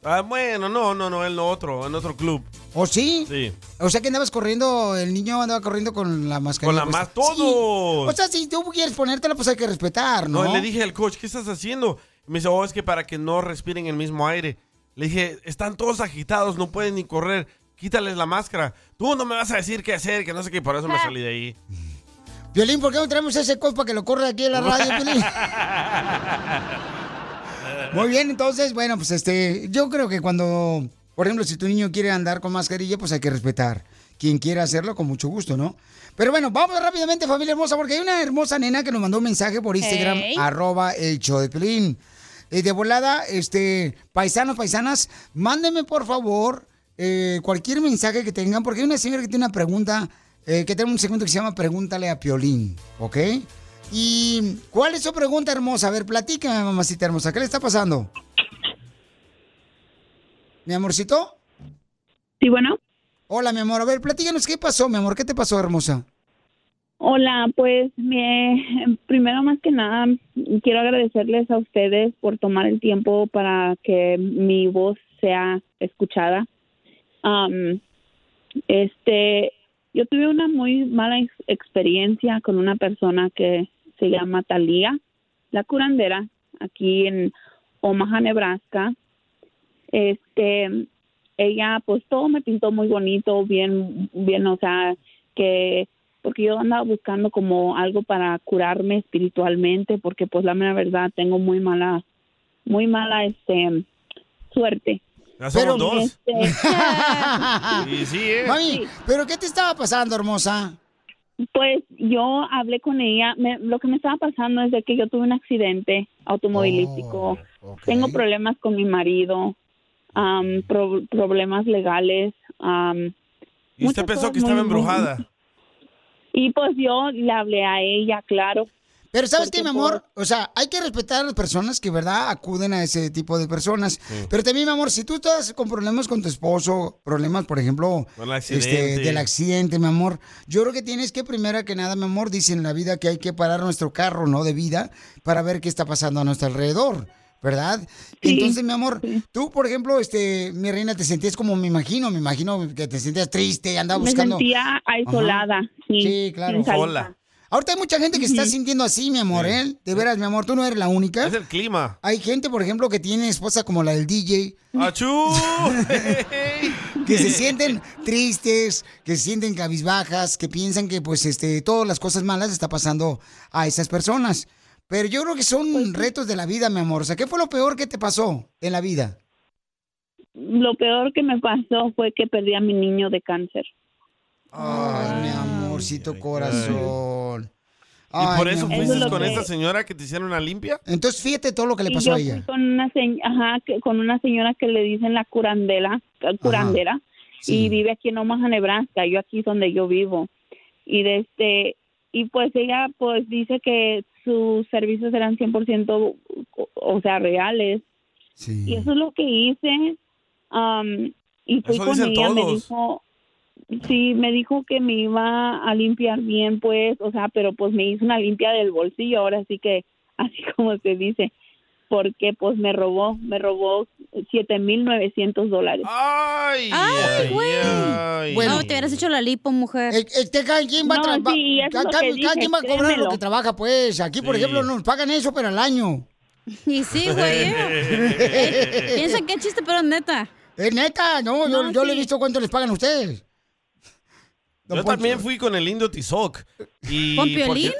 Ah, bueno, no, no, no, en lo otro, en otro club.
¿O ¿Oh, sí?
Sí.
O sea que andabas corriendo, el niño andaba corriendo con la máscara.
Con la más- todos.
O sea, si tú quieres ponértela, pues hay que respetar, ¿no?
No, y le dije al coach, ¿qué estás haciendo? Y me dice, oh, es que para que no respiren el mismo aire. Le dije, están todos agitados, no pueden ni correr. Quítales la máscara. Tú no me vas a decir qué hacer, que no sé qué, por eso me salí de ahí.
Violín, ¿por qué no traemos ese coach para que lo corra aquí en la radio, Piolín? Muy bien, entonces, bueno, pues este, yo creo que cuando, por ejemplo, si tu niño quiere andar con mascarilla, pues hay que respetar. Quien quiera hacerlo, con mucho gusto, ¿no? Pero bueno, vamos rápidamente, familia hermosa, porque hay una hermosa nena que nos mandó un mensaje por Instagram,
Hey.
arroba el show de Pelín. de volada, este, paisanos, paisanas, mándenme por favor eh, cualquier mensaje que tengan, porque hay una señora que tiene una pregunta, eh, que tiene un segmento que se llama Pregúntale a Piolín, ¿ok? ¿Y cuál es su pregunta hermosa? A ver, platícame, mamacita hermosa, ¿qué le está pasando? ¿Mi amorcito?
Sí, bueno.
Hola, mi amor. A ver, platícanos qué pasó, mi amor. ¿Qué te pasó, hermosa?
Hola, pues me, primero más que nada quiero agradecerles a ustedes por tomar el tiempo para que mi voz sea escuchada. Am, este, yo tuve una muy mala ex- experiencia con una persona que se llama Talía, la curandera, aquí en Omaha, Nebraska. Este, ella pues todo me pintó muy bonito, bien, bien, o sea, que porque yo andaba buscando como algo para curarme espiritualmente, porque pues la mera verdad tengo muy mala, muy mala este suerte.
Ya somos dos.
Este,
Y sí, ¿eh?
Mami, ¿pero qué te estaba pasando, hermosa?
Pues yo hablé con ella. Me- lo que me estaba pasando es de que yo tuve un accidente automovilístico.
Oh,
Tengo problemas con mi marido, am, pro- problemas legales. am,
Y usted
muchas
pensó
cosas
que estaba
muy- muy-
embrujada.
Y pues yo le hablé a ella, claro.
Pero sabes
Porque,
qué, mi amor, o sea, hay que respetar a las personas que, ¿verdad?, acuden a ese tipo de personas. Pero también, mi amor, si tú estás con problemas con tu esposo, problemas, por ejemplo, este,
Con el accidente.
del accidente, mi amor, yo creo que tienes que, primero que nada, mi amor, dicen en la vida que hay que parar nuestro carro, ¿no?, de vida, para ver qué está pasando a nuestro alrededor. ¿Verdad? Entonces, mi amor, tú, por ejemplo, este, mi reina, te sentías como me imagino, me imagino que te sentías triste, andaba
Me
buscando.
sentía
Ajá.
aislada, sí,
claro.
sin salida. Sola.
Ahorita hay mucha gente que se está sintiendo así, mi amor, ¿eh? De veras, mi amor, tú no eres la única.
Es el clima.
Hay gente, por ejemplo, que tiene esposa como la del DJ.
¡Achú!
que se sienten tristes, que se sienten cabizbajas, que piensan que, pues, este, todas las cosas malas está pasando a esas personas. Pero yo creo que son retos de la vida, mi amor. O sea, ¿qué fue lo peor que te pasó en la vida?
Lo peor que me pasó fue que perdí a mi niño de cáncer.
Ay, mi amorcito corazón.
¿Y por
Ay,
eso
mi amor.
fuiste con esta señora que te hicieron una limpia?
Entonces, fíjate todo lo que le
Y
pasó
yo
a ella.
fui con una, se- ajá, que- con una señora que le dicen la curandela, eh, curandera,
Sí.
y vive aquí en Omaha, Nebraska, yo aquí es donde yo vivo. Y de este y pues ella pues dice que sus servicios eran 100% o- o sea, reales.
Mm.
Y eso es lo que hice. am, y fui
Eso
con
dicen
ella, me
todos.
dijo, sí, me dijo que me iba a limpiar bien, pues, o sea, pero pues me hizo una limpia del bolsillo, ahora sí que, así como se dice. porque pues me robó, me robó 7.900 dólares.
¡Ay!
¡Ay, güey!
Bueno.
No, te hubieras hecho la lipo, mujer.
Este, cada quien va a
No,
tra- va-
sí, eso es
cada-
lo que
cada
dije,
quien va a cobrar
créemelo.
lo que trabaja, pues. Aquí, por
Sí.
ejemplo, nos pagan eso, pero al año.
Y sí, güey. ¿eh? Piensa que es chiste, pero es neta.
Es neta, no, yo, yo le he visto cuánto les pagan a ustedes.
Yo también fui con el lindo Tizoc. Y
¿Con
porque-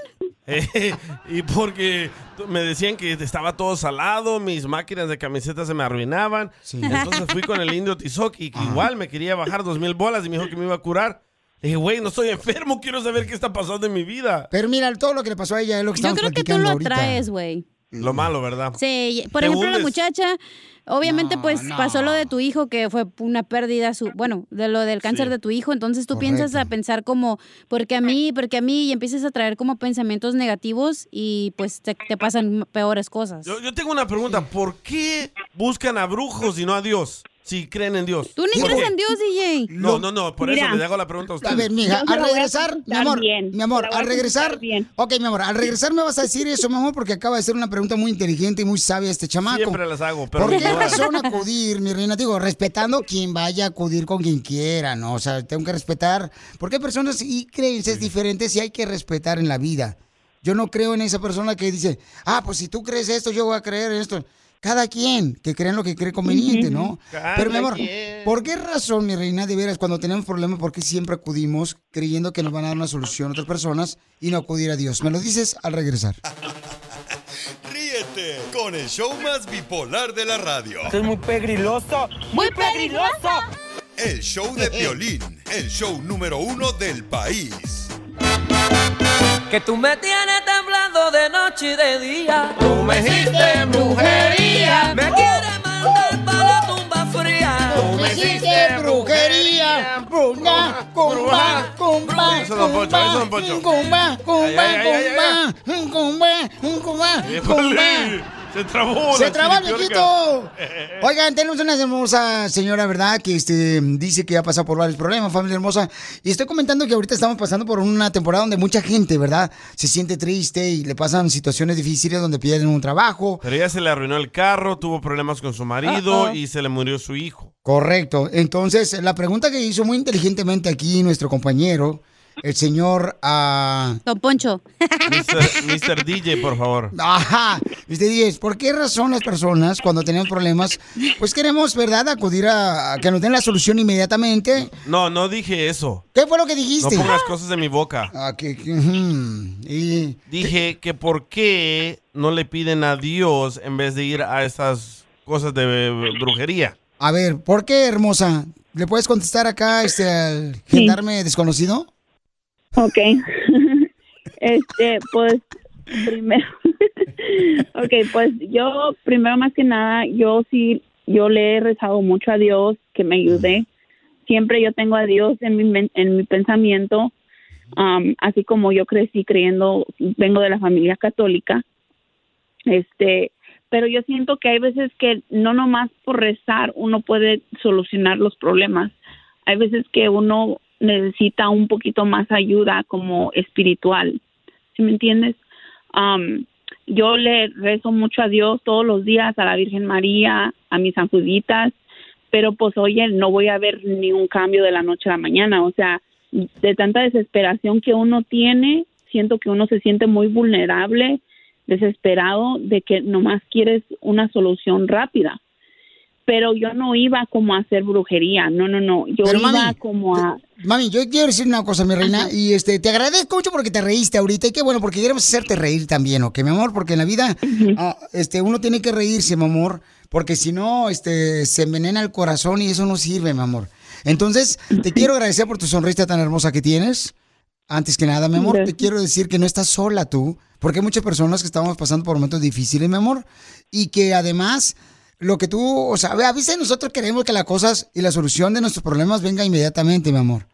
Eh, y porque me decían que estaba todo salado, mis máquinas de camisetas se me arruinaban. Entonces fui con el indio Tizoc y que igual me quería bajar dos mil bolas y me dijo que me iba a curar. Le dije, güey, no estoy enfermo, quiero saber qué está pasando en mi vida.
Pero mira, todo lo que le pasó a ella es lo que
Yo
estamos
creo que tú
platicando
lo
ahorita.
atraes, güey.
Lo malo, ¿verdad?
Sí, por
Te
ejemplo, la
hundes.
muchacha, obviamente, pues pasó lo de tu hijo, que fue una pérdida, su, bueno, de lo del cáncer de tu hijo, entonces tú piensas a pensar como, porque a mí, porque a mí, y empiezas a traer como pensamientos negativos y pues te, te pasan peores cosas.
Yo, yo tengo una pregunta, ¿por qué buscan a brujos y no a Dios? Si creen en Dios.
Tú ni
¿Por
crees
qué?
en Dios, DJ.
No, no, no, por
Mira.
eso le hago la pregunta a usted.
A ver, mija, al regresar, mi amor, mi amor, al regresar, ok, mi amor, al regresar me vas a decir eso, mi amor, porque acaba de ser una pregunta muy inteligente y muy sabia este chamaco.
Siempre las hago, pero
¿Por qué
no.
razón acudir, mi reina? Digo, respetando quien vaya a acudir con quien quiera, ¿no? O sea, tengo que respetar, porque hay personas y creencias diferentes y hay que respetar en la vida. Yo no creo en esa persona que dice, ah, pues si tú crees esto, yo voy a creer en esto. Cada quien, que creen lo que cree conveniente, ¿no?
Cada
Pero mi amor,
quien.
¿por qué razón, mi reina, de veras, cuando tenemos problemas, por qué siempre acudimos creyendo que nos van a dar una solución a otras personas y no acudir a Dios? Me lo dices al regresar.
Ríete con el show más bipolar de la radio.
Esto es muy pegriloso.
¡Muy peligroso! El show de violín, el show número uno del país.
Que tú me tienes temblando de noche y de día. Tú me
hiciste brujería.
Me quieres mandar para la tumba fría. Tú
me hiciste brujería. Cumba, cumba, cumba.
Eso, don Poncho, eso, don Poncho.
Cumba, cumba,
Ay, ay, ay, ay, Eh,
cumba, cumba, cumba, cumba.
Se trabó.
Se
la
trabó el
chiripiorca.
viejito. Oigan, tenemos una hermosa señora, ¿verdad? Que este, dice que ha pasado por varios problemas, familia hermosa. Y estoy comentando que ahorita estamos pasando por una temporada donde mucha gente, ¿verdad? Se siente triste y le pasan situaciones difíciles donde pierden un trabajo.
Pero ella se le arruinó el carro, tuvo problemas con su marido
Ajá.
y se le murió su hijo.
Correcto. Entonces, la pregunta que hizo muy inteligentemente aquí nuestro compañero, el señor... ah,
Don Poncho.
Mr. Mr. DJ, por favor.
Ajá. Y usted dice, ¿por qué razón las personas cuando tenemos problemas, pues queremos, ¿verdad?, acudir a, a que nos den la solución inmediatamente?
No, no dije eso.
¿Qué fue lo que
No
dijiste?
pongas cosas en mi boca. Dije que por qué no le piden a Dios en vez de ir a estas cosas de brujería.
A ver, ¿por qué, hermosa? ¿Le puedes contestar acá este, al gendarme desconocido?
Ok. Este, pues primero. ok, pues yo primero más que nada, yo sí, yo le he rezado mucho a Dios que me ayude. Siempre yo tengo a Dios en mi, men- en mi pensamiento, am, así como yo crecí creyendo, vengo de la familia católica. Este, pero yo siento que hay veces que no nomás por rezar uno puede solucionar los problemas. Hay veces que uno necesita un poquito más ayuda como espiritual. ¿Sí me entiendes? Am, yo le rezo mucho a Dios todos los días, a la Virgen María, a mis anjuditas, pero pues oye, no voy a ver ningún cambio de la noche a la mañana. O sea, de tanta desesperación que uno tiene, siento que uno se siente muy vulnerable, desesperado, de que nomás quieres una solución rápida. Pero yo no iba como a hacer brujería, no, no, no. Yo
Pero,
iba
mami,
como a...
Mami, yo quiero decir una cosa, mi reina, y este, te agradezco mucho porque te reíste ahorita, y qué bueno, porque queremos hacerte reír también, ¿ok, mi amor? Porque en la vida, ah, este, uno tiene que reírse, mi amor, porque si no, este, se envenena el corazón y eso no sirve, mi amor. Entonces, te quiero agradecer por tu sonrisa tan hermosa que tienes. Antes que nada, mi amor, te
Gracias.
quiero decir que no estás sola tú, porque hay muchas personas que estamos pasando por momentos difíciles, mi amor, y que además lo que tú, o sea, a veces nosotros queremos que las cosas y la solución de nuestros problemas venga inmediatamente, mi amor.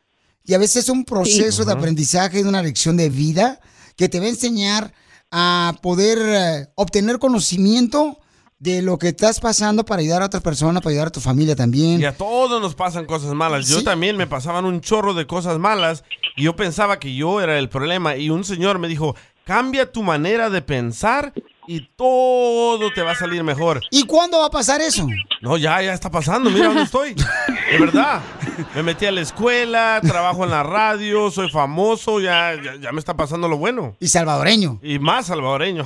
Y a veces es un proceso de
Ajá.
aprendizaje, de una lección de vida que te va a enseñar a poder eh, obtener conocimiento de lo que estás pasando para ayudar a otras personas, para ayudar a tu familia también.
Y a todos nos pasan cosas malas. Yo también me pasaban un chorro de cosas malas y yo pensaba que yo era el problema. Y un señor me dijo, cambia tu manera de pensar y todo te va a salir mejor.
¿Y cuándo va a pasar eso?
No, ya, ya está pasando, mira dónde estoy. De verdad. Me metí a la escuela, trabajo en la radio, soy famoso, ya, ya, ya me está pasando lo bueno.
Y salvadoreño.
Y más salvadoreño.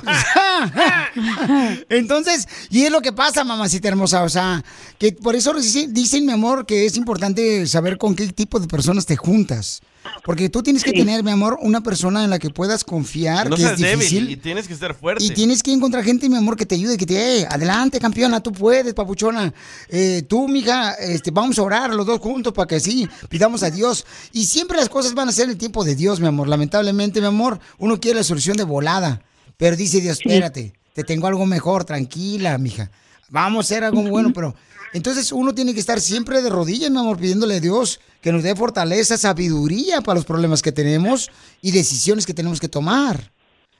Entonces, y es lo que pasa, mamacita hermosa. O sea, que por eso reci- dicen, mi amor, que es importante saber con qué tipo de personas te juntas. Porque tú tienes que tener, mi amor, una persona en la que puedas confiar,
No
que es
seas débil
difícil.
y tienes que ser fuerte.
Y tienes que encontrar gente, mi amor, que te ayude, que te, "Ey, adelante, campeona, tú puedes, papuchona. Eh, tú, mija, este, vamos a orar los dos juntos para que sí, pidamos a Dios. Y siempre las cosas van a ser el tiempo de Dios, mi amor. Lamentablemente, mi amor, uno quiere la solución de volada. Pero dice Dios, espérate, te tengo algo mejor, tranquila, mija. Vamos a hacer algo bueno, pero... Entonces uno tiene que estar siempre de rodillas, mi amor, pidiéndole a Dios que nos dé fortaleza, sabiduría para los problemas que tenemos y decisiones que tenemos que tomar.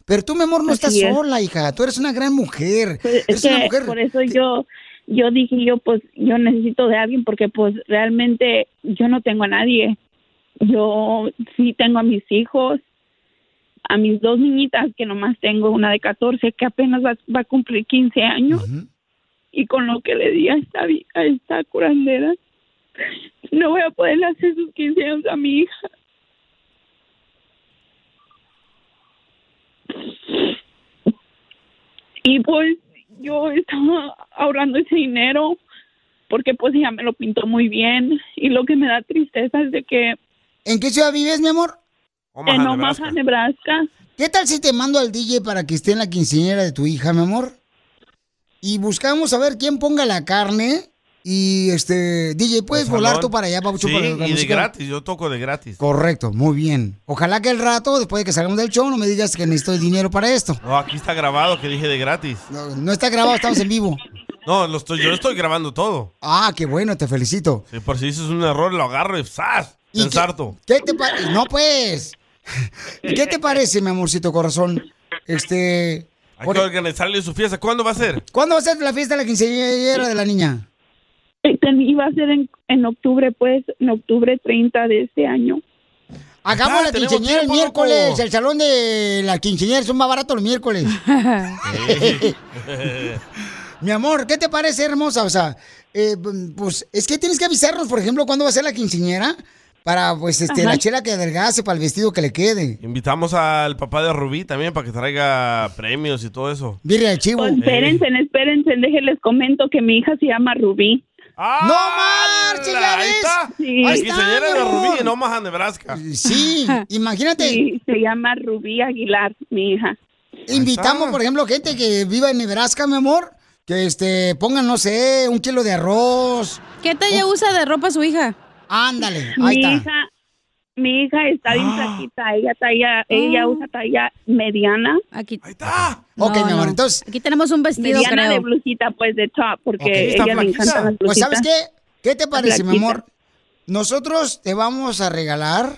Pero tú, mi amor, no
Así
estás
es.
sola, hija. Tú eres una gran mujer.
Es
eres una
que
mujer.
por eso yo yo dije yo pues yo necesito de alguien porque pues realmente yo no tengo a nadie. Yo sí tengo a mis hijos, a mis dos niñitas que nomás tengo una de 14 que apenas va, va a cumplir 15 años y con lo que le di a esta, vi- a esta curandera no voy a poder hacer sus 15 años a mi hija. Y pues yo estaba ahorrando ese dinero porque pues ella me lo pintó muy bien y lo que me da tristeza es de que...
¿En qué ciudad vives, mi amor? Eh,
en Omaha, Nebraska.
¿Qué tal si te mando al DJ para que esté en la quinceañera de tu hija, mi amor? Y buscamos a ver quién ponga la carne. Y este, DJ, ¿puedes volar tú para allá, Pabucho?
Sí,
para la
y de
música?
gratis, yo toco de gratis.
Correcto, muy bien. Ojalá que el rato, después de que salgamos del show, no me digas que necesito dinero para esto.
No, aquí está grabado que dije de gratis.
No está grabado, estamos en vivo.
No, lo estoy, yo estoy grabando todo.
Ah, qué bueno, te felicito.
Sí, por si dices un error, lo agarro y ¡zas! Te ensarto.
¿Qué te parece? No, pues. ¿Qué te parece, mi amorcito corazón? Este.
Hay que organizarle su fiesta. ¿Cuándo va a ser?
¿Cuándo va a ser la fiesta de la quinceañera de la niña?
Eh, ten- Iba a ser en, en octubre, pues, en octubre 30 de este año.
Hagamos
Ah,
la
tenemos
quinceañera el
tiempo,
miércoles.
loco.
El salón de la quinceañera es más barato los miércoles. mi amor, ¿qué te parece, hermosa? O sea, eh, pues es que tienes que avisarnos, por ejemplo, cuándo va a ser la quinceañera para, pues, este,
Ajá.
la chela que adelgace, para el vestido que le quede.
Invitamos al papá de Rubí también para que traiga premios y todo eso.
Virre de chivo.
Pues,
Espérense, espérense, déjenles comento que mi hija se llama Rubí.
¡No marches, ya ¡Ah! Ahí ves! está.
Sí.
La quinceañera de Rubí en Omaha, Nebraska.
Sí, imagínate.
Sí, se llama Rubí Aguilar, mi hija.
Invitamos, por ejemplo, gente que viva en Nebraska, mi amor, que este pongan, no sé, un kilo de arroz.
¿Qué talla usa de ropa su hija?
Ándale, Ah.
Mi hija, mi hija está bien flaquita, ella talla, ella usa talla mediana.
Ah. Aquí.
está.
Ok, mi amor, entonces.
Aquí tenemos un vestido,
mediana
creo.
de blusita, pues, de top, porque ella me encanta las
Pues,
blusitas.
¿sabes qué? ¿Qué te parece, mi
Flaquita.
amor? Nosotros te vamos a regalar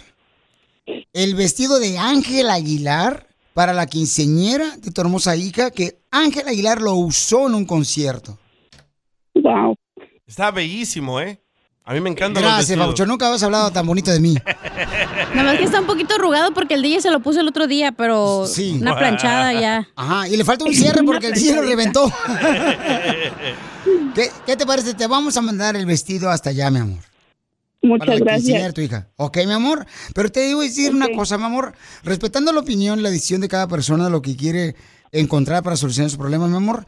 el vestido de Ángel Aguilar para la quinceñera de tu hermosa hija, que Ángel Aguilar lo usó en un concierto.
Wow.
Está bellísimo, ¿eh? A mí me encanta
Gracias,
los
Pabucho.
vestidos.
Nunca habías hablado tan bonito de mí.
Nada más que está un poquito arrugado porque el DJ se lo puso el otro día, pero
Sí.
una planchada ya.
Ajá, y le falta un cierre porque el cielo reventó. ¿Qué, qué te parece? Te vamos a mandar el vestido hasta allá, mi amor.
Muchas
Para la
gracias.
quinceañera de tu hija. Ok, mi amor. Pero te debo decir una cosa, mi amor. Respetando la opinión, la decisión de cada persona, lo que quiere encontrar para solucionar sus problemas, mi amor.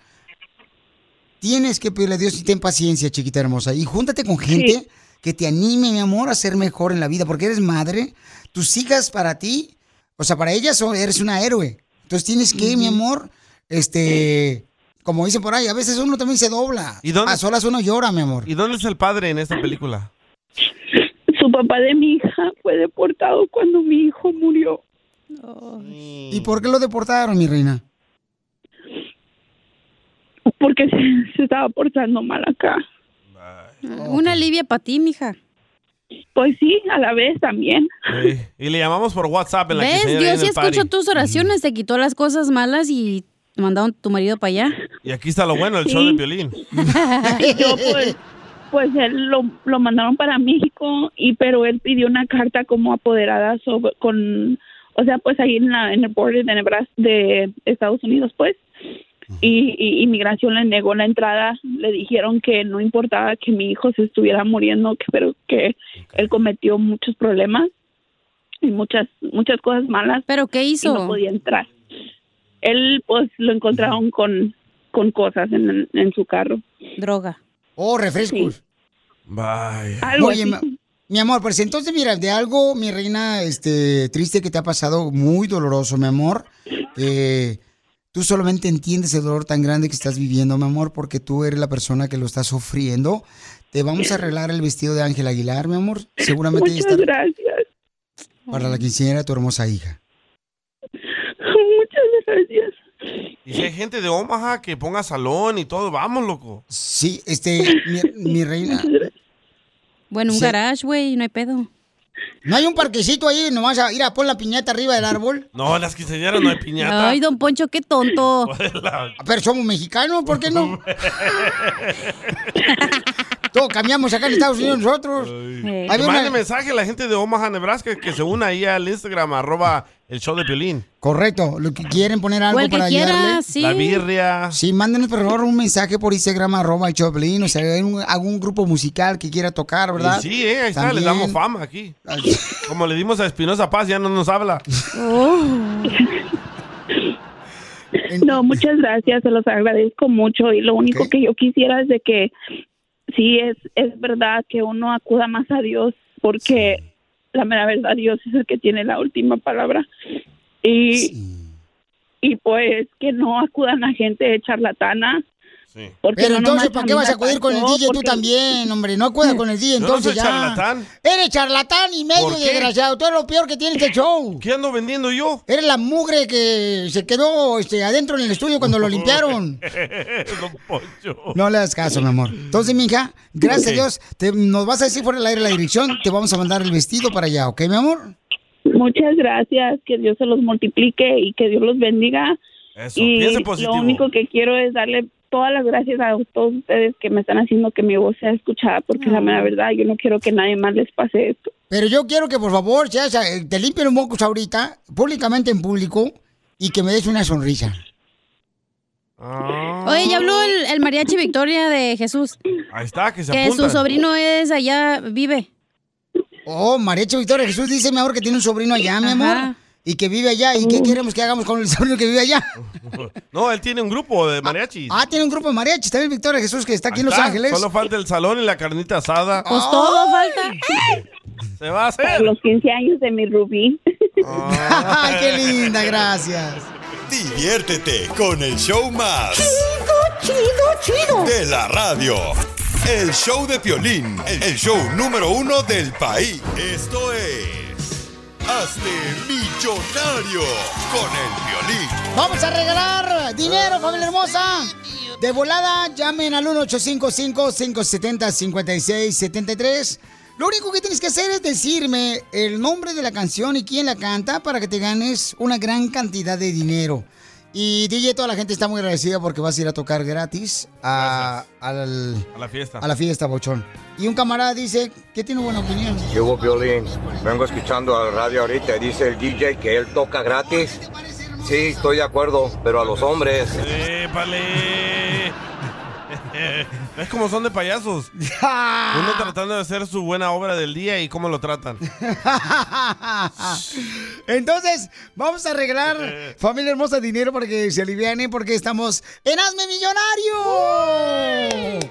Tienes que pedirle a Dios y ten paciencia, chiquita hermosa. Y júntate con gente que te anime, mi amor, a ser mejor en la vida. Porque eres madre. Tus hijas para ti, o sea, para ellas son- eres una héroe. Entonces tienes que, mi amor, este... Como dicen por ahí, a veces uno también se dobla.
¿Y dónde-
A solas uno llora, mi amor.
¿Y dónde es el padre en esta película?
Su papá de mi hija fue deportado cuando mi hijo murió.
¿Y por qué lo deportaron, mi reina?
Porque se, se estaba portando mal acá.
Una alivia para ti, mija.
Pues sí, a la vez también.
Sí. Eh, Y le llamamos por WhatsApp en Pues la
¿Ves?
quinceañera y
Dios
en
ya
el party.
escuchó tus oraciones, te quitó las cosas malas y mandaron tu marido para allá.
Y aquí está lo bueno, el
Sí.
show de violín.
Yo
Eh,
pues, pues él lo, lo mandaron para México y pero él pidió una carta como apoderada sobre- con, o sea, pues ahí en, la, en el border de Nebraska, de Estados Unidos, pues. y, y inmigración le negó la entrada, le dijeron que no importaba que mi hijo se estuviera muriendo, que, pero que él cometió muchos problemas y muchas muchas cosas malas.
Pero qué
hizo? no podía entrar. Él pues lo encontraron con con cosas en, en su carro.
Droga.
Oh, refrescos.
Bye.
Algo
Oye,
así.
ma- mi amor, pues entonces mira, de algo, mi reina, este, triste que te ha pasado, muy doloroso, mi amor, que tú solamente entiendes el dolor tan grande que estás viviendo, mi amor, porque tú eres la persona que lo está sufriendo. Te vamos a arreglar el vestido de Ángel Aguilar, mi amor. Seguramente
Muchas
está
gracias.
para la quinceañera de tu hermosa hija.
Muchas gracias.
Y si hay gente de Omaha que ponga salón y todo, vamos, loco.
Sí, este, mi, mi reina.
Bueno, un
Sí.
garage, güey, no hay pedo.
¿No hay un parquecito ahí? Nomás a ir a poner la piñata arriba del árbol.
No, en las quinceañeras no hay piñata.
Ay, don Poncho, qué tonto.
La-
Pero somos mexicanos, ¿por qué no? Todo cambiamos acá en Estados Unidos nosotros.
Que
Había
mande
una-
mensaje a la gente de Omaha, Nebraska, que se una ahí al Instagram, arroba el show de Piolín.
Correcto, lo que quieren poner algo
O el que
para
quiera,
ayudarle.
sí. La birria.
Sí, mándenos por favor un mensaje por Instagram arroba el Choplin, o sea, hay un- algún grupo musical que quiera tocar, ¿verdad?
Y sí, eh, ahí está, le
También.
damos fama aquí. Como le dimos a Espinosa Paz, ya no nos habla.
Oh.
No, muchas gracias, se los agradezco mucho y lo único que yo quisiera es de que sí es es verdad que uno acuda más a Dios porque la mera verdad Dios es el que tiene la última palabra y y pues que no acudan a gente charlatana porque
Pero
no
entonces,
nomás
¿para
a
qué
mí
vas a
me
acudir con el
pasó,
DJ tú
porque-
también, hombre? No acudas con el DJ,
Yo no
entonces
soy
ya.
charlatán.
Eres charlatán y medio
¿Por qué?
desgraciado, tú eres lo peor que tiene este show.
¿Qué ando vendiendo yo?
Eres la mugre que se quedó este, adentro en el estudio cuando lo limpiaron.
Don Poncho.
No le das caso, mi amor. Entonces, mija, gracias
Ok.
a Dios, te- nos vas a decir por el aire la dirección, te vamos a mandar el vestido para allá, ¿ok, mi amor?
Muchas gracias, que Dios se los multiplique y que Dios los bendiga.
Eso,
y
piense positivo.
lo único que quiero es darle todas las gracias a todos ustedes que me están haciendo que mi voz sea escuchada, porque la mera verdad, yo no quiero que nadie más les pase esto.
Pero yo quiero que por favor seas, eh, te limpien los mocos ahorita, públicamente en público, y que me des una sonrisa.
Ah,
Oye, ya habló el, el mariachi Victoria de Jesús.
Ahí está, que se
Que
apuntan.
su sobrino es allá, vive.
Oh, Marecho Victoria Jesús dice, mi amor, que tiene un sobrino allá, mi
Ajá.
amor, y que vive allá. ¿Y qué queremos que hagamos con el sobrino que vive allá?
No, él tiene un grupo de mariachis.
Ah, tiene un grupo de mariachis, también Victoria Jesús, que está aquí en Los
Está,
Ángeles. Pues
Solo falta el salón y la carnita asada.
Pues todo falta.
Se va a hacer.
Para los 15 años de mi Rubí.
¡Ay, qué linda, gracias!
Diviértete con el show más.
Chido, chido, chido.
De la radio. El show de Piolín. El show número uno del país. Esto es... Hazte millonario con el Piolín.
Vamos a regalar dinero, familia hermosa. De volada, llamen al 1-855-570-5673. Lo único que tienes que hacer es decirme el nombre de la canción y quién la canta para que te ganes una gran cantidad de dinero. Y DJ, toda la gente está muy agradecida porque vas a ir a tocar gratis a, al-
A la fiesta.
a la fiesta, Bochón. Y un camarada dice que tiene buena opinión.
Yo hubo violín. Vengo escuchando a la radio ahorita y dice el DJ que él toca gratis. Sí, estoy de acuerdo, pero a los hombres.
¡Épale! ¿Ves cómo son de payasos? Uno tratando de hacer su buena obra del día y cómo lo tratan.
Entonces, vamos a arreglar, familia hermosa, dinero para que se aliviane porque estamos en Hazme Millonario.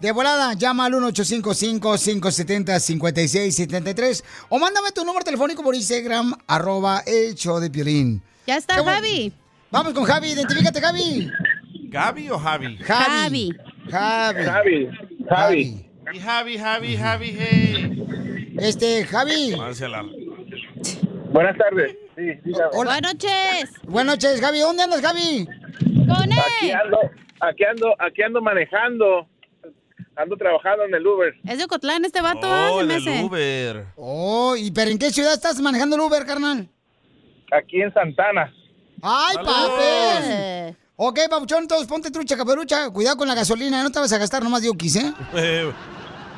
De volada, llama al 1-855-570-5673 o mándame tu número telefónico por Instagram, arroba el show de Piolín.
Ya está
Qué bueno.
Javi.
Vamos con Javi, identifícate Javi.
¿Gaby o Javi?
Javi. Javi. Javi. Javi.
Y Javi, Javi, Javi, hey.
Este, Javi.
Váyanse a la-
Buenas tardes. Sí,
Buenas
noches.
Buenas noches, Javi. ¿Dónde andas, Javi?
Con
Aquí ando, aquí ando, aquí ando manejando. Ando trabajando en el Uber.
Es de Ocotlán este vato, ah,
Oh,
se
en
me
el
hace.
Uber.
Oh, ¿y pero en qué ciudad estás manejando el Uber, carnal?
Aquí en Santana.
¡Ay,
¡Saludos!
papel! Ok, papuchón, entonces ponte trucha, caperucha. Cuidado con la gasolina, no te vas a gastar nomás de Oquis, ¿eh?
Eh,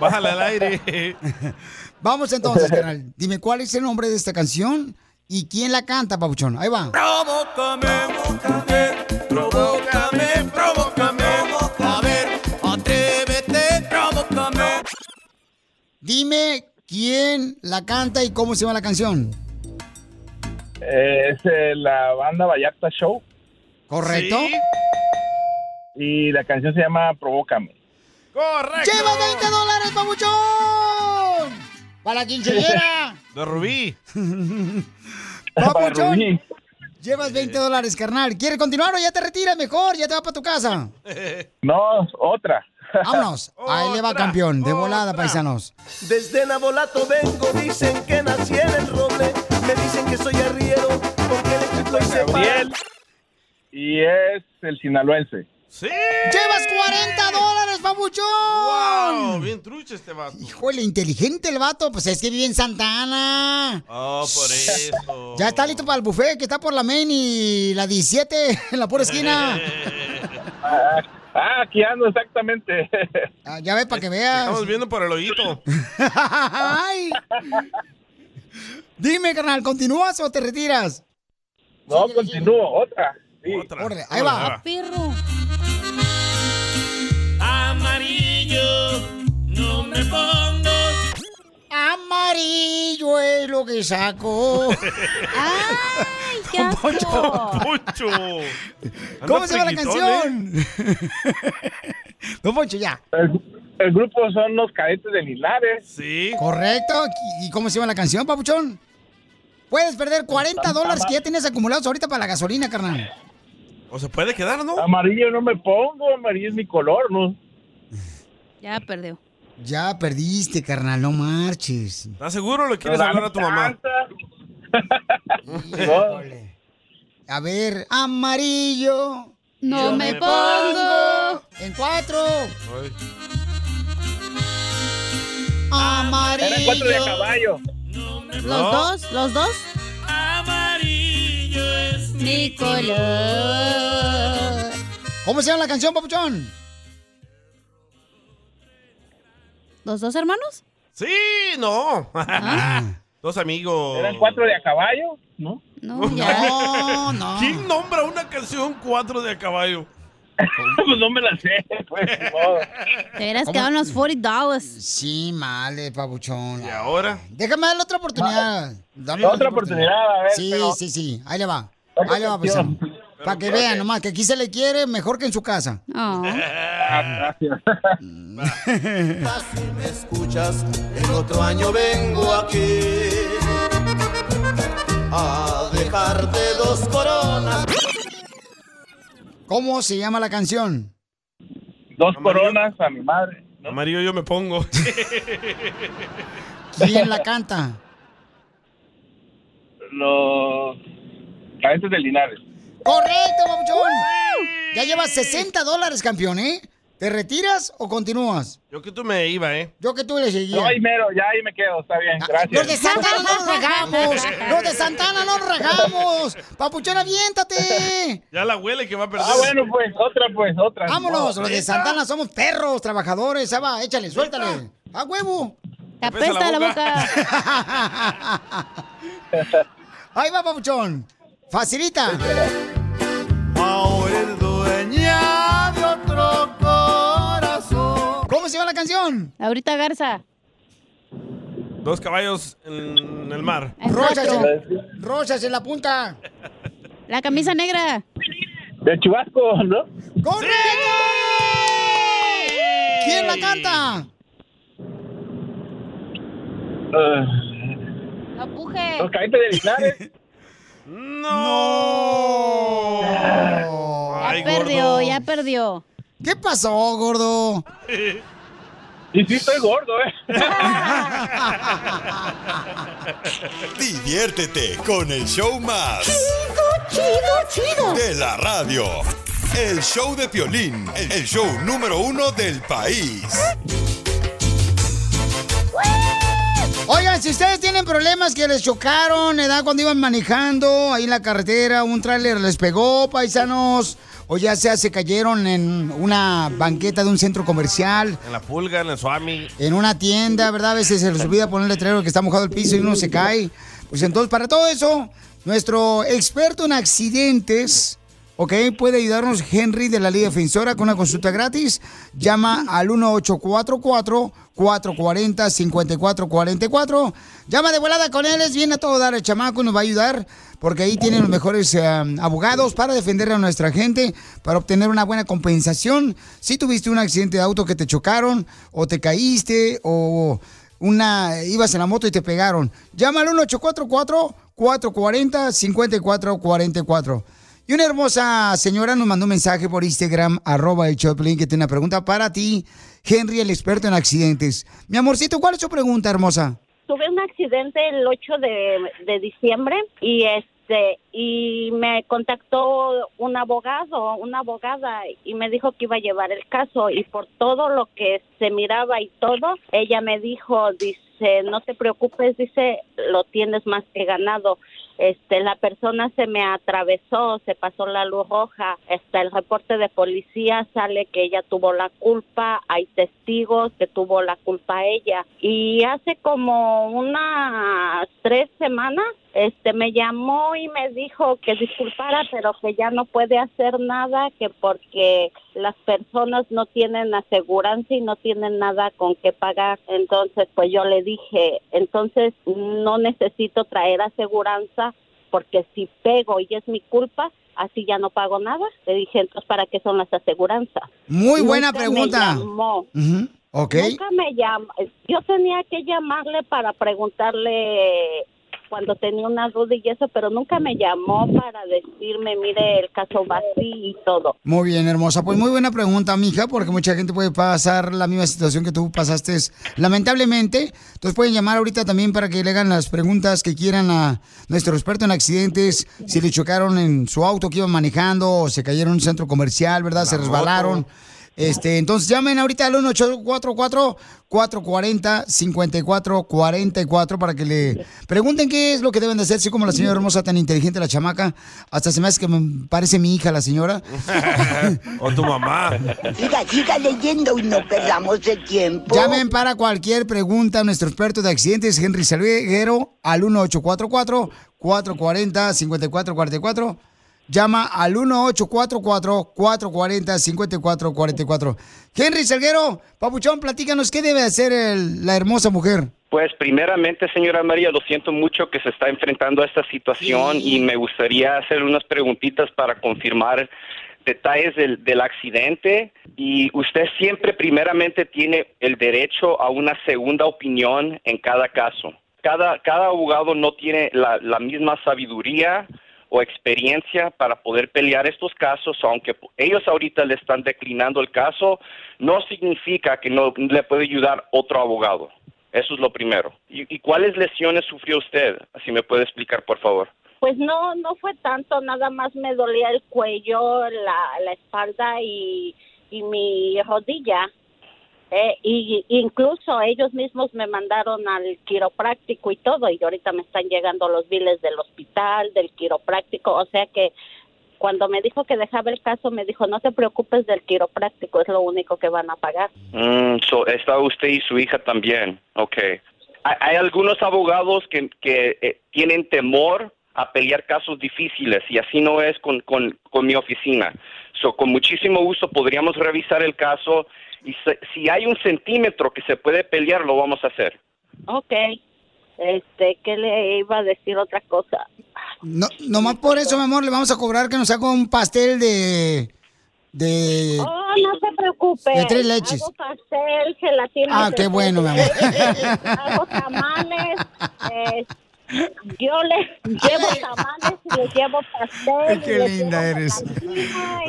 bájale al aire.
Vamos entonces, carnal. Dime, ¿cuál es el nombre de esta canción ¿Y quién la canta, Pabuchón? Ahí va.
Provócame, provócame, provócame. A ver, atrévete, provócame.
Dime quién la canta y cómo se llama la canción.
Eh, es eh, la banda Vallarta Show.
¿Correcto?
Y la canción se llama Provócame.
Correcto.
¡Lleva 20 dólares, papuchón! ¡Para la quinceañera!
De Rubí.
¡Papuchón! Llevas 20 dólares, carnal. ¿Quieres continuar o ya te retiras mejor? Ya te vas para tu casa.
No, otra.
Vámonos. Ahí le va campeón. De volada, paisanos.
Desde Nabolato vengo, dicen que nací en el roble. Me dicen que soy arriero porque eléctrico y
Gabriel. Y es el sinaloense.
Sí.
¡Llevas 40 dólares, papuchón!
Wow, bien trucha este vato.
Híjole, inteligente el vato. Pues es que vive en Santa Ana.
Oh, por eso.
Ya está listo para el buffet que está por la main y la 17 en la pura esquina.
Ah, ah, aquí ando exactamente.
Ah, ya ve para que veas.
Estamos viendo por el hoyito.
Ay. Dime, carnal, ¿continúas o te retiras?
No, continúo, otra. Sí.
Órale, ahí va.
Perro.
Amarillo, no me pongo.
Amarillo es lo que saco.
¡Ay,
qué asco!
Poncho.
¿Cómo se llama la canción?
¿eh?
Don Poncho, ya.
El, el grupo son los cadetes de Linares.
Sí.
Correcto. ¿Y cómo se llama la canción, papuchón? Puedes perder 40 dólares que ya tienes acumulados ahorita para la gasolina, carnal.
O se puede quedar, ¿no?
Amarillo no me pongo, amarillo es mi color, ¿no?
Ya perdió.
Ya perdiste, carnal, no marches.
¿Estás seguro o le quieres hablar a tu mamá?
¿eh?
Híjole. A ver, amarillo.
No me pongo.
En cuatro. Amarillo.
Eran cuatro de caballo.
¿Los
No.
dos? ¿Los dos?
Amarillo es mi color.
¿Cómo se llama la canción, papuchón?
¿Los dos hermanos?
Sí, no.
Ah.
Dos amigos. Pues
Eran cuatro de a caballo, ¿no?
No, ya.
No, no.
¿Quién nombra una canción cuatro de a caballo?
pues no me la sé, pues. ni modo.
Te hubieras
¿Cómo?
quedado en los 40 dólares.
Sí, male, papuchón.
¿Y ahora?
Déjame darle otra oportunidad. Dame
Otra oportunidad, a ver,
Sí,
pero-
sí, sí. Ahí le va.
Otra
Ahí le va,
canción.
paisano. Para que vean nomás que aquí se le quiere mejor que en su casa.
Oh.
Ah, gracias.
me escuchas, el otro año vengo aquí a dejarte dos coronas.
¿Cómo se llama la canción?
Dos coronas a mi madre.
Amarillo yo me pongo.
¿Quién la canta?
Los cadetes de Linares.
¡Correcto, papuchón! Ya llevas 60 dólares, campeón, ¿eh? ¿Te retiras o continúas?
Yo que tú me iba, ¿eh?
Yo que tú le seguía.
No, ahí mero, ya ahí me quedo, está bien,
Los de
gracias.
Santana no nos rajamos. Los de Santana no nos rajamos. Papuchón, aviéntate.
Ya la huele que va a perder.
Ah, bueno, pues, otra, pues, otra.
Vámonos, los de
¿Neta?
Santana somos perros, trabajadores. Ahí va, échale, suéltale. ¡A huevo!
Te
apesta
apesta la
la
boca.
Ahí va, papuchón. Facilita.
Ahora es dueña de otro corazón.
¿Cómo se llama la canción?
Ahorita Garza.
Dos caballos en el mar.
En
Rosas,
cuatro.
en- rosas en la punta.
La camisa negra.
De Chubasco, ¿no?
Eh.
¡Correcto! ¿Quién la canta?
Ah,
No puje.
los cadetes de Linares.
¡No!
Ya
Ay,
perdió,
gordo.
ya perdió.
¿Qué pasó, gordo?
Y sí, estoy gordo, ¿eh?
Diviértete con el show más
Chido, chido,
de la radio. El show de Piolín, el show número uno del país.
Oigan, si ustedes tienen problemas que les chocaron, edad cuando iban manejando ahí en la carretera, un tráiler les pegó, paisanos, o ya sea se cayeron en una banqueta de un centro comercial,
En la pulga, en el swami.
en una tienda, ¿verdad? A veces se les olvida poner el letrero que está mojado el piso y uno se cae. Pues entonces, para todo eso, nuestro experto en accidentes, ¿ok? Puede ayudarnos Henry de la Liga Defensora con una consulta gratis. Llama al 1844-440-5444. Llama de volada con él, es bien a todo dar el chamaco, nos va a ayudar. Porque ahí tienen los mejores eh, abogados para defender a nuestra gente, para obtener una buena compensación. Si tuviste un accidente de auto que te chocaron, o te caíste, o una ibas en la moto y te pegaron. Llama al 1-844-440-5444. Y una hermosa señora nos mandó un mensaje por Instagram, arroba el Choplin, que tiene una pregunta para ti, Henry, el experto en accidentes. Mi amorcito, ¿cuál es tu pregunta, hermosa?
tuve un accidente el 8 de, de diciembre y este y me contactó un abogado, una abogada y me dijo que iba a llevar el caso y por todo lo que se miraba y todo, ella me dijo, dice, no te preocupes, dice, lo tienes más que ganado. Este, la persona se me atravesó, se pasó la luz roja, hasta el reporte de policía sale que ella tuvo la culpa, hay testigos que tuvo la culpa ella. Y hace como unas tres semanas, este, me llamó y me dijo que disculpara, pero que ya no puede hacer nada, que porque las personas no tienen aseguranza y no tienen nada con qué pagar. Entonces, pues yo le dije, entonces no necesito traer aseguranza porque si pego y es mi culpa, así ya no pago nada. Le dije, entonces, ¿para qué son las aseguranzas?
Muy buena
Nunca me
pregunta.
llamó.
Ujú, Ok.
Nunca me llama. Yo tenía que llamarle para preguntarle cuando tenía una duda y eso, pero nunca me llamó para decirme, mire, el caso va así y todo.
Muy bien, hermosa. Pues muy buena pregunta, mija, porque mucha gente puede pasar la misma situación que tú pasaste, lamentablemente. Entonces pueden llamar ahorita también para que le hagan las preguntas que quieran a nuestro experto en accidentes, si le chocaron en su auto que iban manejando, o se cayeron en un centro comercial, ¿verdad? se resbalaron. Este, entonces llamen ahorita al 1844-440-5444 para que le pregunten qué es lo que deben de hacer. Sí, como la señora hermosa, tan inteligente, la chamaca. Hasta se me hace que me parece mi hija, la señora.
o tu mamá.
Siga, siga leyendo y no perdamos el tiempo.
Llamen para cualquier pregunta a nuestro experto de accidentes, Henry Salguero, al 1844-440-5444. Llama al 1844-440-5444. Henry Salguero, Papuchón, platícanos qué debe hacer el- la hermosa mujer.
Pues primeramente, señora María, lo siento mucho que se está enfrentando a esta situación y me gustaría hacer unas preguntitas para confirmar detalles del, del accidente. Y usted siempre primeramente tiene el derecho a una segunda opinión en cada caso. Cada, cada abogado no tiene la, la misma sabiduría o experiencia para poder pelear estos casos, aunque po- ellos ahorita le están declinando el caso, no significa que no le puede ayudar otro abogado. Eso es lo primero. ¿Y, y cuáles lesiones sufrió usted? Si me puede explicar, por favor.
Pues no, no fue tanto, nada más me dolía el cuello, la, la espalda y, y mi rodilla. Eh, y incluso ellos mismos me mandaron al quiropráctico y todo, y ahorita me están llegando los biles del hospital, del quiropráctico, o sea que cuando me dijo que dejaba el caso, me dijo, no te preocupes del quiropráctico, es lo único que van a pagar.
Mm, so, está usted y su hija también. Ok. Hay, hay algunos abogados que, que, eh, tienen temor a pelear casos difíciles y así no es con, con, con mi oficina. So, con muchísimo gusto podríamos revisar el caso y se- si hay un centímetro que se puede pelear, lo vamos a hacer.
Ok, este, ¿qué le iba a decir otra cosa?
No, nomás por eso, mi amor, le vamos a cobrar que nos haga un pastel de. de.
Oh, no se preocupe.
De tres leches.
Hago pastel, gelatina.
Ah, qué bueno, mi amor.
Hago tamales. eh, yo les llevo tamales y les llevo pastel. y
Qué
les
linda eres.
llevo-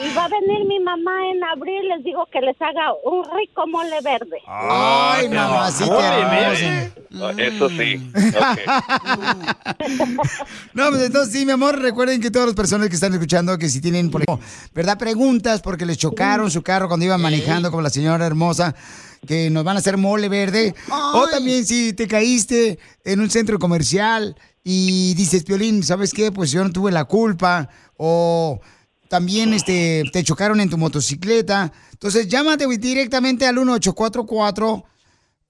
Y va a venir mi mamá en abril. Les digo que les haga un rico mole verde.
Ah.
Ay, mamacita. hermosa.
Eso sí.
No, pues entonces sí, mi amor, recuerden que todas las personas que están escuchando, que si tienen, por ejemplo, ¿verdad? Preguntas porque les chocaron su carro cuando iban manejando como la señora hermosa, que nos van a hacer mole verde. O también si te caíste en un centro comercial y dices, Piolín, ¿sabes qué? Pues yo no tuve la culpa. O también este, te chocaron en tu motocicleta. Entonces llámate güey, directamente al 1844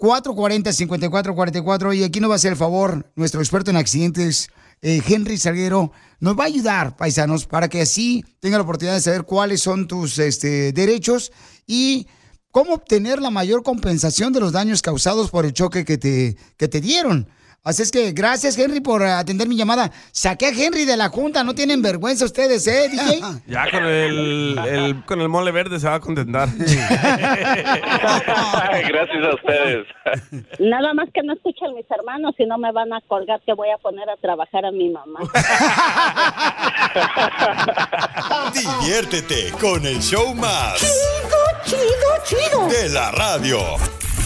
440-5444. Y aquí nos va a hacer el favor nuestro experto en accidentes, eh, Henry Salguero. Nos va a ayudar, paisanos, para que así tenga la oportunidad de saber cuáles son tus este, derechos y cómo obtener la mayor compensación de los daños causados por el choque que te, que te dieron. Así es que gracias, Henry, por atender mi llamada. Saqué a Henry de la junta, no tienen vergüenza ustedes, ¿eh, DJ?
Ya con el, el- con el mole verde se va a contentar.
Gracias a ustedes.
Nada más que no escuchen mis hermanos y no me van a colgar que voy a poner a trabajar a mi mamá.
Diviértete con el show más.
Chido, chido, chido.
De la radio.